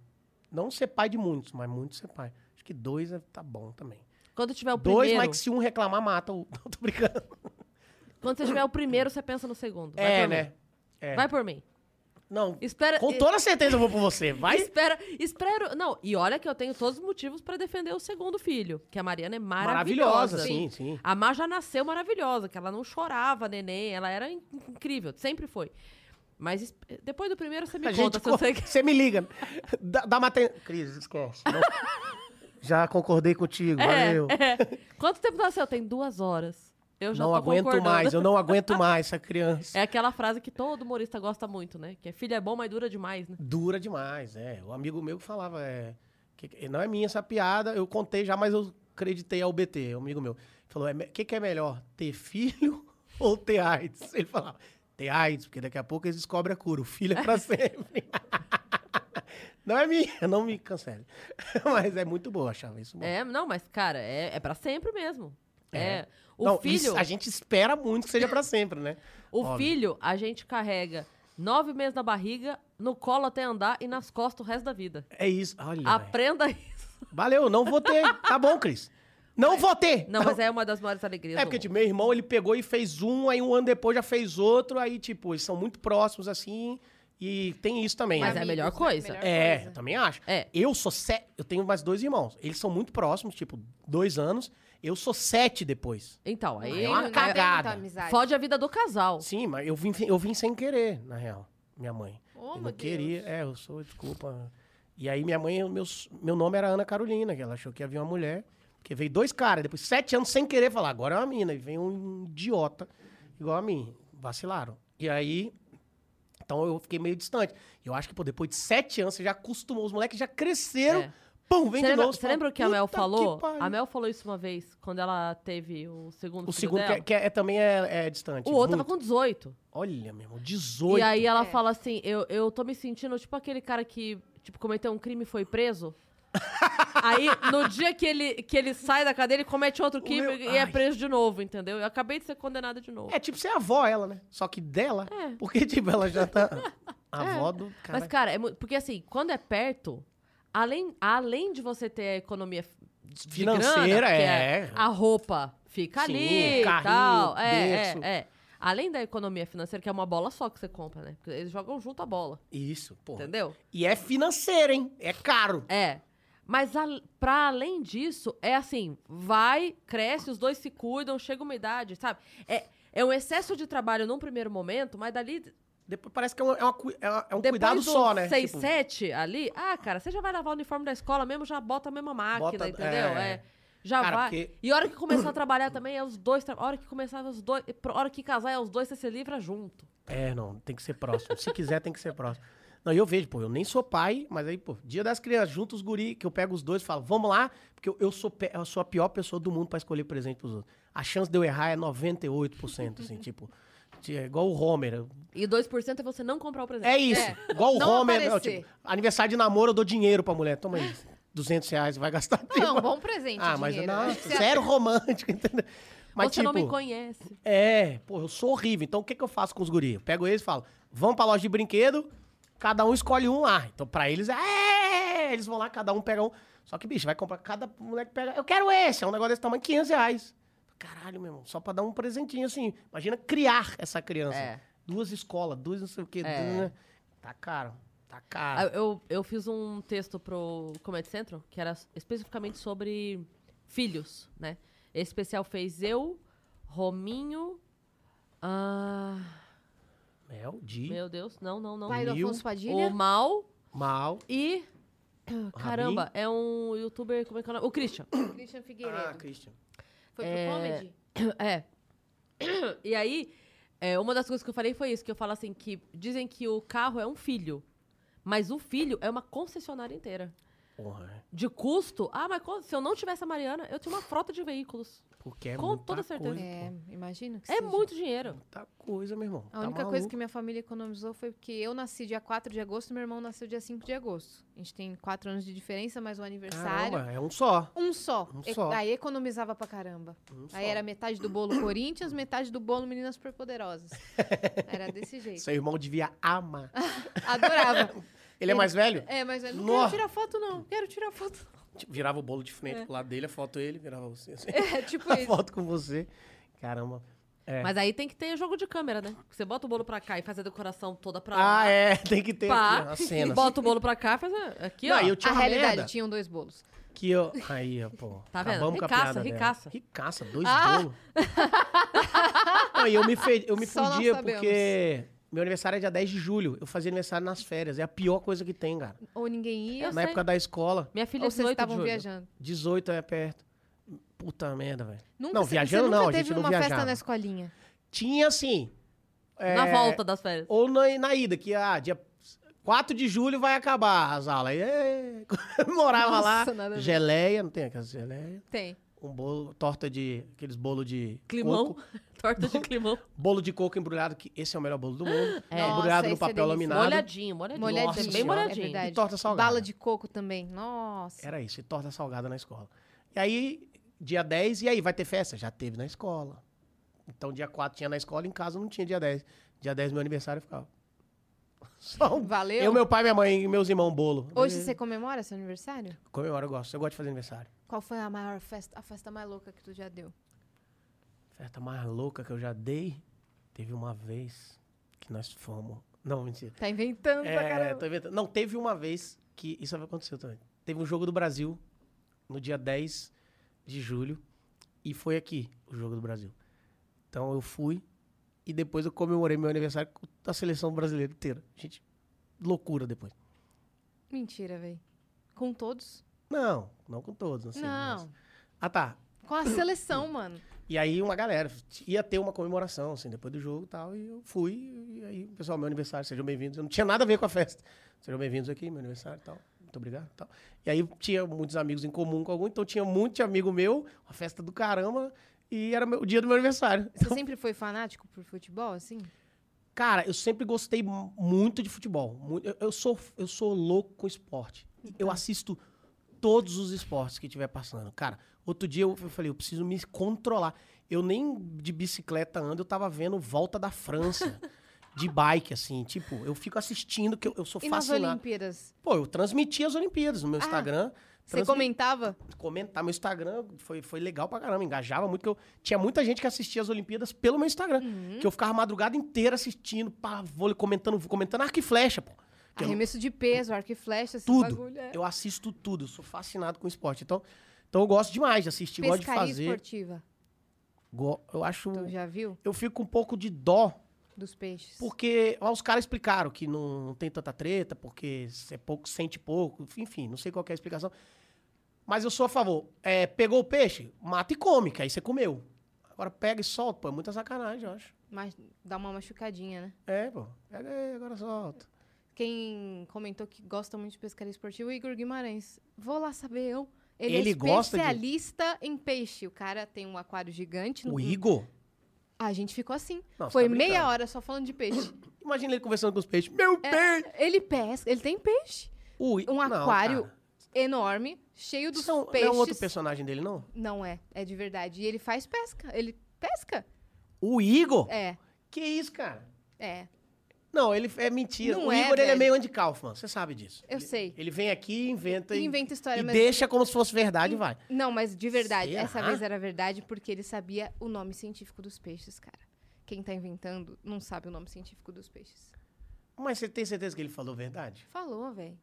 Não ser pai de muitos, mas muito ser pai. Acho que dois é- tá bom também.
Quando tiver É o
dois,
primeiro.
mas que se um reclamar, mata o. Não, tô brincando.
Quando você tiver o primeiro, você pensa no segundo. Vai
É,
por
né?
Mim.
É.
Vai por mim.
Não,
Espera.
com toda certeza eu vou por você. Vai.
Espera, espero. Não, e olha que eu tenho todos os motivos pra defender o segundo filho, que a Mariana é maravilhosa.
Maravilhosa, sim, sim.
A Má já nasceu maravilhosa, que ela não chorava, neném, ela era in- incrível, sempre foi. Mas es- depois do primeiro você me
A
conta
gente,
se eu
co-
sei que.
você me liga. Da, da maten... Cris, esquece. Não- Já concordei contigo,
É,
valeu.
Quanto tempo nasceu? Tem duas horas. Eu já
não
tô
aguento
concordando.
mais, eu não aguento mais essa criança.
É aquela frase que todo humorista gosta muito, né? Que é filho é bom, mas dura demais, né?
Dura demais, é. O amigo meu que falava, é, que- que- não é minha essa piada, eu contei já, mas eu acreditei ao BT, um amigo meu. Falou, o que, que é melhor, ter filho ou ter AIDS? Ele falava, ter AIDS, porque daqui a pouco eles descobrem a cura, o filho é pra sempre. não é minha, não me cancele. mas é muito boa, achava isso bom.
É, não, mas, cara, é, é para sempre mesmo. É.
É.
O
não,
filho.
isso a gente espera muito que seja pra sempre, né?
O
Óbvio.
filho, a gente carrega nove meses na barriga, no colo até andar e nas costas o resto da vida.
É isso, olha. velho.
Aprenda isso.
Valeu, não vou ter. Tá bom, Cris. Não vou ter.
Não, mas é uma das maiores alegrias.
É
do
porque,
mundo.
tipo, meu irmão, ele pegou e fez um, aí um ano depois já fez outro, aí, tipo, eles são muito próximos, assim, e tem isso também.
Mas é
né?
a melhor coisa.
Melhor
É, eu
coisa.
também acho.
É.
Eu sou sete, eu tenho mais dois irmãos, eles são muito próximos, tipo, dois anos, eu sou sete depois.
Então, aí
É uma
não tem
cagada.
muita amizade.
fode a vida do casal.
Sim, mas eu vim, eu vim sem querer, na real, minha mãe.
Oh,
eu não
meu
queria,
Deus.
é, eu sou, desculpa. E aí minha mãe, meu, meu nome era Ana Carolina, que ela achou que havia uma mulher, porque veio dois caras, depois sete anos sem querer falar, agora é uma mina, e vem um idiota igual a mim, vacilaram. E aí, então eu fiquei meio distante. Eu acho que pô, depois de sete anos, você já acostumou, os moleques já cresceram,
É.
pum,
Você
vem de
lembra,
novo.
você
fala,
lembra o que a Mel
"Puta que
falou?
pariu."
a Mel falou isso uma vez, quando ela teve o segundo
O
filho
segundo, que,
dela.
é, que é- também é, é distante.
O outro tava
muito.
com 18.
Olha, meu irmão, 18.
E aí ela
É.
fala assim: eu, eu tô me sentindo tipo aquele cara que tipo, cometeu um crime e foi preso. aí, no dia que ele, que ele sai da cadeia, ele comete outro crime
meu-
e é
ai.
preso de novo, entendeu? Eu acabei de ser condenada de novo.
É tipo ser avó ela, né? Só que dela, porque tipo, ela já tá a avó do cara.
É. Mas, cara, é mu- porque assim, quando é perto, além, além de você ter a economia f- de
Financeira,
grana, que
é.
A roupa fica
Sim,
ali e
carrinho,
tal. É,
berço.
é, é. Além da economia financeira, que é uma bola só que você compra, né? Porque eles jogam junto a bola,
Isso, porra.
entendeu?
E é financeiro, hein? É caro.
É. Mas a, pra além disso, é assim, vai, cresce, os dois se cuidam, chega uma idade, sabe? É, é um excesso de trabalho num primeiro momento, mas dali
Depois parece que é, uma- é uma cu- é uma- é um
Depois
cuidado
do
só, né?
6,
Tipo,
7 ali, ah, cara, você já vai lavar o uniforme da escola mesmo, já bota a mesma máquina,
Bota-
entendeu?
é.
É, Já
Cara,
vai.
porque-
E a hora que começar a trabalhar também é os dois. Tra... A hora que começar é os dois. A hora que casar é os dois, você se livra junto.
É, não, tem que ser próximo. Se quiser, tem que ser próximo. Não, e eu vejo, pô, eu nem sou pai, mas aí, pô, dia das crianças, junto os guri, que eu pego os dois e falo, vamos lá, porque eu, eu sou, pe- eu sou a pior pessoa do mundo pra escolher presente pros outros. A chance de eu errar é 98%, assim, tipo, é igual o Homer, eu-
E 2% é você não comprar o presente.
É isso. Igual o
Não
Homer. né?
aparecer.
Tipo, aniversário de namoro, eu dou dinheiro pra mulher. Toma aí. 200 reais, vai gastar
Não, é um
tempo.
bom presente.
Ah, mas
dinheiro. né?
não,
Acho que você- é
zero romântico, entendeu? Mas
você não me
tipo,
conhece.
é, pô, eu sou horrível. Então o que, que eu faço com os guris? Eu pego eles e falo, vamos pra loja de brinquedo, cada um escolhe um lá. Então pra eles, é, eles vão lá, cada um pega um. Só que, bicho, vai comprar, cada moleque pega, eu quero esse, é um negócio desse tamanho, 500 reais. Caralho, meu irmão, só pra dar um presentinho assim. Imagina criar essa criança.
É.
Duas escolas, duas não sei o quê. duas, né? Tá caro, tá caro.
Ah, Eu, eu fiz um texto pro Comedy Central que era especificamente sobre filhos, né? Esse especial fez eu, Rominho, Ah,
Mel, de,
meu Deus. Não, não, não.
Pai do
Mil.
Afonso Padilha.
O Mal
mal.
e... Caramba, é um youtuber... Como é que é o nome? O Christian.
Christian Figueiredo.
Ah, Christian.
Foi pro
é-
comedy?
É. E aí, é, uma das coisas que eu falei foi isso, que eu falo assim, que dizem que o carro é um filho, mas o filho é uma concessionária inteira.
Porra, é.
De custo, ah, mas co- se eu não tivesse a Mariana, eu tinha uma frota de veículos.
Porque é
Com
muita
toda certeza.
coisa,
É, imagino que
É
seja.
muito dinheiro.
Muita coisa, meu irmão. Tá
A única coisa que minha família economizou foi porque eu nasci dia 4 de agosto e meu irmão nasceu dia 5 de agosto. A gente tem 4 anos de diferença, mais um aniversário.
Caramba, é um só.
Um só.
Um
E-
só.
Aí economizava pra caramba.
Um só.
Aí era metade do bolo Corinthians, metade do bolo Meninas Superpoderosas. Era desse jeito.
Seu irmão devia amar.
Adorava.
Ele é mais velho?
É, mas eu não
Nossa.
quero tirar foto, não. Quero tirar foto. não.
Tipo, Virava o bolo de frente pro lado dele, a foto ele, virava você. Assim,
É tipo
a
isso.
foto com você. Caramba. É.
Mas aí tem que ter jogo de câmera, né? Você bota o bolo pra cá e faz a decoração toda pra lá.
Ah, é, tem que ter
Pá,
aqui, ó, a cena. assim.
Bota o bolo pra cá, faz a- aqui,
Não,
ó.
eu tinha
A
uma
realidade,
merda
tinham dois bolos.
que eu... Aí, ó, pô.
Tá vendo?
Acabamos com a
Ricaça,
piada dela.
ricaça.
Ricaça, dois
Ah!
bolos. Não, e eu me, fe... eu me
Só nós
fudia
sabemos.
porque meu aniversário é dia 10 de julho. Eu fazia aniversário nas férias. É a pior coisa que tem, cara.
Ou ninguém ia,
Eu
Na
sei.
época da escola,
Minha filha
ou
é
vocês
18 de
estavam
julho.
viajando.
18 é perto. Puta merda, velho.
Nunca,
Não,
você-
viajando
você nunca
não, a
teve
gente não
uma festa
viajava.
na escolinha.
Tinha assim. é,
Na volta das férias.
Ou na, na ida, que ah, dia 4 de julho vai acabar as aulas. Aí, é, morava
Nossa, nada a
lá.
ver.
Geleia, não tem aquelas geleia.
Tem.
Um bolo, torta de. Aqueles bolos de.
Climão.
coco.
Torta de climão.
Bolo de coco embrulhado, que esse é o melhor bolo do mundo.
É.
Nossa,
embrulhado
esse
no
é
papel
delicioso.
laminado.
Molhadinho, molhadinho.
Molhadinho.
Nossa
Bem
senhora,
É
molhadinho.
verdade.
E torta salgada.
Bala de coco também. Nossa.
Era isso, e torta salgada na escola. E aí, dia 10, e aí, vai ter festa? Já teve na escola. Então, dia 4 tinha na escola, em casa não tinha dia 10. Dia 10, meu aniversário, eu ficava. Só um...
Valeu.
Eu, meu pai, minha mãe e meus irmãos um bolo.
Hoje você comemora seu aniversário?
Comemora, eu gosto. Eu gosto de fazer aniversário.
Qual foi a maior festa, a festa mais louca que tu já deu?
Oferta mais louca que eu já dei. Teve uma vez que nós fomos. Não, mentira.
Tá inventando pra
É,
caramba.
tô inventando. Não, teve uma vez que isso aconteceu também. Teve um jogo do Brasil no dia 10 de julho e foi aqui o jogo do Brasil. Então eu fui e depois eu comemorei meu aniversário com a seleção brasileira inteira. Gente, loucura depois.
Mentira, velho. Com todos?
Não, não com todos, não sei.
Não.
mas- Ah, tá.
Com a seleção, mano.
E aí uma galera ia ter uma comemoração, assim, depois do jogo e tal, e eu fui, e aí, pessoal, meu aniversário, sejam bem-vindos. Eu não tinha nada a ver com a festa. Sejam bem-vindos aqui, meu aniversário e tal. Muito obrigado e tal. E aí tinha muitos amigos em comum com algum, então tinha muito amigo meu, uma festa do caramba, e era meu- o dia do meu aniversário.
Você sempre foi fanático por futebol, assim?
Cara, eu sempre gostei mu- muito de futebol. Mu- Eu, eu sou, eu sou louco com esporte.
Então.
Eu assisto todos os esportes que tiver passando. Cara, outro dia eu, eu falei, eu preciso me controlar. Eu nem de bicicleta ando, eu tava vendo Volta da França. De bike, assim, tipo, eu fico assistindo, que eu, eu sou
E nas
fascinado.
Olimpíadas?
Pô, eu transmiti as Olimpíadas no meu
Ah,
Instagram.
Você
transmi-
comentava?
comentar. Meu Instagram foi, foi legal pra caramba, engajava muito. Que eu, tinha muita gente que assistia as Olimpíadas pelo meu Instagram.
Uhum.
Que eu ficava a madrugada inteira assistindo, pá, vôlei, comentando, comentando arco e flecha, pô. Que eu-
Arremesso de peso, arco e flecha, esse
tudo.
bagulho. é.
Eu assisto tudo, eu sou fascinado com esporte. Então, então eu gosto demais de assistir, gosto de
Pescaria
fazer.
esportiva.
Go- eu acho.
Tu já viu?
Eu fico com um pouco de dó,
Dos peixes.
porque ó, os caras explicaram que não tem tanta treta, porque é pouco, sente pouco, enfim, não sei qual que é a explicação. Mas eu sou a favor. É, pegou o peixe, mata e come, que aí você comeu. Agora pega e solta, pô, é muita sacanagem, eu acho.
Mas dá uma machucadinha, né?
É, pô, pega aí, agora solta.
Quem comentou que gosta muito de pescaria esportiva, o Igor Guimarães. Vou lá saber eu. Ele, é
Ele gosta de-
especialista em peixe. O cara tem um aquário gigante. no-
O Igor?
A gente ficou assim.
Não, você
Foi
tá brincando.
meia hora só falando de peixe.
Imagina ele conversando com os peixes. Meu peixe!
ele pesca, ele tem peixe
O I-
É um
Não,
aquário
cara.
enorme, cheio dos
Isso não, não
peixes.
é um outro personagem dele, não?
Não é, é de verdade. E ele faz pesca. Ele pesca?
O Igor?
É,
Que isso, cara?
é.
Não, ele é mentira.
Não
o
é,
Igor, ele é
velho.
meio Andy Kaufman, você sabe disso.
Eu
Ele-
sei.
Ele vem aqui, inventa
Ele
e...
inventa história,
e
mas-
deixa como se fosse verdade e vai.
Não, mas de verdade,
Será?
essa vez era verdade porque ele sabia o nome científico dos peixes, cara. Quem tá inventando não sabe o nome científico dos peixes.
Mas você tem certeza que ele falou verdade?
Falou, velho.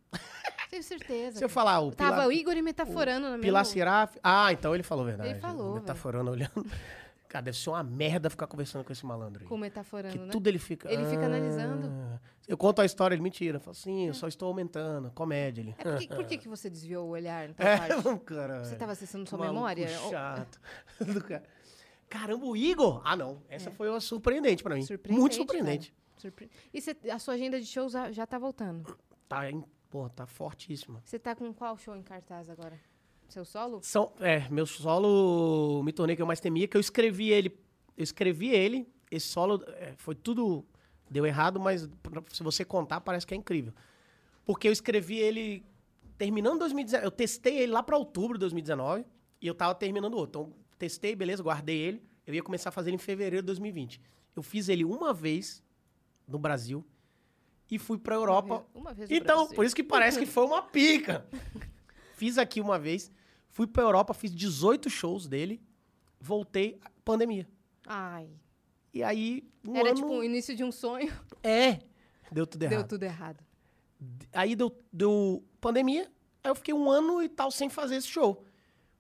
Tenho certeza.
Se eu
cara.
falar o
Tava
Pila...
o Igor e metaforando na minha
Pilaciraf... Ah, então ele falou verdade.
Ele falou,
Metaforando, olhando. Cara, deve ser uma merda ficar conversando com esse malandro aí.
Com metaforando,
que
né?
tudo ele fica. Ah,
Ele fica analisando.
Eu conto a história, ele mentira. Fala assim, eu só estou aumentando. Comédia ele.
É porque, por que, que você desviou o olhar na
É,
tua parte?
cara.
Você tava acessando sua
maluco
memória? Ou-
Chato. Do cara. Caramba, o Igor! Ah, não. Essa
É.
foi uma surpreendente pra mim. Muito surpreendente.
cara. Surpre- E cê- a sua agenda de shows já já tá voltando.
Tá, em- pô, tá fortíssima.
Você tá com qual show em cartaz agora? Seu solo?
São, é, meu solo me tornei que eu mais temia, que eu escrevi ele. Eu escrevi ele, esse solo é, foi tudo. Deu errado, mas pra- se você contar, parece que é incrível. Porque eu escrevi ele terminando 2019. Eu testei ele lá pra outubro de 2019 e eu tava terminando outro. Então, testei, beleza, guardei ele. Eu ia começar a fazer ele em fevereiro de 2020. Eu fiz ele uma vez no Brasil e fui pra Europa
Uma vez no
então,
Brasil.
por isso que parece que foi uma pica. fiz aqui uma vez, fui pra Europa, fiz 18 shows dele, voltei, pandemia.
Ai.
E aí, um
Era
ano...
tipo o início de um sonho.
É, deu tudo errado.
Deu tudo errado.
Aí deu, deu pandemia, aí eu fiquei um ano e tal sem fazer esse show.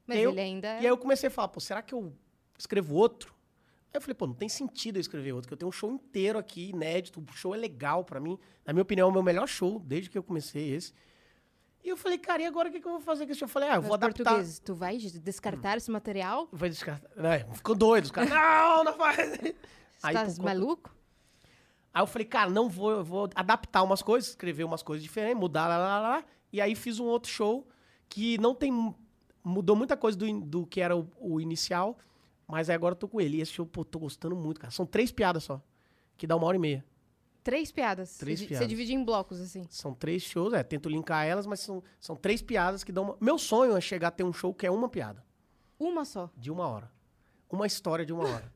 Mas
Eu-
ele ainda.
E aí eu comecei a falar, pô, será que eu escrevo outro? Aí eu falei, pô, não tem sentido eu escrever outro, que eu tenho um show inteiro aqui, inédito, o show é legal pra mim. Na minha opinião, é o meu melhor show, desde que eu comecei esse. E eu falei, cara, e agora o que, que eu vou fazer com esse show? Eu falei, ah, eu
Mas
vou adaptar. Hum.
português, tu vai descartar esse material?
Vai descartar. É, ficou doido, os caras. Não, não faz.
Você
Aí,
tá
por conta-
maluco?
aí eu falei, cara, não vou, eu vou adaptar umas coisas, escrever umas coisas diferentes, mudar, lá, lá, lá, lá. E aí fiz um outro show que não tem. Mudou muita coisa do, in- do que era o, o inicial, mas aí agora eu tô com ele. E esse show, pô, tô gostando muito, cara. São três piadas só, que dá uma hora e meia.
Três piadas.
Três
Você di- Você
piadas.
divide em blocos, assim.
São três shows, é, tento linkar elas, mas são, são três piadas que dão uma. Meu sonho é chegar a ter um show que é uma piada.
Uma só.
de uma hora. Uma história de uma hora.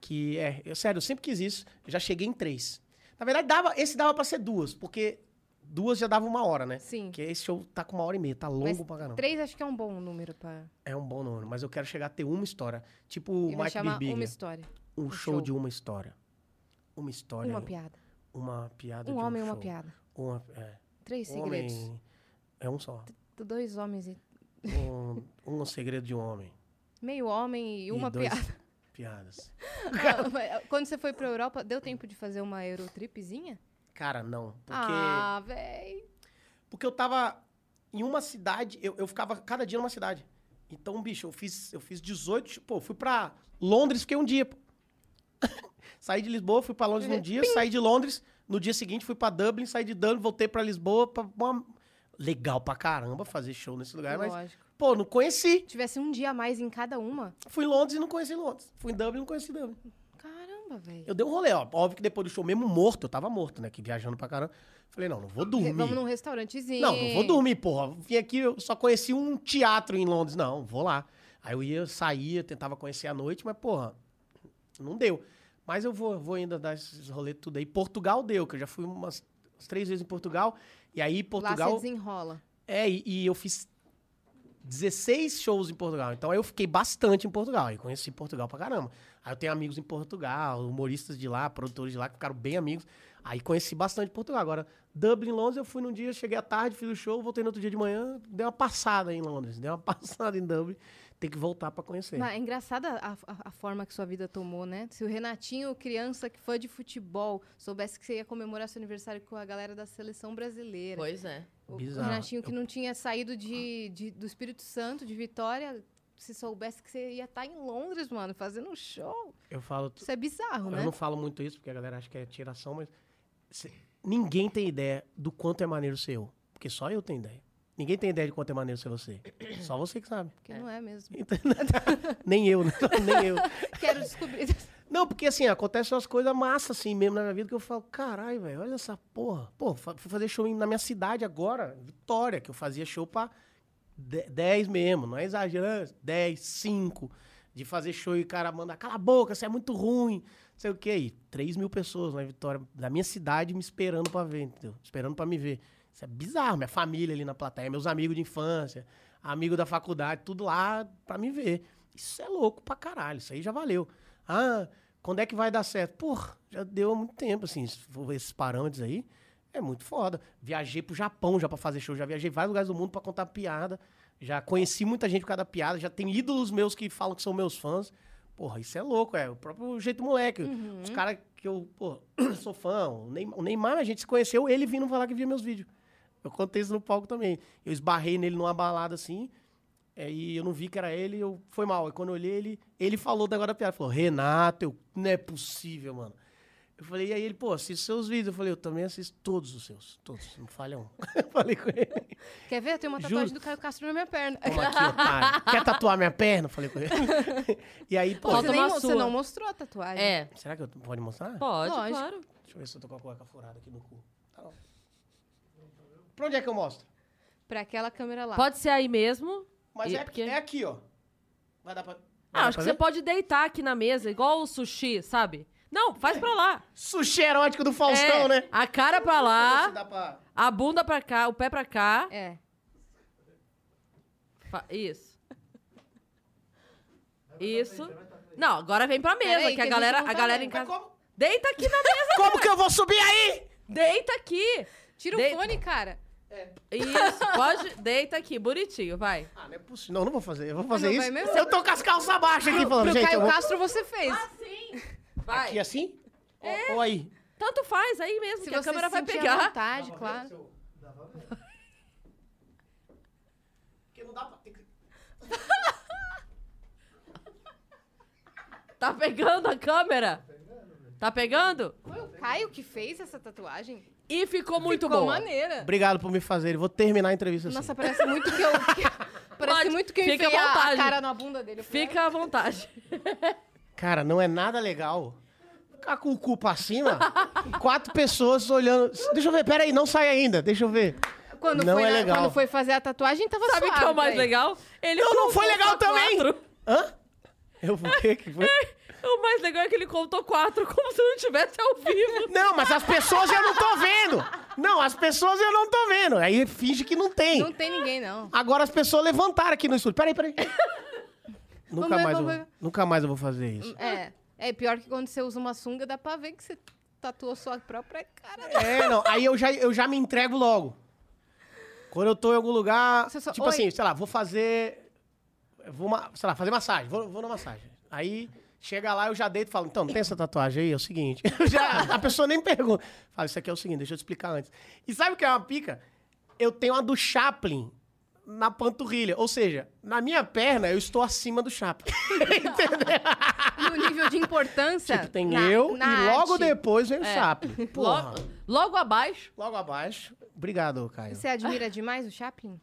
que é, eu, sério, eu sempre quis isso. Eu já cheguei em três. Na verdade, dava, esse dava pra ser duas, porque duas já dava uma hora, né?
Sim.
Porque esse show tá com uma hora e meia, tá longo
Mas
pra caramba.
Três acho que é um bom número pra.
É um bom número, mas eu quero chegar a ter uma história. Tipo o
E vai
Mike
chamar
Birbiglia.
uma história.
um,
um
show,
show.
de uma história. Uma história.
Uma piada.
uma piada
Um
de
homem e
um
uma
show.
piada.
Uma, é,
Três
um
segredos.
homem... É um só.
Dois homens e.
Um, um segredo de um homem.
Meio homem e uma
dois
piada.
Piadas.
Ah, mas Quando você foi pra Europa, deu tempo de fazer uma Eurotripzinha?
Cara, não. Porque...
Ah, véi.
Porque eu tava em uma cidade, eu, eu ficava cada dia numa cidade. Então, bicho, eu fiz, eu fiz 18, tipo, eu fui pra Londres, fiquei um dia. pô. saí de Lisboa, fui pra Londres num dia, saí de Londres, no dia seguinte fui pra Dublin, saí de Dublin, voltei pra Lisboa, pra uma- legal pra caramba fazer show nesse lugar, mas
Lógico.
pô, não conheci.
Tivesse um dia a mais em cada uma.
Fui em Londres e não conheci Londres. Fui em Dublin e não conheci Dublin.
Caramba, véi.
Eu dei um rolê, ó. Óbvio que depois do show mesmo morto, eu tava morto, né, que viajando pra caramba. Falei, não, não vou dormir.
Vamos num restaurantezinho.
Não, não vou dormir, porra. Vim aqui, eu só conheci um teatro em Londres. Não, vou lá. Aí eu ia, eu saía, tentava conhecer à noite, mas, porra, não deu. Mas eu vou, vou ainda dar esses rolês tudo aí. Portugal deu, que eu já fui umas, umas três vezes em Portugal. E aí,
Lá
Portugal.
você desenrola.
É, e, e eu fiz 16 shows em Portugal. Então aí eu fiquei bastante em Portugal. E conheci Portugal pra caramba. Aí eu tenho amigos em Portugal, humoristas de lá, produtores de lá, que ficaram bem amigos. Aí conheci bastante Portugal. Agora, Dublin, Londres, eu fui num dia, cheguei à tarde, fiz o show, voltei no outro dia de manhã, dei uma passada em Londres, dei uma passada em Dublin. Tem que voltar pra conhecer.
Mas é engraçada a, a- a forma que sua vida tomou, né? Se o Renatinho, criança que fã de futebol, soubesse que você ia comemorar seu aniversário com a galera da seleção brasileira.
Pois é.
O
Bizarro.
Renatinho que não tinha saído de, de- do Espírito Santo, de Vitória, se soubesse que você ia estar em Londres, mano, fazendo um show.
Eu falo
Isso é bizarro,
Eu
né?
não falo muito isso, porque a galera acha que é tiração, mas cê- ninguém tem ideia do quanto é maneiro ser eu. Porque só eu tenho ideia. Ninguém tem ideia de quanto é maneiro ser você. Só você que sabe.
Porque não é mesmo.
Então, nem eu, né? nem eu.
Quero descobrir.
Não, porque assim, acontecem umas coisas massas assim mesmo na minha vida que eu falo, caralho, velho, olha essa porra. Pô, fa- fui fazer show em- na minha cidade agora, Vitória, que eu fazia show pra de- 10 mesmo, não é exagerando, 10, 5. De fazer show e o cara manda, cala a boca, você é muito ruim, não sei o quê. E 3 mil pessoas na Vitória, da minha cidade, me esperando pra ver, entendeu? Esperando pra me ver. Isso é bizarro, minha família ali na plateia, meus amigos de infância, amigo da faculdade, tudo lá pra me ver. Isso é louco pra caralho, isso aí já valeu. Ah, quando é que vai dar certo? Porra, já deu há muito tempo, assim, se for ver esses parâmetros aí, é muito foda. Viajei pro Japão já pra fazer show, já viajei em vários lugares do mundo pra contar piada, já conheci muita gente por causa da piada, já tem ídolos meus que falam que são meus fãs. Porra, isso é louco, é o próprio jeito moleque. Os caras que eu, pô, sou fã, o Neymar, o Neymar, a gente se conheceu, ele vindo falar que via meus vídeos. Eu contei isso no palco também. Eu esbarrei nele numa balada assim, é, e eu não vi que era ele, eu, foi mal. E quando eu olhei ele, ele falou o negócio da piada. Falou, Renato, eu- não é possível, mano. Eu falei, e aí ele, pô, assisto seus vídeos. Eu falei, eu também assisto todos os seus, todos, não falha um. falei com ele.
Quer ver? Eu tenho uma tatuagem
Juro.
do Caio Castro na minha perna.
Toma aqui, otário. Quer tatuar minha perna? Eu Falei com ele. E aí, pô,
Falta
Você, nem
uma
mo- você
sua.
não mostrou a tatuagem.
É,
será que eu pode mostrar?
pode,
Lógico.
claro.
Deixa eu ver se eu tô com a cueca furada aqui no cu. Tá bom. Pra onde é que eu mostro?
Pra aquela câmera lá.
Pode ser aí mesmo.
Mas
E
é,
porque-
é aqui, ó. Vai dar pra. vai
Ah,
dar
acho
pra
que você
ver?
pode deitar aqui na mesa, igual o sushi, sabe? Não, faz pra lá.
Sushi erótico do Faustão,
É, Ah.
né?
A cara pra
Deixa eu ver se
lá,
dá pra-
a bunda pra cá, o pé pra cá.
É.
Fa- Isso. Isso. Não, agora vem pra mesa,
Peraí,
que a
que a
galera,
gente não
a
tá
galera
vendo.
em
Mas
casa.
É como?
Deita aqui na mesa!
Como que eu vou subir aí?
Deita aqui!
Tira
Dei-
o fone, cara.
Isso, pode. Deita aqui, bonitinho, vai.
Ah, não é possível. Não, eu não vou fazer. Eu vou fazer
Não vai
isso.
mesmo?
Eu tô com as calças abaixo aqui falando,
Pro
gente.
Caio
Eu vou...
Castro você fez.
Vai.
Aqui assim?
É.
Ou, ou aí?
Tanto faz aí mesmo,
Se
que a
você
câmera
se
vai
sentir à
pegar.
vontade, claro.
Porque não dá pra. tem que-
Tá pegando a câmera? Tá pegando?
Foi o Caio que fez essa tatuagem?
E ficou muito
Ficou né?
bom.
maneira.
Obrigado por me fazer. Vou terminar a entrevista assim.
Nossa, parece muito que eu. que- parece
Pode,
muito que eu
fica à
enfiei a, a
vontade.
cara na bunda dele.
Fica à vontade.
Cara, não é nada legal. Ficar com o cu pra cima, quatro pessoas olhando. Deixa eu ver, peraí, não sai ainda, deixa eu ver.
"Ah, Quando,
não
foi
é
na-
legal.
quando foi fazer a tatuagem, tava
Sabe o que é o
suave,
mais
véi.
legal? Ele
Não, não foi
contou
legal
só
também!
quatro.
Hã? Eu vou ver que foi.
O mais legal é que ele contou quatro, como se não tivesse ao vivo.
Não, mas as pessoas eu não tô vendo! Não, as pessoas eu não tô vendo. Aí finge que não tem.
Não tem ninguém, não.
Agora as pessoas levantaram aqui no estúdio. Peraí, peraí. nunca,
Vamos,
mais eu,
vamos.
vou- nunca mais eu vou fazer isso.
Hum.
É. É pior que quando você usa uma sunga, dá pra ver que você tatuou sua própria cara.
É, não. Aí eu já, eu já me entrego logo. Quando eu tô em algum lugar.
Você só-
tipo
Oi.
assim, sei lá, vou fazer. Vou, ma- sei lá, fazer massagem. Vou, vou na massagem. Aí chega lá, eu já deito e falo, então, não tem essa tatuagem aí? É o seguinte. Eu já- a pessoa nem pergunta. Fala, isso aqui é o seguinte, deixa eu te explicar antes. E sabe o que é uma pica? Eu tenho a do Chaplin na panturrilha. Ou seja, na minha perna eu estou acima do Chaplin.
No nível de importância.
Tipo, tem
na-
eu
na
e logo
arte. É.
depois vem o Chaplin. Porra.
Logo, logo abaixo.
Logo abaixo. Obrigado, Caio.
Você admira demais o Chaplin?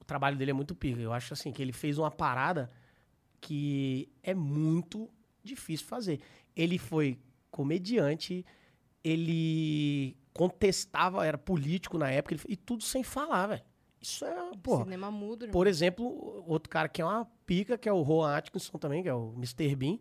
o trabalho dele é muito pica. Eu acho assim que ele fez uma parada que é muito difícil fazer. Ele foi comediante, ele contestava, era político na época, ele- e tudo sem falar, velho. Isso é, pô.
Cinema mudo. irmão.
Por exemplo, outro cara que é uma pica, que é o Rowan Atkinson também, que é o Mr. Bean.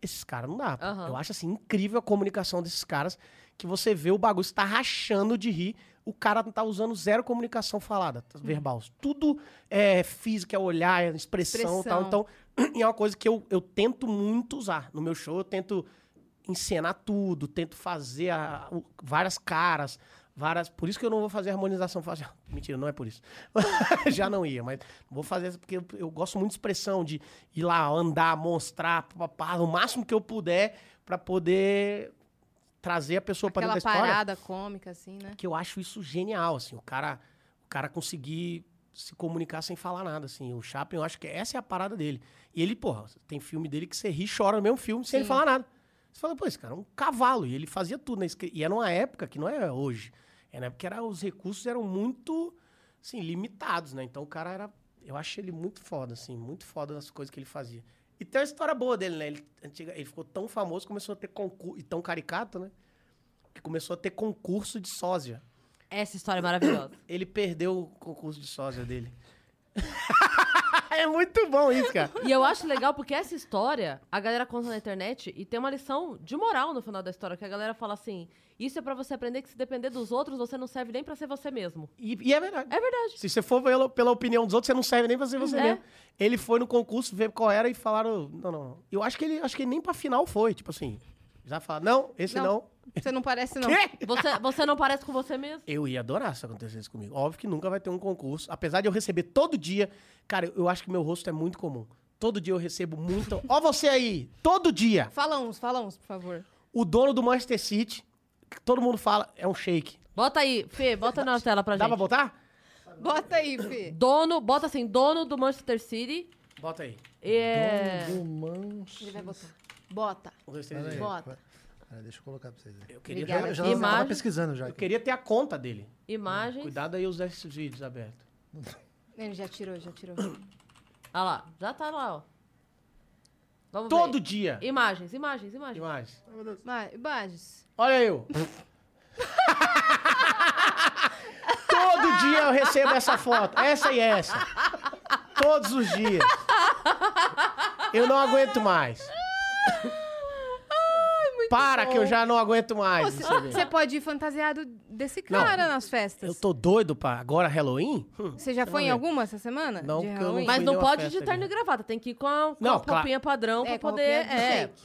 Esses caras não dá. pô.
Aham.
Eu acho assim incrível a comunicação desses caras, que você vê o bagulho está rachando de rir. O cara tá usando zero comunicação falada, tá- verbal. Tudo é física, é olhar, é expressão e tal.
Expressão.
Então, é uma coisa que eu, eu tento muito usar. No meu show, eu tento encenar tudo, tento fazer a- o- várias caras, várias. Por isso que eu não vou fazer harmonização facial. Mentira, não é por isso. Já não ia, mas vou fazer essa porque eu, eu gosto muito de expressão, de ir lá, andar, mostrar, papá, o máximo que eu puder pra poder trazer a pessoa pra
Aquela
dentro da história
parada cômica, assim, né?
que eu acho isso genial, assim, o cara, o cara conseguir se comunicar sem falar nada, assim. O Chaplin, eu acho que essa é a parada dele. E ele, porra, tem filme dele que você ri e chora no mesmo filme sem ele
Sim.
falar nada. Você fala, pô, esse cara é um cavalo. E ele fazia tudo. Né? E era numa época que não é hoje. É na época que era, os recursos eram muito, assim, limitados, né? Então o cara era... Eu acho ele muito foda, assim. Muito foda nas coisas que ele fazia. E tem uma história boa dele, né? Ele, antiga- ele ficou tão famoso, começou a ter concurso... E tão caricato, né? Que começou a ter concurso de sósia.
Essa história é maravilhosa.
Ele perdeu o concurso de sósia dele. é muito bom isso, cara.
E eu acho legal porque essa história a galera conta na internet e tem uma lição de moral no final da história, que a galera fala assim: isso é pra você aprender que se depender dos outros, você não serve nem pra ser você mesmo.
E, e é verdade.
É verdade.
Se você for pela, pela opinião dos outros, você não serve nem pra ser você
É.
mesmo. Ele foi no concurso ver qual era e falaram. Não, não, não. Eu acho que ele acho que ele nem pra final foi. Tipo assim. Já falaram, não, esse
Não.
não.
Você não parece, não.
Quê?
Você, você não parece com você mesmo.
Eu ia adorar se acontecesse comigo. Óbvio que nunca vai ter um concurso. Apesar de eu receber todo dia. Cara, eu acho que meu rosto é muito comum. Todo dia eu recebo muito. Ó, você aí! Todo dia!
Fala uns, fala uns, por favor.
O dono do Manchester City, que todo mundo fala, é um shake.
Bota aí, Fê, bota na tela pra
Dá pra
gente.
botar?
Bota aí, Fê.
Dono, bota assim, dono do Manchester City.
Bota aí.
É...
Dono do Manchester.
Ele vai botar. Bota.
Um, dois, três,
Pera aí,
quatro.
Bota.
pera aí, deixa eu colocar pra vocês aí.
Eu queria,
Obrigada.
Eu já
Imagem.
tava pesquisando já.
eu
aqui.
queria ter a conta dele.
Imagens.
Cuidado aí usar esses vídeos abertos.
Ele já tirou, já tirou.
Ah lá, já tá lá, ó. Vamos
Todo
ver.
dia.
Imagens, imagens, imagens.
Demais.
Ma- Imagens.
Olha eu. Todo dia eu recebo essa foto. Essa e essa. Todos os dias. Eu não aguento mais. Para que eu já não aguento mais.
Você,
isso aí.
você pode ir fantasiado desse
Não.
cara nas festas.
Eu tô doido pra agora Halloween? Hum.
Você já foi em
ver.
alguma essa semana?
Não,
De
que eu não
Halloween?
fui.
Mas não
deu uma
pode
festa
de terno e
aqui.
gravata, tem que ir com a, com a
Não,
roupinha padrão
É,
pra
com a
poder.
roupinha de
É,
shake.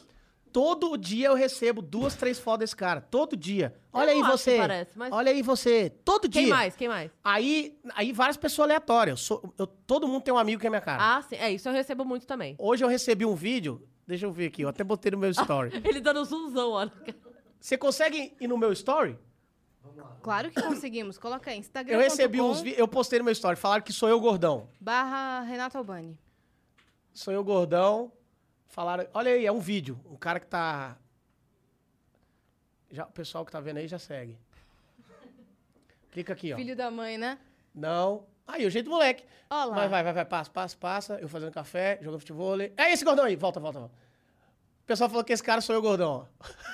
Todo dia eu recebo duas, três fotos desse cara. Todo dia. Olha aí
não acho
você.
que parece, mas-
Olha aí você. Todo
Quem
dia.
mais? Quem mais?
Aí, aí várias pessoas aleatórias. Eu sou- eu- todo mundo tem um amigo que é minha cara.
Ah, sim. É, isso eu recebo muito também.
Hoje eu recebi um vídeo. Deixa eu ver aqui, eu até botei no meu story.
Ele dando zoomzão, olha.
Você consegue ir no meu story?
Claro que conseguimos. Coloca aí,
é
Instagram.
Eu recebi uns vídeos. Eu postei no meu story. Falaram que sou eu gordão.
Barra Renato Albani.
Sou eu gordão. Falaram. Olha aí, é um vídeo. Um cara que tá. Já, o pessoal que tá vendo aí já segue. Clica aqui, ó.
Filho da mãe, né?
Não. Aí, o jeito do moleque.
Ó lá.
Vai, vai, vai, vai, passa, passa, passa. Eu fazendo café, jogando futebol. É esse gordão aí. Volta, volta, volta. O pessoal falou que esse cara sou eu, gordão. ó.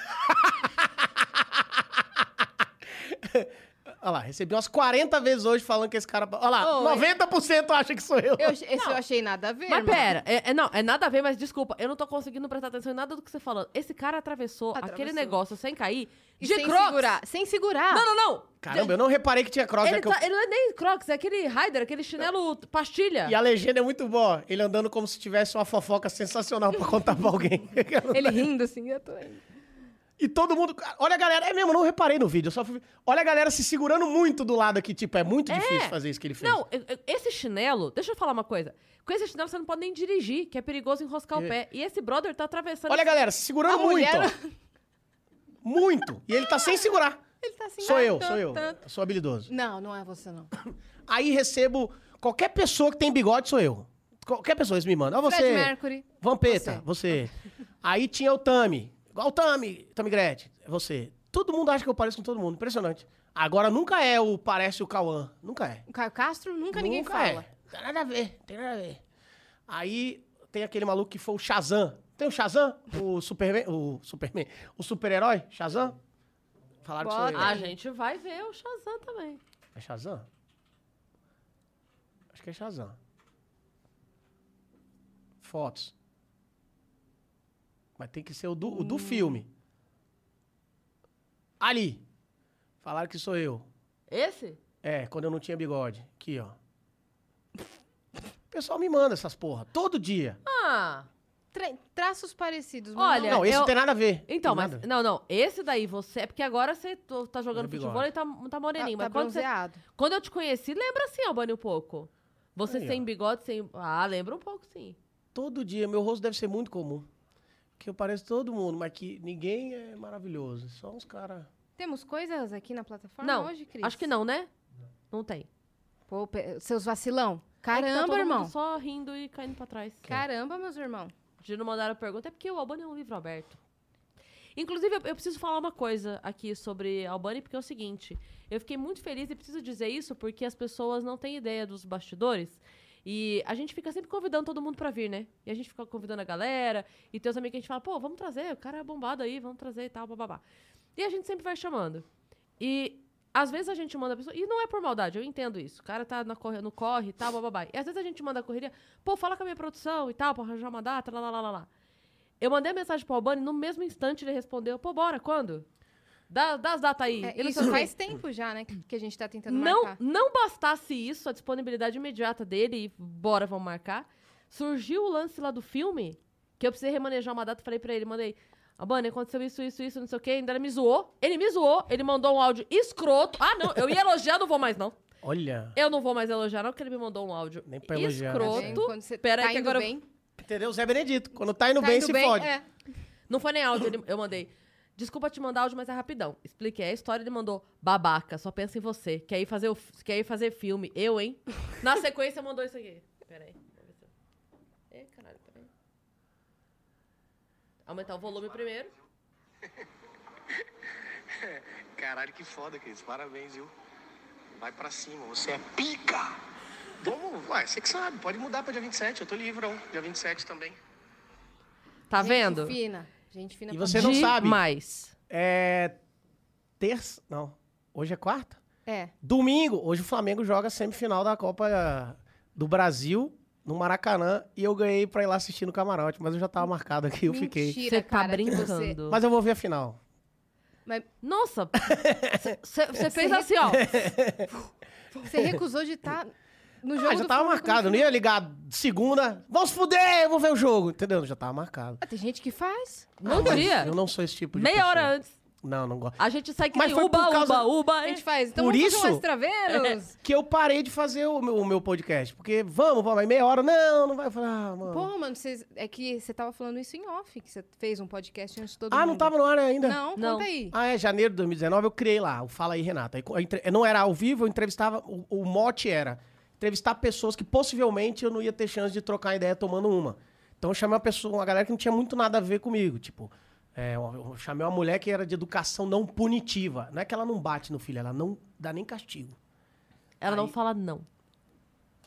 Olha lá, recebi umas 40 vezes hoje falando que esse cara. Olha lá,
Ô,
90% acha que sou eu.
Eu, esse eu achei nada a ver.
Mas
irmão.
pera, é, é- não, é nada a ver, mas desculpa, eu não tô conseguindo prestar atenção em nada do que você falando. Esse cara atravessou,
Atravessou.
aquele negócio sem cair
E
de
sem
crocs.
segurar. Sem segurar.
Não, não, não.
Caramba, eu não reparei que tinha cross.
Ele,
é que eu-
tá- ele não é nem crocs, é aquele rider, aquele chinelo pastilha.
E a legenda é muito boa. Ele andando como se tivesse uma fofoca sensacional pra contar pra alguém.
Ele rindo assim, eu tô indo.
E todo mundo. Olha a galera. É mesmo, eu não reparei no vídeo. Eu só fui... Olha a galera se segurando muito do lado aqui. Tipo, é muito difícil fazer isso que ele fez.
Não, eu- eu- esse chinelo, deixa eu falar uma coisa. Com esse chinelo você não pode nem dirigir, que é perigoso enroscar o pé. E esse brother tá atravessando.
Olha a galera se segurando
A
muito.
mulher-
ó. Muito. E ele tá sem segurar.
Ele tá assim.
Sou
ai,
eu,
tan,
sou eu.
tan.
Sou habilidoso.
Não, não é você, não.
Aí recebo. Qualquer pessoa que tem bigode sou eu. Qualquer pessoa, eles me mandam. Ó,
Fred
você.
Mercury.
Vampeta, você. Aí tinha o Tami. Igual o Tami, Tami Gretchen, é você. Todo mundo acha que eu pareço com todo mundo. Impressionante. Agora nunca é o parece o Cauã. Nunca é.
O Caio Castro nunca, ninguém
Nunca é.
fala.
Tem nada a ver, tem nada a ver. Aí tem aquele maluco que foi o Shazam. Tem o Shazam? O Superman, o Superman, o super-herói Shazam? Falaram que sou eu.
Ah,
A gente vai ver o Shazam também.
É Shazam? Acho que é Shazam. Fotos. Mas tem que ser o do,
Hum.
o do filme. Ali. Falaram que sou eu.
Esse?
É, quando eu não tinha bigode. Aqui, ó. O pessoal me manda essas porra. Todo dia.
Ah.
Tra- traços parecidos. mas
Olha,
não, é. esse
eu-
não tem nada a ver.
Então,
Tem
mas.
nada.
Não, não. Esse daí você. É porque agora você tô- tá
Olha o
jogando futebol
bigode.
e tá, tá
Tá,
moreninho.
tá
mas quando, você-
bronzeado.
quando eu te conheci, lembra sim, Albani, um pouco. Você
Aí, ó.
sem bigode, sem. Ah, lembra um pouco, sim.
Todo dia. Meu rosto deve ser muito comum. Que eu pareço todo mundo, mas que ninguém é maravilhoso. Só uns caras.
Temos coisas aqui na plataforma
não.
hoje, Cris?
acho que não, né? Não tem.
Pô, pe- seus vacilão.
É que tá todo
Caramba,
mundo
irmão.
Só rindo e caindo pra trás.
Caramba, meus irmãos.
De não mandar a pergunta, é porque o Albani é um livro aberto. Inclusive, eu, eu preciso falar uma coisa aqui sobre Albani, porque é o seguinte: eu fiquei muito feliz e preciso dizer isso porque as pessoas não têm ideia dos bastidores. E a gente fica sempre convidando todo mundo pra vir, né? E a gente fica convidando a galera, e tem os amigos que a gente fala, pô, vamos trazer, o cara é bombado aí, vamos trazer e tal, bababá. E a gente sempre vai chamando. E às vezes a gente manda a pessoa. E não é por maldade, eu entendo isso. O cara tá na corre, no corre e tal, bababá. E às vezes a gente manda a correria, pô, fala com a minha produção e tal, pra arranjar uma data, lá, lá, lá, lá, lá. Eu mandei a mensagem pro Albani, no mesmo instante ele respondeu, pô, bora, quando? Dá, dá as datas aí.
É,
Eu não sei
isso
o quê.
faz tempo já, né? Que a gente tá tentando
Não,
marcar.
não bastasse isso, a disponibilidade imediata dele, e bora, vamos marcar. Surgiu o lance lá do filme, que eu precisei remanejar uma data, falei pra ele, mandei. Ah, Bunny, aconteceu isso, isso, isso, não sei o quê. Ainda ele me zoou. Ele me zoou, ele mandou um áudio escroto. Ah, não, eu ia elogiar, não vou mais, não.
Olha.
Eu não vou mais elogiar, não, porque ele me mandou um áudio
Nem pra elogiar. né?
Tá vendo?
escroto.
Quando você
Pera
tá
aí que
indo
agora eu-
bem.
Entendeu? Zé Benedito. Quando tá indo
Tá
bem,
indo
se fode.
É.
Não foi nem áudio, ele- eu mandei. Desculpa te mandar áudio, mas é rapidão. Expliquei a história, ele mandou babaca, só pensa em você. Quer ir fazer, o f- quer ir fazer filme. Eu, hein? Na sequência, mandou isso aqui. Peraí. Ei, caralho, peraí. Aumentar o volume primeiro.
Caralho, que foda, Cris. Parabéns, viu? Vai pra cima, você é pica! Vamos, vai, você que sabe, pode mudar pra dia 27, eu tô livre, ó. dia 27 também.
Tá
Gente
vendo?
fina. Gente fina.
E
pra
você não sabe.
Demais.
É. Terça. Não. Hoje é quarta?
É.
Domingo, hoje o Flamengo joga a semifinal da Copa do Brasil no Maracanã e eu ganhei pra ir lá assistir no camarote, mas eu já tava marcado aqui, eu fiquei.
Mentira,
Você tá
cara, que você-
brincando.
Mas eu vou ver a final.
Mas
Nossa! Você fez assim, ó.
você recusou de estar no jogo
Ah, já
do é
tava
Flamengo
marcado, eu
no
não ia ligar segunda. Vamos fuder, eu vou ver o jogo, entendeu? Já tava marcado.
Ah, tem gente que faz.
Bom
Mas
dia!
Eu não sou esse tipo de
Meia
pessoa.
hora antes.
Não, não gosto.
A gente sai que
Mas
nem
foi por
uba, uba,
causa-
uba.
A gente faz. Então
Por
vamos fazer
isso-
um
É.
extraveiros.
Que eu parei de fazer o meu, o meu podcast, porque vamos, vamos, aí meia hora, não, não vai falar, ah, mano.
Porra, mano, vocês- é que você tava falando isso em off, que você fez um podcast antes de todo mundo.
ah, não tava no ar ainda?
Não,
Não.
conta aí.
Ah, é, janeiro de 2019 eu criei lá, o Fala aí, Renata. Aí, co- eu entre- eu Não era ao vivo, eu entrevistava. O, o mote era entrevistar pessoas que possivelmente eu não ia ter chance de trocar ideia tomando uma. Então eu chamei uma pessoa, uma galera que não tinha muito nada a ver comigo. Tipo, é, eu eu chamei uma mulher que era de educação não punitiva. Não é que ela não bate no filho, ela não dá nem castigo.
Ela não fala não.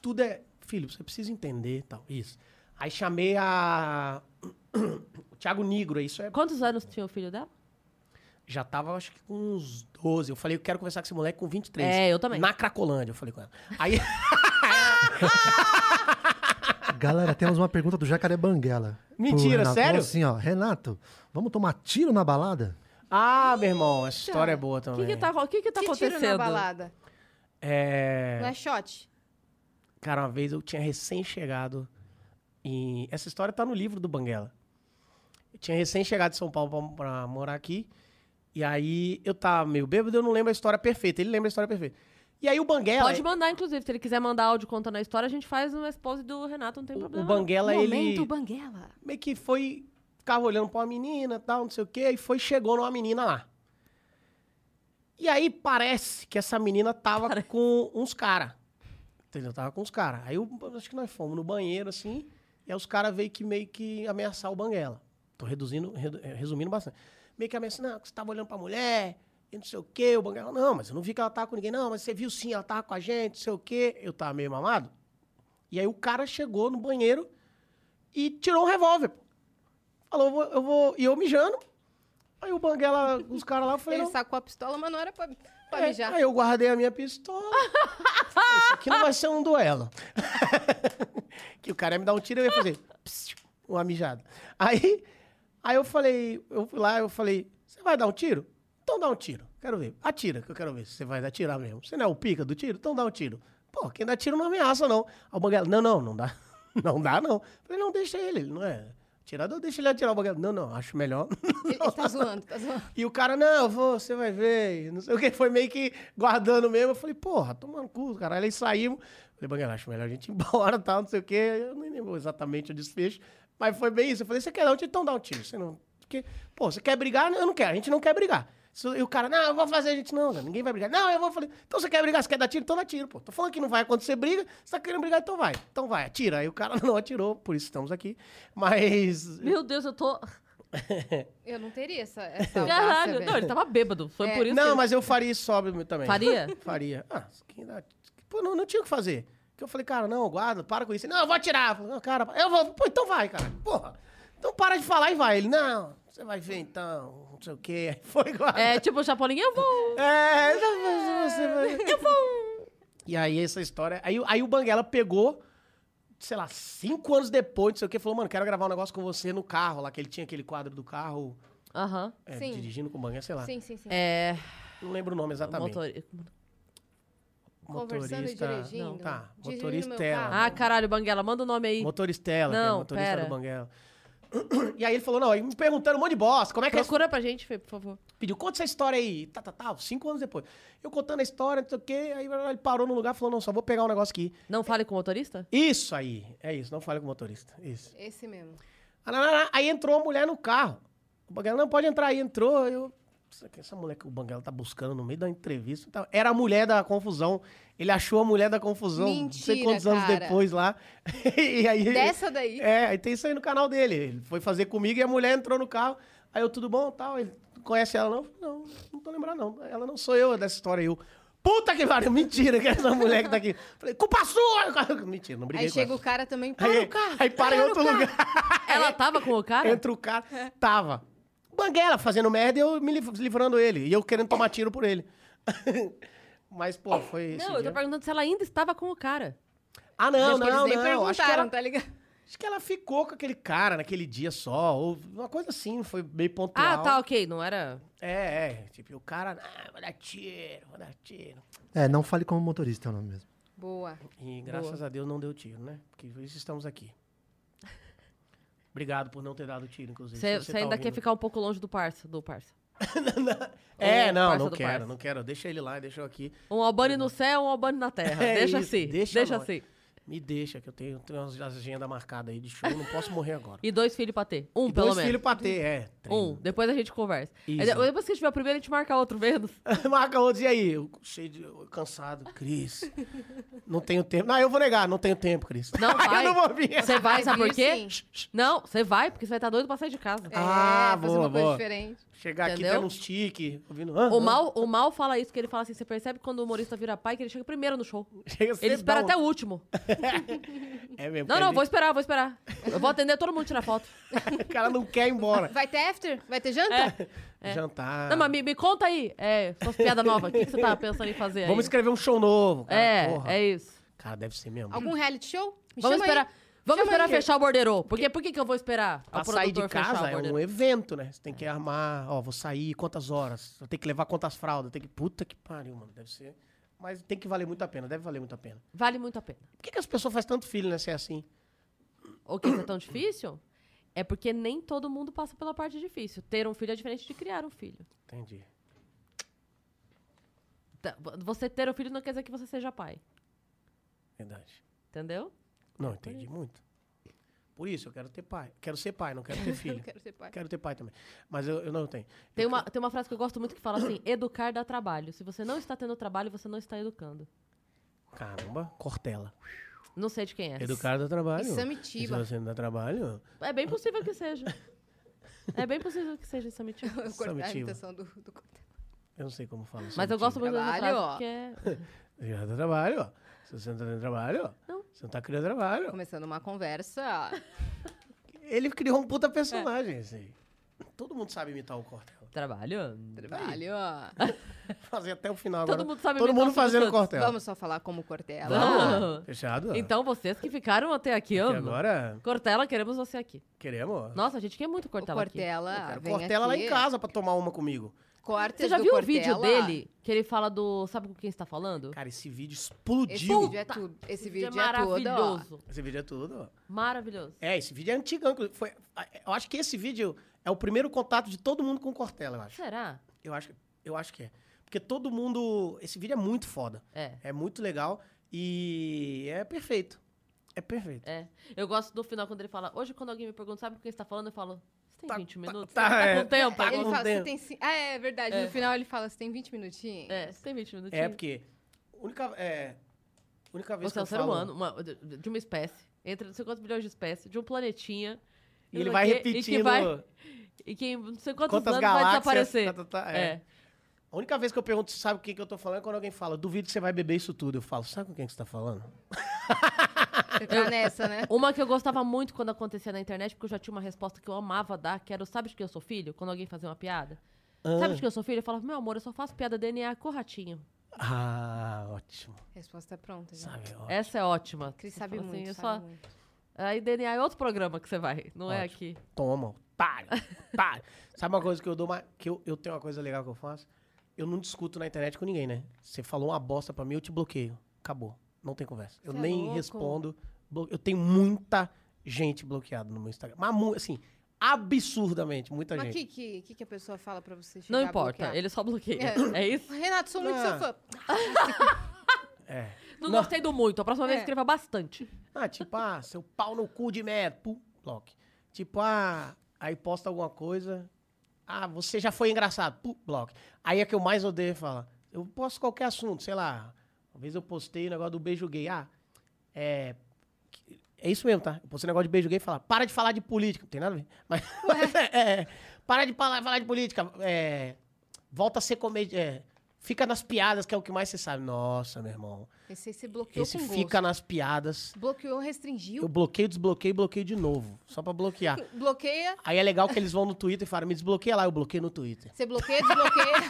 Tudo é. Filho, você precisa entender e tal. Isso. Aí chamei a. o Thiago Nigro, isso é
Quantos anos tinha o filho dela?
Já tava, acho que com uns 12. Eu falei, eu quero conversar com esse moleque com 23.
É, eu também.
Na Cracolândia, eu falei com ela. Aí,
Galera, temos uma pergunta do Jacaré Banguela. pro
Mentira,
Renato.
sério?
Falou assim, ó. Renato, vamos tomar tiro na balada?
ah, meu irmão, essa história é boa
O
também.
que que tá, o que que tá
que
acontecendo?
tiro na balada. Não
É...
é shot?
Cara, uma vez eu tinha recém-chegado em... Essa história tá no livro do Banguela. Eu tinha recém-chegado de São Paulo pra, pra morar aqui. E aí, eu tava meio bêbado, eu não lembro a história perfeita. Ele lembra a história perfeita. E aí, o Banguela...
Pode mandar, inclusive. Se ele quiser mandar áudio contando a história, a gente faz uma expose do Renato, não Um tem
o, o
problema.
Banguela, ele...
Momento Banguela.
meio que foi. Ficava olhando pra uma menina tal, não sei o quê, e foi, chegou numa menina lá. E aí parece que essa menina tava com uns caras. Entendeu? Tava com uns caras. Aí eu acho que nós fomos no banheiro, assim, e aí os caras veio que meio que ameaçar o Banguela. Tô reduzindo, redu- eh, resumindo bastante. Meio que ameaçando, não, que você tava olhando pra mulher, e não sei o quê, o Banguela, não, mas eu não vi que ela tava com ninguém, não, mas você viu sim, ela tava com a gente, não sei o quê. Eu tava meio mamado. E aí o cara chegou no banheiro e tirou um revólver. pô. Falou, eu vou, eu vou. E eu mijando. Aí o Banguela, os caras lá, eu falei,
Ele
não.
sacou a pistola, mas não era pra, pra
é.
mijar.
Aí eu guardei a minha pistola. Falei, Isso aqui não vai ser um duelo. que o cara ia me dar um tiro e eu ia fazer pss, uma mijada. Aí, aí eu falei, eu fui lá, eu falei, você vai dar um tiro? Então dá um tiro, quero ver. Atira, que eu quero ver se você vai atirar mesmo. Você não é o pica do tiro? Então dá um tiro. Pô, quem dá tiro não ameaça, não. Aí o Banguela, não, não, não dá. Não dá, não. Eu Falei, não, deixa ele, ele não é atirador, deixa ele atirar. O Banguela, não, não, acho melhor
Ele, ele tá zoando, tá zoando.
e o cara, não, eu vou, você vai ver. e Não sei o que, foi meio que guardando mesmo. Eu falei, porra, toma no cu, caralho. Aí saímos. Falei, Banguela, acho melhor a gente ir embora, tal, não sei o que. Eu nem lembro exatamente o desfecho. Mas foi bem isso. Eu falei, você quer dar um tiro? Então dá um tiro. Você não... Porque, pô, você quer brigar? Eu não quero. A gente não quer brigar. Isso- E o cara, não, eu vou fazer. A gente, não, ninguém vai brigar. Não, eu vou. Falei, então você quer brigar? Você quer dar tiro? Então dá tiro, pô. Tô falando que não vai acontecer briga. Você tá querendo brigar? Então vai. Então vai, atira. Aí o cara não atirou, por isso estamos aqui. Mas...
Meu Deus, eu tô.
Eu não teria essa, essa
Então,
audácia,
Caralho.
velho.
Não, ele tava bêbado. Foi
É.
por isso. que
Não,
ele-
mas eu faria isso sóbrio também.
Faria?
Faria. Ah, quem dá- Pô, não, não tinha o que fazer. Porque eu falei, cara, não, guarda, para com isso. Não, eu vou atirar. Eu falei, não, cara, eu vou. Pô, então vai, cara. Porra. Então para de falar e vai. Ele, não, você vai ver então, não sei o quê. Aí Foi guarda.
É tipo o Chapolin, eu vou.
É, não, mas você vai. Eu vou. E aí essa história. Aí, aí o Banguela pegou, sei lá, cinco anos depois, não sei o quê, falou, mano, quero gravar um negócio com você no carro lá, que ele tinha aquele quadro do carro
Aham.
é,
Sim.
dirigindo com o Banguela, sei lá.
Sim, sim, sim.
É.
Não lembro o nome exatamente. Tá
Motor...
Conversando e dirigindo.
Não, tá.
Dirigindo meu
Motoristela.
carro.
Ah, caralho, Banguela, manda o nome aí.
Motoristela, que é
Ah, Não,
motorista
pera.
do Banguela. E aí ele falou, não, aí me perguntando um monte de bosta, como é que é
Procura pra gente, Fê, por favor.
pediu, conta essa história aí. Tá, tá, tá, cinco anos depois. Eu contando a história, não sei o quê, aí ele parou no lugar e falou, não, só vou pegar um negócio aqui.
Não fale com o motorista?
Isso aí, é isso, não fale com o motorista, isso.
Esse mesmo.
Ah, lá, lá, lá, Aí entrou a mulher no carro. O Banguela, não, pode entrar aí. Entrou, eu... "Isso aqui, Essa mulher que o Banguela tá buscando no meio da entrevista. e tal." Era a mulher da confusão. Ele achou a mulher da confusão. não sei
Mentira,
quantos anos
cara.
depois lá. e aí...
Dessa daí.
É, aí tem isso aí no canal dele. Ele foi fazer comigo e a mulher entrou no carro. Aí eu, tudo bom tal? Ele, conhece ela? Não, não, não tô lembrando, não. Ela não sou eu é dessa história. aí, Eu, puta que pariu, mentira que é essa mulher que tá aqui. Falei, culpa sua! Mentira, não briguei
Aí
com ela.
chega o cara também, para
Aí,
o carro.
aí para em
no
outro
carro.
lugar.
Ela tava com o cara?
É,
É.
Entra o cara. Tava. Banguela fazendo merda e eu me liv- livrando ele. E eu querendo tomar tiro por ele. Mas, pô, foi isso.
Não, eu tô perguntando se ela ainda estava com o cara.
Ah, não,
Acho que eles
não,
nem
não.
perguntaram,
Acho que, ela,
tá ligado?
acho que ela ficou com aquele cara naquele dia só. Ou uma coisa assim, foi meio pontual.
Ah, tá, ok. Não era.
É, é. Tipo, o cara, ah, vou dar tiro, vou dar tiro.
É, não fale como motorista, é o nome mesmo.
Boa.
E graças a Deus não deu tiro, né? Porque por isso estamos aqui. Obrigado por não ter dado tiro, inclusive.
Você
se
você
tá
ainda quer
ouvindo.
ficar um pouco longe do parça, do parça.
É,
Ô,
não,
parça
não
do
quero,
parça.
não quero. Deixa ele lá, deixa eu aqui.
Um Albani no céu, um Albani na terra.
Uhum. É
deixa
isso,
assim.
deixa
Deixa,
nós.
assim.
Me deixa, que eu tenho, tenho umas agendas marcadas aí de show, não posso morrer agora.
E dois filhos pra ter. Um,
E
pelo
dois
menos.
filhos pra ter, é.
Um. Depois a gente conversa. Aí
Isso.
depois que a gente tiver o primeiro, a gente marca outro menos.
Marca outros, e aí? Eu, cheio de, eu cansado, Cris. Não tenho tempo. Não, eu vou negar, não tenho tempo, Cris.
Não
Aí
vai.
eu não vou vir.
Você vai, sabe por
Isso
quê?
sim.
Não, você vai, porque você vai estar doido pra sair de casa.
Ah,
é, fazer
boa,
uma coisa
boa.
diferente.
Chegar aqui,
Entendeu?
dando uns tique, ouvindo... ah,
O
ah.
mal, o mal fala isso, que ele fala assim: você percebe quando o humorista vira pai que ele chega primeiro no show.
Chega
Ele espera
cedão.
até o último.
É mesmo,
Não,
porque
não,
ele-
vou esperar, vou esperar. Eu vou atender todo mundo tirar foto.
O cara não quer ir embora.
Vai ter after? Vai ter janta?
É. Jantar.
É. Não, mas me, me conta aí. É, suas piadas novas. O que, que você tá pensando em fazer aí?
Vamos escrever um show novo, cara.
É,
porra.
é isso.
Cara, deve ser mesmo.
Algum reality show? Me
Vamos
chama
esperar,
aí.
vamos
Chama
esperar
aí.
fechar o borderô. Porque por que, que eu vou esperar
Pra
o
sair de
produtor fechar
casa
o
é
borderô?
um evento, né? Você tem que armar, ó, vou sair, quantas horas? Eu tenho que levar quantas fraldas? Eu tenho que... Puta que pariu, mano, deve ser. Mas tem que valer muito a pena, deve valer muito a pena.
Vale muito a pena.
Por que, que as pessoas fazem tanto filho, né, se é assim?
O que isso é tão difícil? É porque nem todo mundo passa pela parte difícil. Ter um filho é diferente de criar um filho.
Entendi.
Tá, vo- Você ter um filho não quer dizer que você seja pai.
Verdade.
Entendeu?
Não, entendi muito. Por isso, eu quero ter pai. Quero ser pai, não quero ter filho.
Eu quero ser pai.
Quero ter pai também. Mas eu, eu não tenho.
Tem uma, tem uma frase que eu gosto muito que fala assim: educar dá trabalho. Se você não está tendo trabalho, você não está educando.
Caramba, cortela.
Não sei de quem é.
Educar dá trabalho.
Insamitiba.
E Se você não dá trabalho,
É bem possível que seja. É bem possível que seja insamitivo.
Eu cortar a
Samitiba.
imitação do, do cortar.
eu não sei como fala.
Mas eu gosto muito dessa
Trabalho,
frase
ó.
porque é...
Já dá trabalho, ó. Se você não tá tendo trabalho,
Não.
você não tá criando trabalho.
Começando uma conversa.
Ele criou um puta
É.
personagem, assim. Todo mundo sabe imitar o Cortella.
Trabalho.
Trabalho.
Fazer até o final
Todo
agora.
mundo sabe
Todo
imitar
mundo
o Silvio
fazendo
Santos.
Cortella.
Vamos só falar como Cortella.
Vamos.
Fechado? ó.
Então vocês que ficaram até aqui,
E
amo.
agora,
Cortella, queremos você aqui.
queremos.
Nossa, a gente quer muito
O
Cortella aqui.
Eu
Cortella.
quero
vem
Cortella lá
aqui.
em casa pra tomar uma comigo.
Cortes
Você já
do
viu o
Cortella?
vídeo dele que ele fala do. Sabe com quem está falando?
Cara, esse vídeo
Esse
explodiu.
vídeo é tudo. Esse, vídeo, é, todo, ó.
maravilhoso.
Esse vídeo é tudo, ó.
maravilhoso.
É, esse vídeo é antigão. inclusive, Foi, eu acho que esse vídeo é o primeiro contato de todo mundo com o Cortella, eu acho.
Será?
Eu acho, eu acho que é. Porque todo mundo. Esse vídeo é muito foda.
É.
É muito legal e é perfeito. É perfeito.
É. Eu gosto do final quando ele fala. Hoje, quando alguém me pergunta, sabe com quem está falando? Eu falo, você tem 20 minutos?
tá,
Tá,
é.
com tempo?
Tá
Ele
com
fala, você
tempo.
tem... ci- Ah, é verdade. No final ele fala, você tem 20 minutinhos?
É, você tem 20 minutos.
É, porque. Única, é, única vez
Você é
que
um
eu
ser
falo-
humano, uma- de- de uma espécie. Entre não sei quantos bilhões de espécies, de um planetinha.
E ele
não
vai
sei o quê, E que
repetindo
vai. E que em não sei quantos
quantas
anos vai
galáxias.
desaparecer.
tá, tá, tá, é.
é.
A única vez que eu pergunto se sabe o que, que eu tô falando é quando alguém fala, duvido que você vai beber isso tudo. Eu falo, sabe com quem que você tá falando?
Você tá nessa, né?
Uma que eu gostava muito quando acontecia na internet, porque eu já tinha uma resposta que eu amava dar, que era o sabe de quem eu sou filho? Quando alguém fazia uma piada. Sabe de quem eu sou filho? Eu falava, meu amor, eu só faço piada DNA corratinho.
Ah, ótimo.
Resposta pronta já.
Sabe, ó.
Essa é ótima.
Cris
Você
sabe
fala assim,
muito,
eu
sabe
só-
muito.
Aí DNA é outro programa que você vai, não é
Ótimo.
aqui.
Toma, otário, otário. Sabe uma coisa que eu dou mais. Que eu, eu tenho uma coisa legal que eu faço? Eu não discuto na internet com ninguém, né? Você falou uma bosta pra mim, eu te bloqueio. Acabou. Não tem conversa. Eu
Cê é
nem
louco.
respondo. Blo- Eu tenho muita gente bloqueada no meu Instagram. Mas, mu- assim, absurdamente, muita
Mas o que,
gente.
que, que, que a pessoa fala pra você chegar
Não
a
importa,
bloquear?
ele só bloqueia.
É.
É, isso?
Renato, sou muito
Ah.
seu fã.
É.
Não,
Não.
gostei do muito. A próxima vez
É.
escreva bastante.
Ah, tipo, ah, seu pau no cu de merda. Pum, bloco. Tipo, ah, aí posta alguma coisa. Ah, você já foi engraçado. Pum, bloco. Aí é que eu mais odeio fala. Eu posto qualquer assunto, sei lá. Uma vez eu postei o negócio do beijo gay. Ah, é. É isso mesmo, tá? Eu postei um negócio de beijo gay e falar, para de falar de política. Não tem nada a ver. Mas, é, é, para de falar, falar de política. É, volta a ser comédia. é, fica nas piadas, que é o que mais você sabe. Nossa, meu irmão.
Esse aí você bloqueou
Esse
com
fica
gosto.
nas piadas.
Bloqueou, restringiu.
Eu bloqueio, desbloqueio, bloqueio de novo. Só pra bloquear.
Bloqueia,
Aí é legal que eles vão no Twitter e falam, me desbloqueia lá, eu bloqueio no Twitter.
você bloqueia, desbloqueia.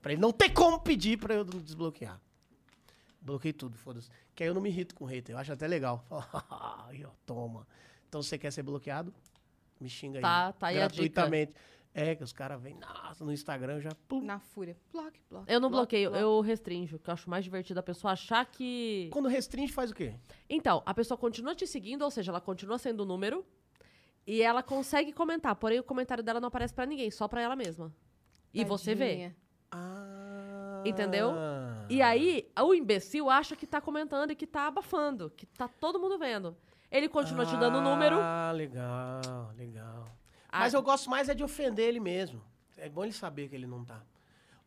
Pra ele não ter como pedir pra eu desbloquear. Bloqueio tudo, foda-se. Que aí eu não me irrito com hater, eu acho até legal. Fala, Aí, ó, toma. Então se você quer ser bloqueado? Me xinga
Tá-
aí.
tá aí a
Gratuitamente. É, que os caras vêm, nossa, no Instagram eu já. Pum.
Na fúria. Bloque, bloque.
Eu não
bloque,
bloqueio,
bloque.
eu restringo, que eu acho mais divertido a pessoa achar que.
Quando restringe, faz o quê?
Então, a pessoa continua te seguindo, ou seja, ela continua sendo o número. E ela consegue comentar, porém o comentário dela não aparece pra ninguém, só pra ela mesma. E você vê.
Tadinha.
Ah.
Entendeu? E aí, o imbecil acha que tá comentando e que tá abafando, que tá todo mundo vendo. Ele continua te dando o número.
Ah, legal, legal.
Ah.
Mas eu gosto mais é de ofender ele mesmo. É bom ele saber que ele não tá.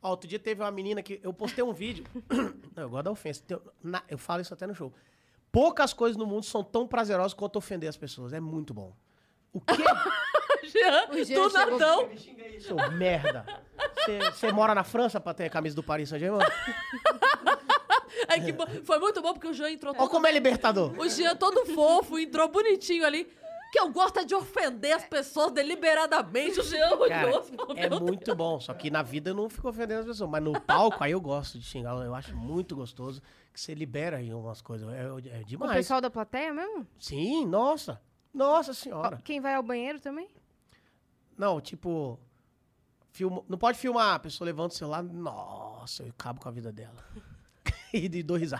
Ó, outro dia teve uma menina que. Eu postei um vídeo. não, eu gosto da ofensa. Tem- um, na- eu falo isso até no show. Poucas coisas no mundo são tão prazerosas quanto ofender as pessoas. É muito bom. O quê?
Jean,
O Jean
do
chegou-
Nadão.
Seu merda. Você mora na França pra ter a camisa do Paris Saint-Germain?
Ai, É que bom. Foi muito bom porque o Jean entrou
Olha
todo.
como é libertador.
O Jean todo fofo, entrou bonitinho ali. Que eu gosto é de ofender as pessoas deliberadamente. O Jean
Cara,
orgulhoso.
é muito bom. Só que na vida eu não fico ofendendo as pessoas. Mas no palco, aí eu gosto de xingar. Eu acho muito gostoso que você libera aí umas coisas. É, é
O
demais.
pessoal da plateia mesmo?
Sim, nossa. Nossa senhora.
Ah.
Quem vai ao banheiro também?
Não, tipo... filma- não pode filmar. A pessoa levanta o celular. Nossa, eu acabo com a vida dela. e de dois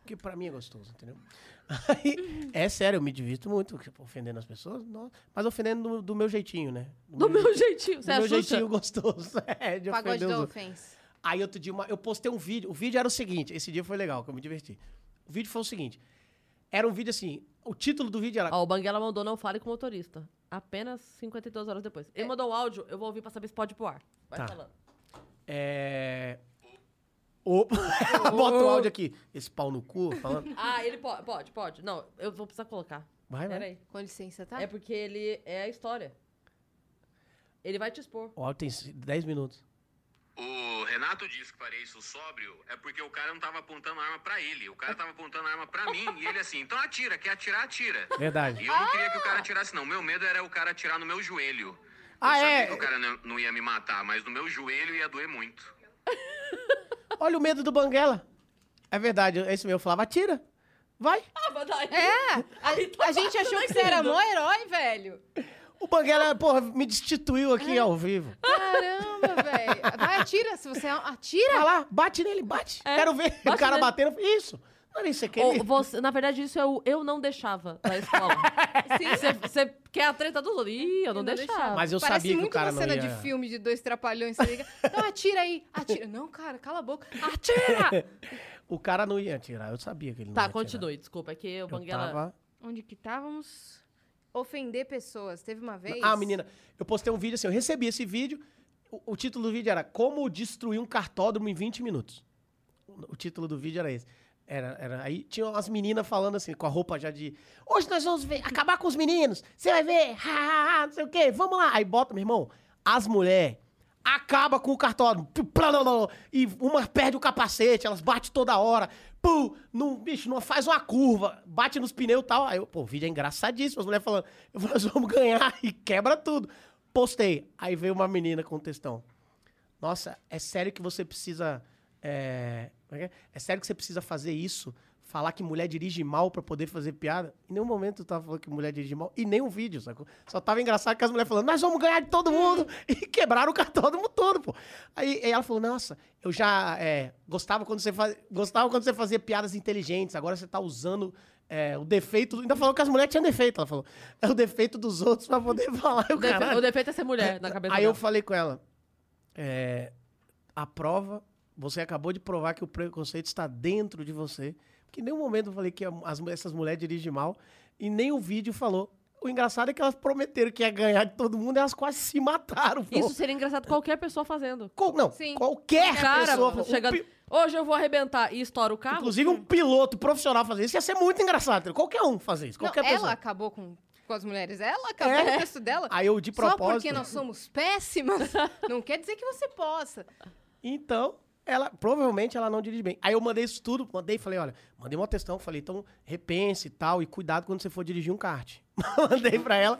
Porque pra mim é gostoso, entendeu? Aí, é sério, eu me divirto muito tipo, ofendendo as pessoas. nossa. Mas ofendendo do, do meu jeitinho, né?
Do meu jeitinho. Você
do meu
assusta?
jeitinho gostoso. É, de
Pagode
ofender os
da
outros.
ofensa.
Aí outro dia uma- eu postei um vídeo. O vídeo era o seguinte. Esse dia foi legal, que eu me diverti. O vídeo foi o seguinte. Era um vídeo assim. O título do vídeo era.
Ó, o Banguela mandou não fale com o motorista. Apenas 52 horas depois. Ele mandou um áudio, eu vou ouvir pra saber se pode ir pro ar. Vai
Tá.
falando.
É. Opa! Bota o áudio aqui. Esse pau no cu falando.
Ah, ele pode, pode, pode. Não, eu vou precisar colocar.
Vai, vai.
Peraí.
Com licença, tá?
É porque ele é a história. Ele vai te expor.
O áudio tem 10 minutos.
O Renato disse que parei isso sóbrio é porque o cara não tava apontando a arma pra ele. O cara tava apontando a arma pra mim e ele assim, então atira, quer atirar, atira. E
Verdade.
eu não queria que o cara atirasse, não. Meu medo era o cara atirar no meu joelho. Eu
Ah,
sabia
é?
que o cara não não ia me matar, mas no meu joelho ia doer muito.
Olha o medo do Banguela. É verdade, é isso mesmo. Eu falava, atira. Vai.
Ah, mas aí...
É! A,
Então
a
tá
gente achou que você era mó herói, velho.
O Banguela, porra, me destituiu aqui ao vivo.
Caramba, velho. Vai, atira. Se você é um, atira.
Vai lá, bate nele, bate.
É.
Quero ver o
bate
cara
nele.
batendo. Isso. Não é isso, você quer.
Ou você- na verdade, isso é o eu não deixava da escola. Você- Você quer a treta dos outros? Ih, eu não, deixava. Tá,
Mas eu
Parece
sabia que
muito
o
uma
cara não
cena
ia...
de filme de dois trapalhões. Você liga. Então atira aí. Atira. Não, cara, cala a boca. Atira!
O cara não ia atirar, eu sabia que ele não ia
Tá,
atirar.
continue, desculpa. É que o
Eu
Banguela...
tava-
Onde que estávamos? Ofender pessoas. Teve uma vez.
Ah, menina, eu postei um vídeo assim, eu recebi esse vídeo, o, o título do vídeo era Como Destruir um Cartódromo em 20 Minutos. O título do vídeo era esse. Era, era, aí tinha umas meninas falando assim, com a roupa já de. Hoje nós vamos ver- acabar com os meninos. Você vai ver, ha, ha, ha, não sei o quê, vamos lá. Aí bota, meu irmão, as mulheres acaba com o cartódromo. Pu, plá, lá, lá, lá. E uma perde o capacete, elas batem toda hora. Pum, não, bicho, não faz uma curva, bate nos pneus e tal. Aí, eu, pô, o vídeo é engraçadíssimo. As mulheres falando, eu falei, nós vamos ganhar e quebra tudo. Postei. Aí veio uma menina com um textão. Nossa, é sério que você precisa. É, como é que é? É sério que você precisa fazer isso? Falar que mulher dirige mal pra poder fazer piada? Em nenhum momento eu tava falando que mulher dirige mal. E nem o vídeo, sacou? Só tava engraçado que as mulheres falando, nós vamos ganhar de todo mundo! E quebraram o cartódromo todo, pô. Aí, aí ela falou, nossa, eu já é, gostava, quando você faz, gostava quando você fazia piadas inteligentes, agora você tá usando é, o defeito. Ainda falou que as mulheres tinham defeito. Ela falou. É o defeito dos outros pra poder falar. Eu,
O defe-
caralho.
O defeito é ser mulher na cabeça
Aí
dela.
eu falei com ela: é, a prova, você acabou de provar que o preconceito está dentro de você. Porque em nenhum momento eu falei que as- essas mulheres dirigem mal. E nem o vídeo falou. O engraçado é que elas prometeram que ia ganhar de todo mundo e elas quase se mataram. pô.
Isso seria engraçado qualquer pessoa fazendo.
Qual- não,
Sim.
qualquer
Cara,
pessoa. um
chegando.
pi-
Hoje eu vou arrebentar e estoura o carro.
Inclusive, um piloto profissional fazer isso ia ser muito engraçado. entendeu? Qualquer um fazer isso.
Não,
Qualquer
ela
pessoa. É.
acabou com, com as mulheres. Ela acabou com o texto dela.
Aí eu, de
Só
propósito.
porque nós somos péssimas, não quer dizer que você possa.
Então, ela provavelmente ela não dirige bem. Aí eu mandei isso tudo, mandei e falei, olha, mandei uma textão, falei, então repense e tal, e cuidado quando você for dirigir um kart. mandei pra ela,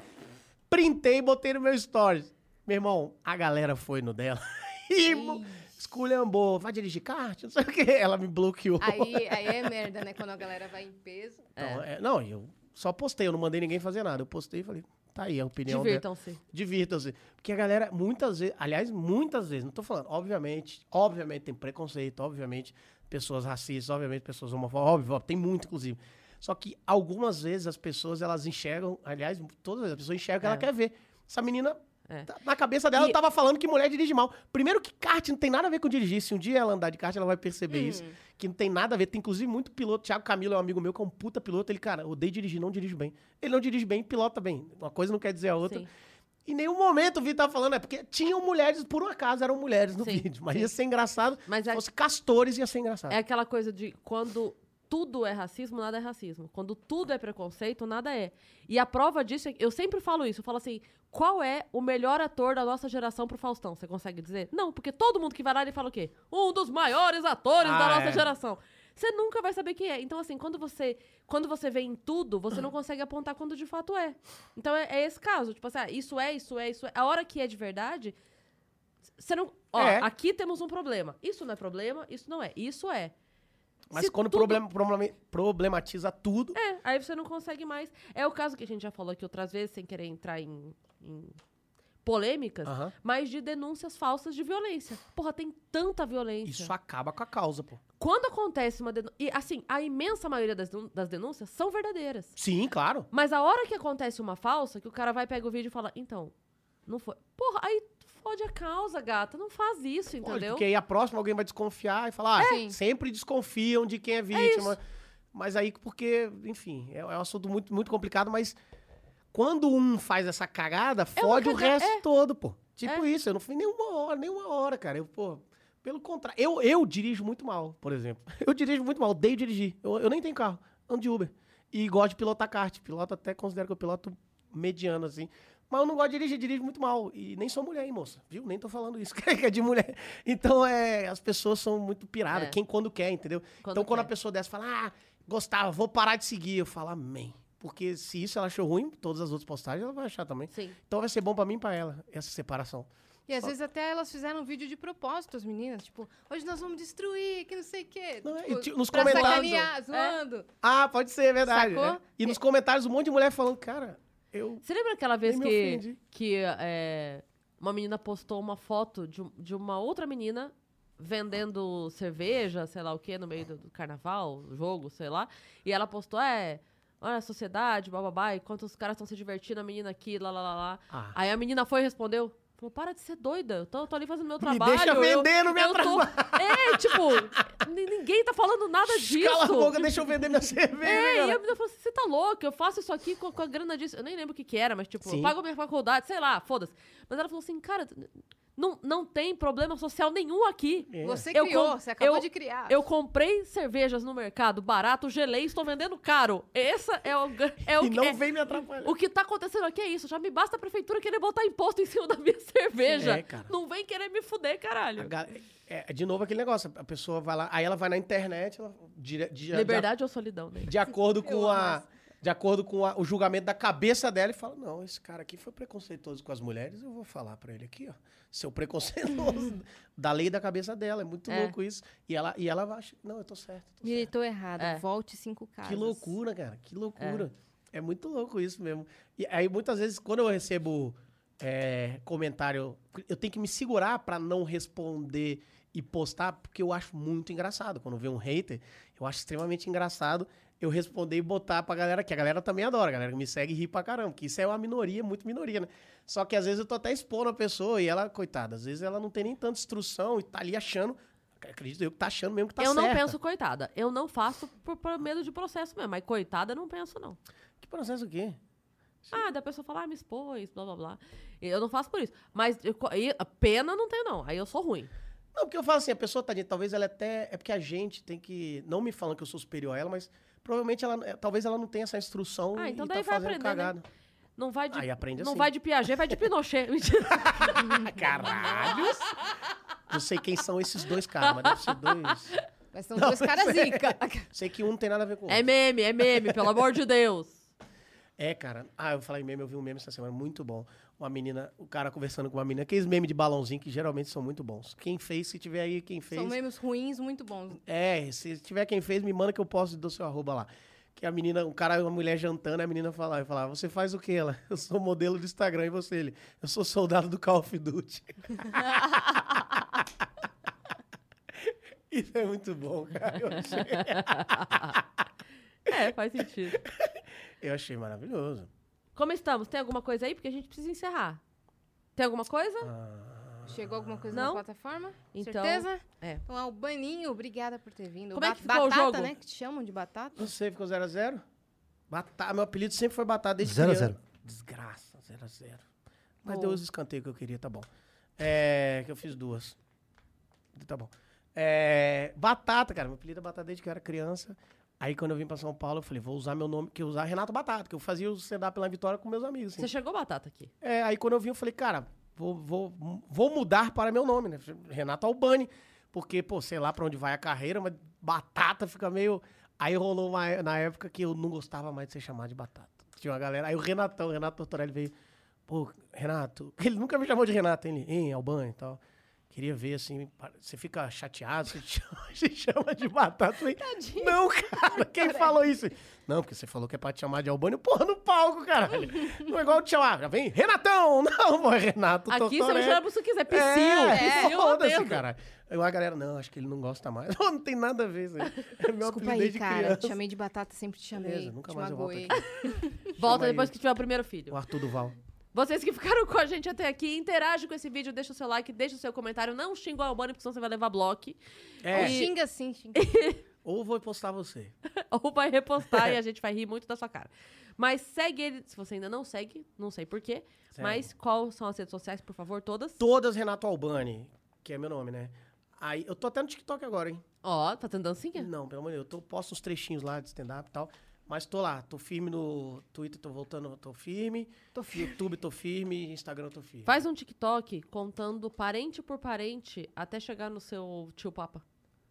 printei e botei no meu stories. Meu irmão, a galera foi no dela. E mo- esculhambou, vai dirigir kart? Não sei o quê. Ela me bloqueou.
Aí, aí é merda, né? Quando a galera vai em peso.
Então, é, não, eu só postei, eu não mandei ninguém fazer nada. Eu postei e falei, tá aí a opinião dela.
Divirtam-se.
Divirtam-se. Porque a galera, muitas vezes, aliás, muitas vezes, não tô falando, obviamente, obviamente tem preconceito, obviamente pessoas racistas, obviamente pessoas homofóbicas, óbvio, óbvio, tem muito, inclusive. Só que algumas vezes as pessoas, elas enxergam, aliás, todas as pessoas enxergam o que ela quer ver. Essa menina,
É.
tá- na cabeça dela,
E-
tava falando que mulher dirige mal. Primeiro que kart não tem nada a ver com dirigir. Se um dia ela andar de kart, ela vai perceber isso.
Hum.
Que não tem nada a ver. Tem, inclusive, muito piloto. Thiago Camilo é um amigo meu que é um puta piloto. Ele, cara, odeio dirigir, não dirijo bem. Ele não dirige bem, pilota bem. Uma coisa não quer dizer a outra.
Sim.
Em nenhum momento o Vitor tá falando, é porque tinham mulheres, por um acaso eram mulheres no
Sim,
vídeo, mas
sim.
ia ser engraçado.
Mas
Se
é-
fosse castores, ia ser engraçado.
É aquela coisa de quando tudo é racismo, nada é racismo. Quando tudo é preconceito, nada é. E a prova disso é que eu sempre falo isso, eu falo assim, qual é o melhor ator da nossa geração pro Faustão? Você consegue dizer? Não, porque todo mundo que vai lá ele fala o quê? Um dos maiores atores da
Ah,
nossa
é.
geração. Você nunca vai saber quem é. Então assim, quando você quando você vê em tudo, você não consegue apontar quando de fato é. Então é, é esse caso, tipo assim, ah, isso é, isso é, isso é. A hora que é de verdade, você não, ó,
É.
aqui temos um problema. Isso não é problema, isso não é. Isso é.
mas
se
quando
tudo-
problema- problema- problematiza tudo,
É, aí você não consegue mais. É o caso que a gente já falou aqui outras vezes, sem querer entrar em, em polêmicas,
Aham.
mas de denúncias falsas de violência. Porra, tem tanta violência.
isso acaba com a causa, pô.
Quando acontece uma denúncia. E assim, a imensa maioria das, denú- das denúncias são verdadeiras.
Sim, claro.
Mas a hora que acontece uma falsa, que o cara vai, pega o vídeo e fala, então, não foi. Porra, aí fode a causa, gata. Não faz isso,
Pô,
entendeu? É.
Porque aí a próxima alguém vai desconfiar e falar, ah,
Sim.
sempre desconfiam de quem é vítima. mas aí, porque, enfim, é, é um assunto muito, muito complicado, mas quando um faz essa cagada, fode o
É caga-
resto todo, pô. Tipo
É.
isso, eu não fui nenhuma hora, nenhuma hora, cara. Eu, pô, pelo contrário, eu, eu dirijo muito mal, por exemplo. Eu dirijo muito mal, odeio dirigir. Eu, eu nem tenho carro, ando de Uber. E gosto de pilotar kart. Piloto até considero que eu piloto mediano, assim. Mas eu não gosto de dirigir, dirijo muito mal. E nem sou mulher, hein, moça? Viu? Nem tô falando isso, que é de mulher. Então, é, as pessoas são muito piradas.
É.
Quem quando quer, entendeu?
Quando
então, quando a
quer.
pessoa dessa fala, ah, gostava, vou parar de seguir, eu falo, amém. Porque se isso ela achou ruim, todas as outras postagens ela vai achar também.
Sim.
Então vai ser bom pra mim e pra ela, essa separação.
E às vezes até elas fizeram um vídeo de propósito, as meninas. Tipo, hoje nós vamos destruir, que não sei o quê.
Não, é,
tipo,
e ti- nos
pra
comentários. É.
sacanear, zoando.
Ah, pode ser, é verdade.
Sacou?
né? E
É.
nos comentários um monte de mulher falando, cara, eu.
Você lembra aquela vez
Nem me
que,
ofende.
que é, uma menina postou uma foto de, um- de uma outra menina vendendo cerveja, sei lá o quê, no meio do, do carnaval, jogo, sei lá. E ela postou, é, olha a sociedade, bababá, e quantos caras estão se divertindo, a menina aqui, lá, lá, lá, lá.
Ah.
Aí a menina foi e respondeu. Falou, para de ser doida, eu tô, tô ali fazendo meu
Me
trabalho.
deixa
eu-
vender no meu
eu tô- É, tipo, ni- ninguém tá falando nada disso.
Cala a boca, deixa eu vender minha cerveja.
É, e
cara."
a menina falou assim, você tá louca, eu faço isso aqui com, com a grana disso. Eu nem lembro o que que era, mas tipo, eu
Sim.
pago minha faculdade, sei lá, foda-se. Mas ela falou assim, cara, n- não, não tem problema social nenhum aqui.
É.
Você
Eu
criou,
com-
você acabou
eu-
de criar.
Eu comprei cervejas no mercado barato, gelei, estou vendendo caro. Essa é o... gan- É o
E
que-
não
é-
vem me atrapalhar.
o que tá acontecendo aqui é isso. Já me basta a prefeitura querer botar imposto em cima da minha cerveja.
É, cara.
Não vem querer me fuder,
A
caralho.
ga- É, é de novo aquele negócio, a pessoa vai lá, aí ela vai na internet, ela, dire- de, de-
Liberdade ou solidão, né?
de, acordo com a, de acordo com a- o julgamento da cabeça dela e fala, não, esse cara aqui foi preconceituoso com as mulheres, eu vou falar pra ele aqui, ó, seu preconceituoso da lei da cabeça dela, é muito
É.
louco isso. E ela, e ela acha, não, eu tô certo, tô certo."
Militou errado,
É.
volte cinco casas.
Que loucura, cara. Que loucura. É. muito louco isso mesmo. E aí, muitas vezes, quando eu recebo é, comentário, eu tenho que me segurar pra não responder e postar, porque eu acho muito engraçado. Quando eu vejo um hater, eu acho extremamente engraçado. eu responder e botar pra galera que a galera também adora, a galera que me segue e ri pra caramba, porque isso é uma minoria, muito minoria, né? Só que às vezes eu tô até expondo a pessoa e ela, coitada, às vezes ela não tem nem tanta instrução e tá ali achando, acredito eu que tá achando mesmo que tá
eu não
certa.
penso coitada. Eu não faço por, por medo de processo mesmo. Mas coitada, eu não penso, não.
Que processo o quê?
Ah, da pessoa falar, ah, me expôs, blá, blá, blá. Eu não faço por isso. Mas eu co- e- a pena não tenho, não. Aí eu sou ruim.
Não, porque eu falo assim, a pessoa, tadinha, talvez ela até. É porque a gente tem que. Não me falando que eu sou superior a ela, mas provavelmente ela. é, Talvez ela não tenha essa instrução
Ah, então
e tá
daí vai
fazendo
aprender,
cagada.
Não vai de,
Aí aprende
não
assim.
vai de Piaget, vai de Pinochet. Mentira.
Ah, Caralhos! Não sei quem são esses dois caras, mas deve ser dois.
Mas são duas caras
é.
zica.
Sei que um não tem nada a ver com o
É
outro.
meme, é meme, pelo amor de Deus.
É, cara. Ah, eu falei meme, eu vi um meme essa semana, muito bom. Uma menina, o cara conversando com uma menina, aqueles memes de balãozinho que geralmente são muito bons. Quem fez, se tiver aí, quem fez.
São memes ruins, muito bons.
É, se tiver quem fez, me manda que eu posso do seu arroba lá. Que a menina, o cara, uma mulher jantando, a menina falava, falava, você faz o quê? Ela, eu sou modelo do Instagram e você, ele, eu sou soldado do Call of Duty. Isso é muito bom, cara. Eu achei,
É, faz sentido.
eu achei maravilhoso.
Como estamos? Tem alguma coisa aí? Porque a gente precisa encerrar. Tem alguma coisa?
Ah.
Chegou alguma coisa
Não?
na plataforma?
Então,
Certeza?
é.
Então, Albaninho, obrigada por ter vindo.
Como é
Ba-
que ficou o
batata,
jogo?
né? Que te chamam de batata.
Você ficou 0x0? Zero a zero? Batata, meu apelido sempre foi batata desde
Zero a
criança.
zero.
Desgraça, 0x0. Zero a zero. Mas
Boa.
deu os escanteios que eu queria, tá bom. É, que eu fiz duas. Tá bom. É, batata, cara, meu apelido é batata desde que eu era criança. Aí quando eu vim pra São Paulo, eu falei, vou usar meu nome, que eu usar Renato Batata, que eu fazia o stand-up lá em Vitória com meus amigos. assim.
Você chegou batata aqui.
É, aí quando eu vim, eu falei, cara, vou, vou, vou mudar para meu nome, né? Renato Albani. Porque, pô, sei lá pra onde vai a carreira, mas batata fica meio. Aí rolou uma é- na época que eu não gostava mais de ser chamado de batata. Tinha uma galera. Aí o Renatão, o Renato Tortorelli veio. Pô, Renato. Ele nunca me chamou de Renato, hein? Ele, hein, Albani e tal. Queria ver, assim, pa- você fica chateado, você chama, você chama de batata. Eu Falei, não, cara, quem falou isso? Não, porque você falou que é pra te chamar de Albani, porra, no palco, caralho. Não é igual te chamar, já vem, Renatão, não, pô, é Renato
Aqui você me
Tortorelli.
chama se quiser. Psyu,
É,
Psyu, lá
foda-se,
dentro.
cara. Eu, a galera, não, acho que ele não gosta mais. não tem nada a ver isso aí. É meu
Desculpa
apelido
aí,
desde
cara. Te
criança.
chamei de batata, sempre te chamei.
Beleza, nunca
te
mais eu volto
magoei.
Volta
aí.
depois que tiver o primeiro filho.
O Arthur Duval.
Vocês que ficaram com a gente até aqui, interage com esse vídeo, deixa o seu like, deixa o seu comentário. Não xinga o Albani, porque senão você vai levar bloco.
É.
Não, Xinga sim, xinga.
Ou vou postar você.
Ou vai repostar e a gente vai rir muito da sua cara. Mas segue ele, se você ainda não segue, não sei porquê.
Segue.
Mas qual são as redes sociais, por favor, todas?
Todas Renato Albani, que é meu nome, né? Aí, eu tô até no TikTok agora, hein?
Ó, tá tendo dancinha?
Não, pelo amor de Deus. Eu tô- posto uns trechinhos lá de stand-up e tal. Mas tô lá, tô firme no Twitter, tô voltando, tô firme.
Tô firme.
YouTube, tô firme. Instagram, tô firme.
Faz um TikTok contando parente por parente até chegar no seu tio Papa.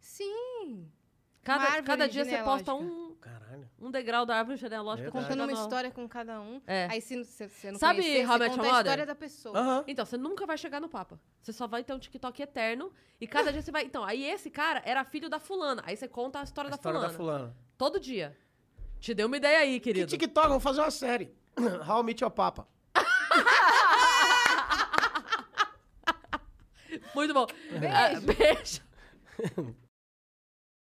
Sim. Uma
Cada,
árvore
cada dia você
genealógica.
posta um,
Caralho.
um degrau da árvore genealógica. tá até chegar
Verdade.
Contando uma
no-
história com cada um.
É.
Aí se você você não
Sabe
conhecer,
How I Met
você conta
Your
a
Mother?
história da pessoa.
Aham.
Então, você nunca vai chegar no Papa. Você só vai ter um TikTok eterno e cada dia você vai. Então, aí esse cara era filho da fulana. Aí você conta a história,
A
da,
história
fulana.
da fulana.
Todo dia. Te deu uma ideia aí,
Que
querido.
TikTok, vamos fazer uma série. How I Meet Your Papa.
Muito bom. Ah, Beijo.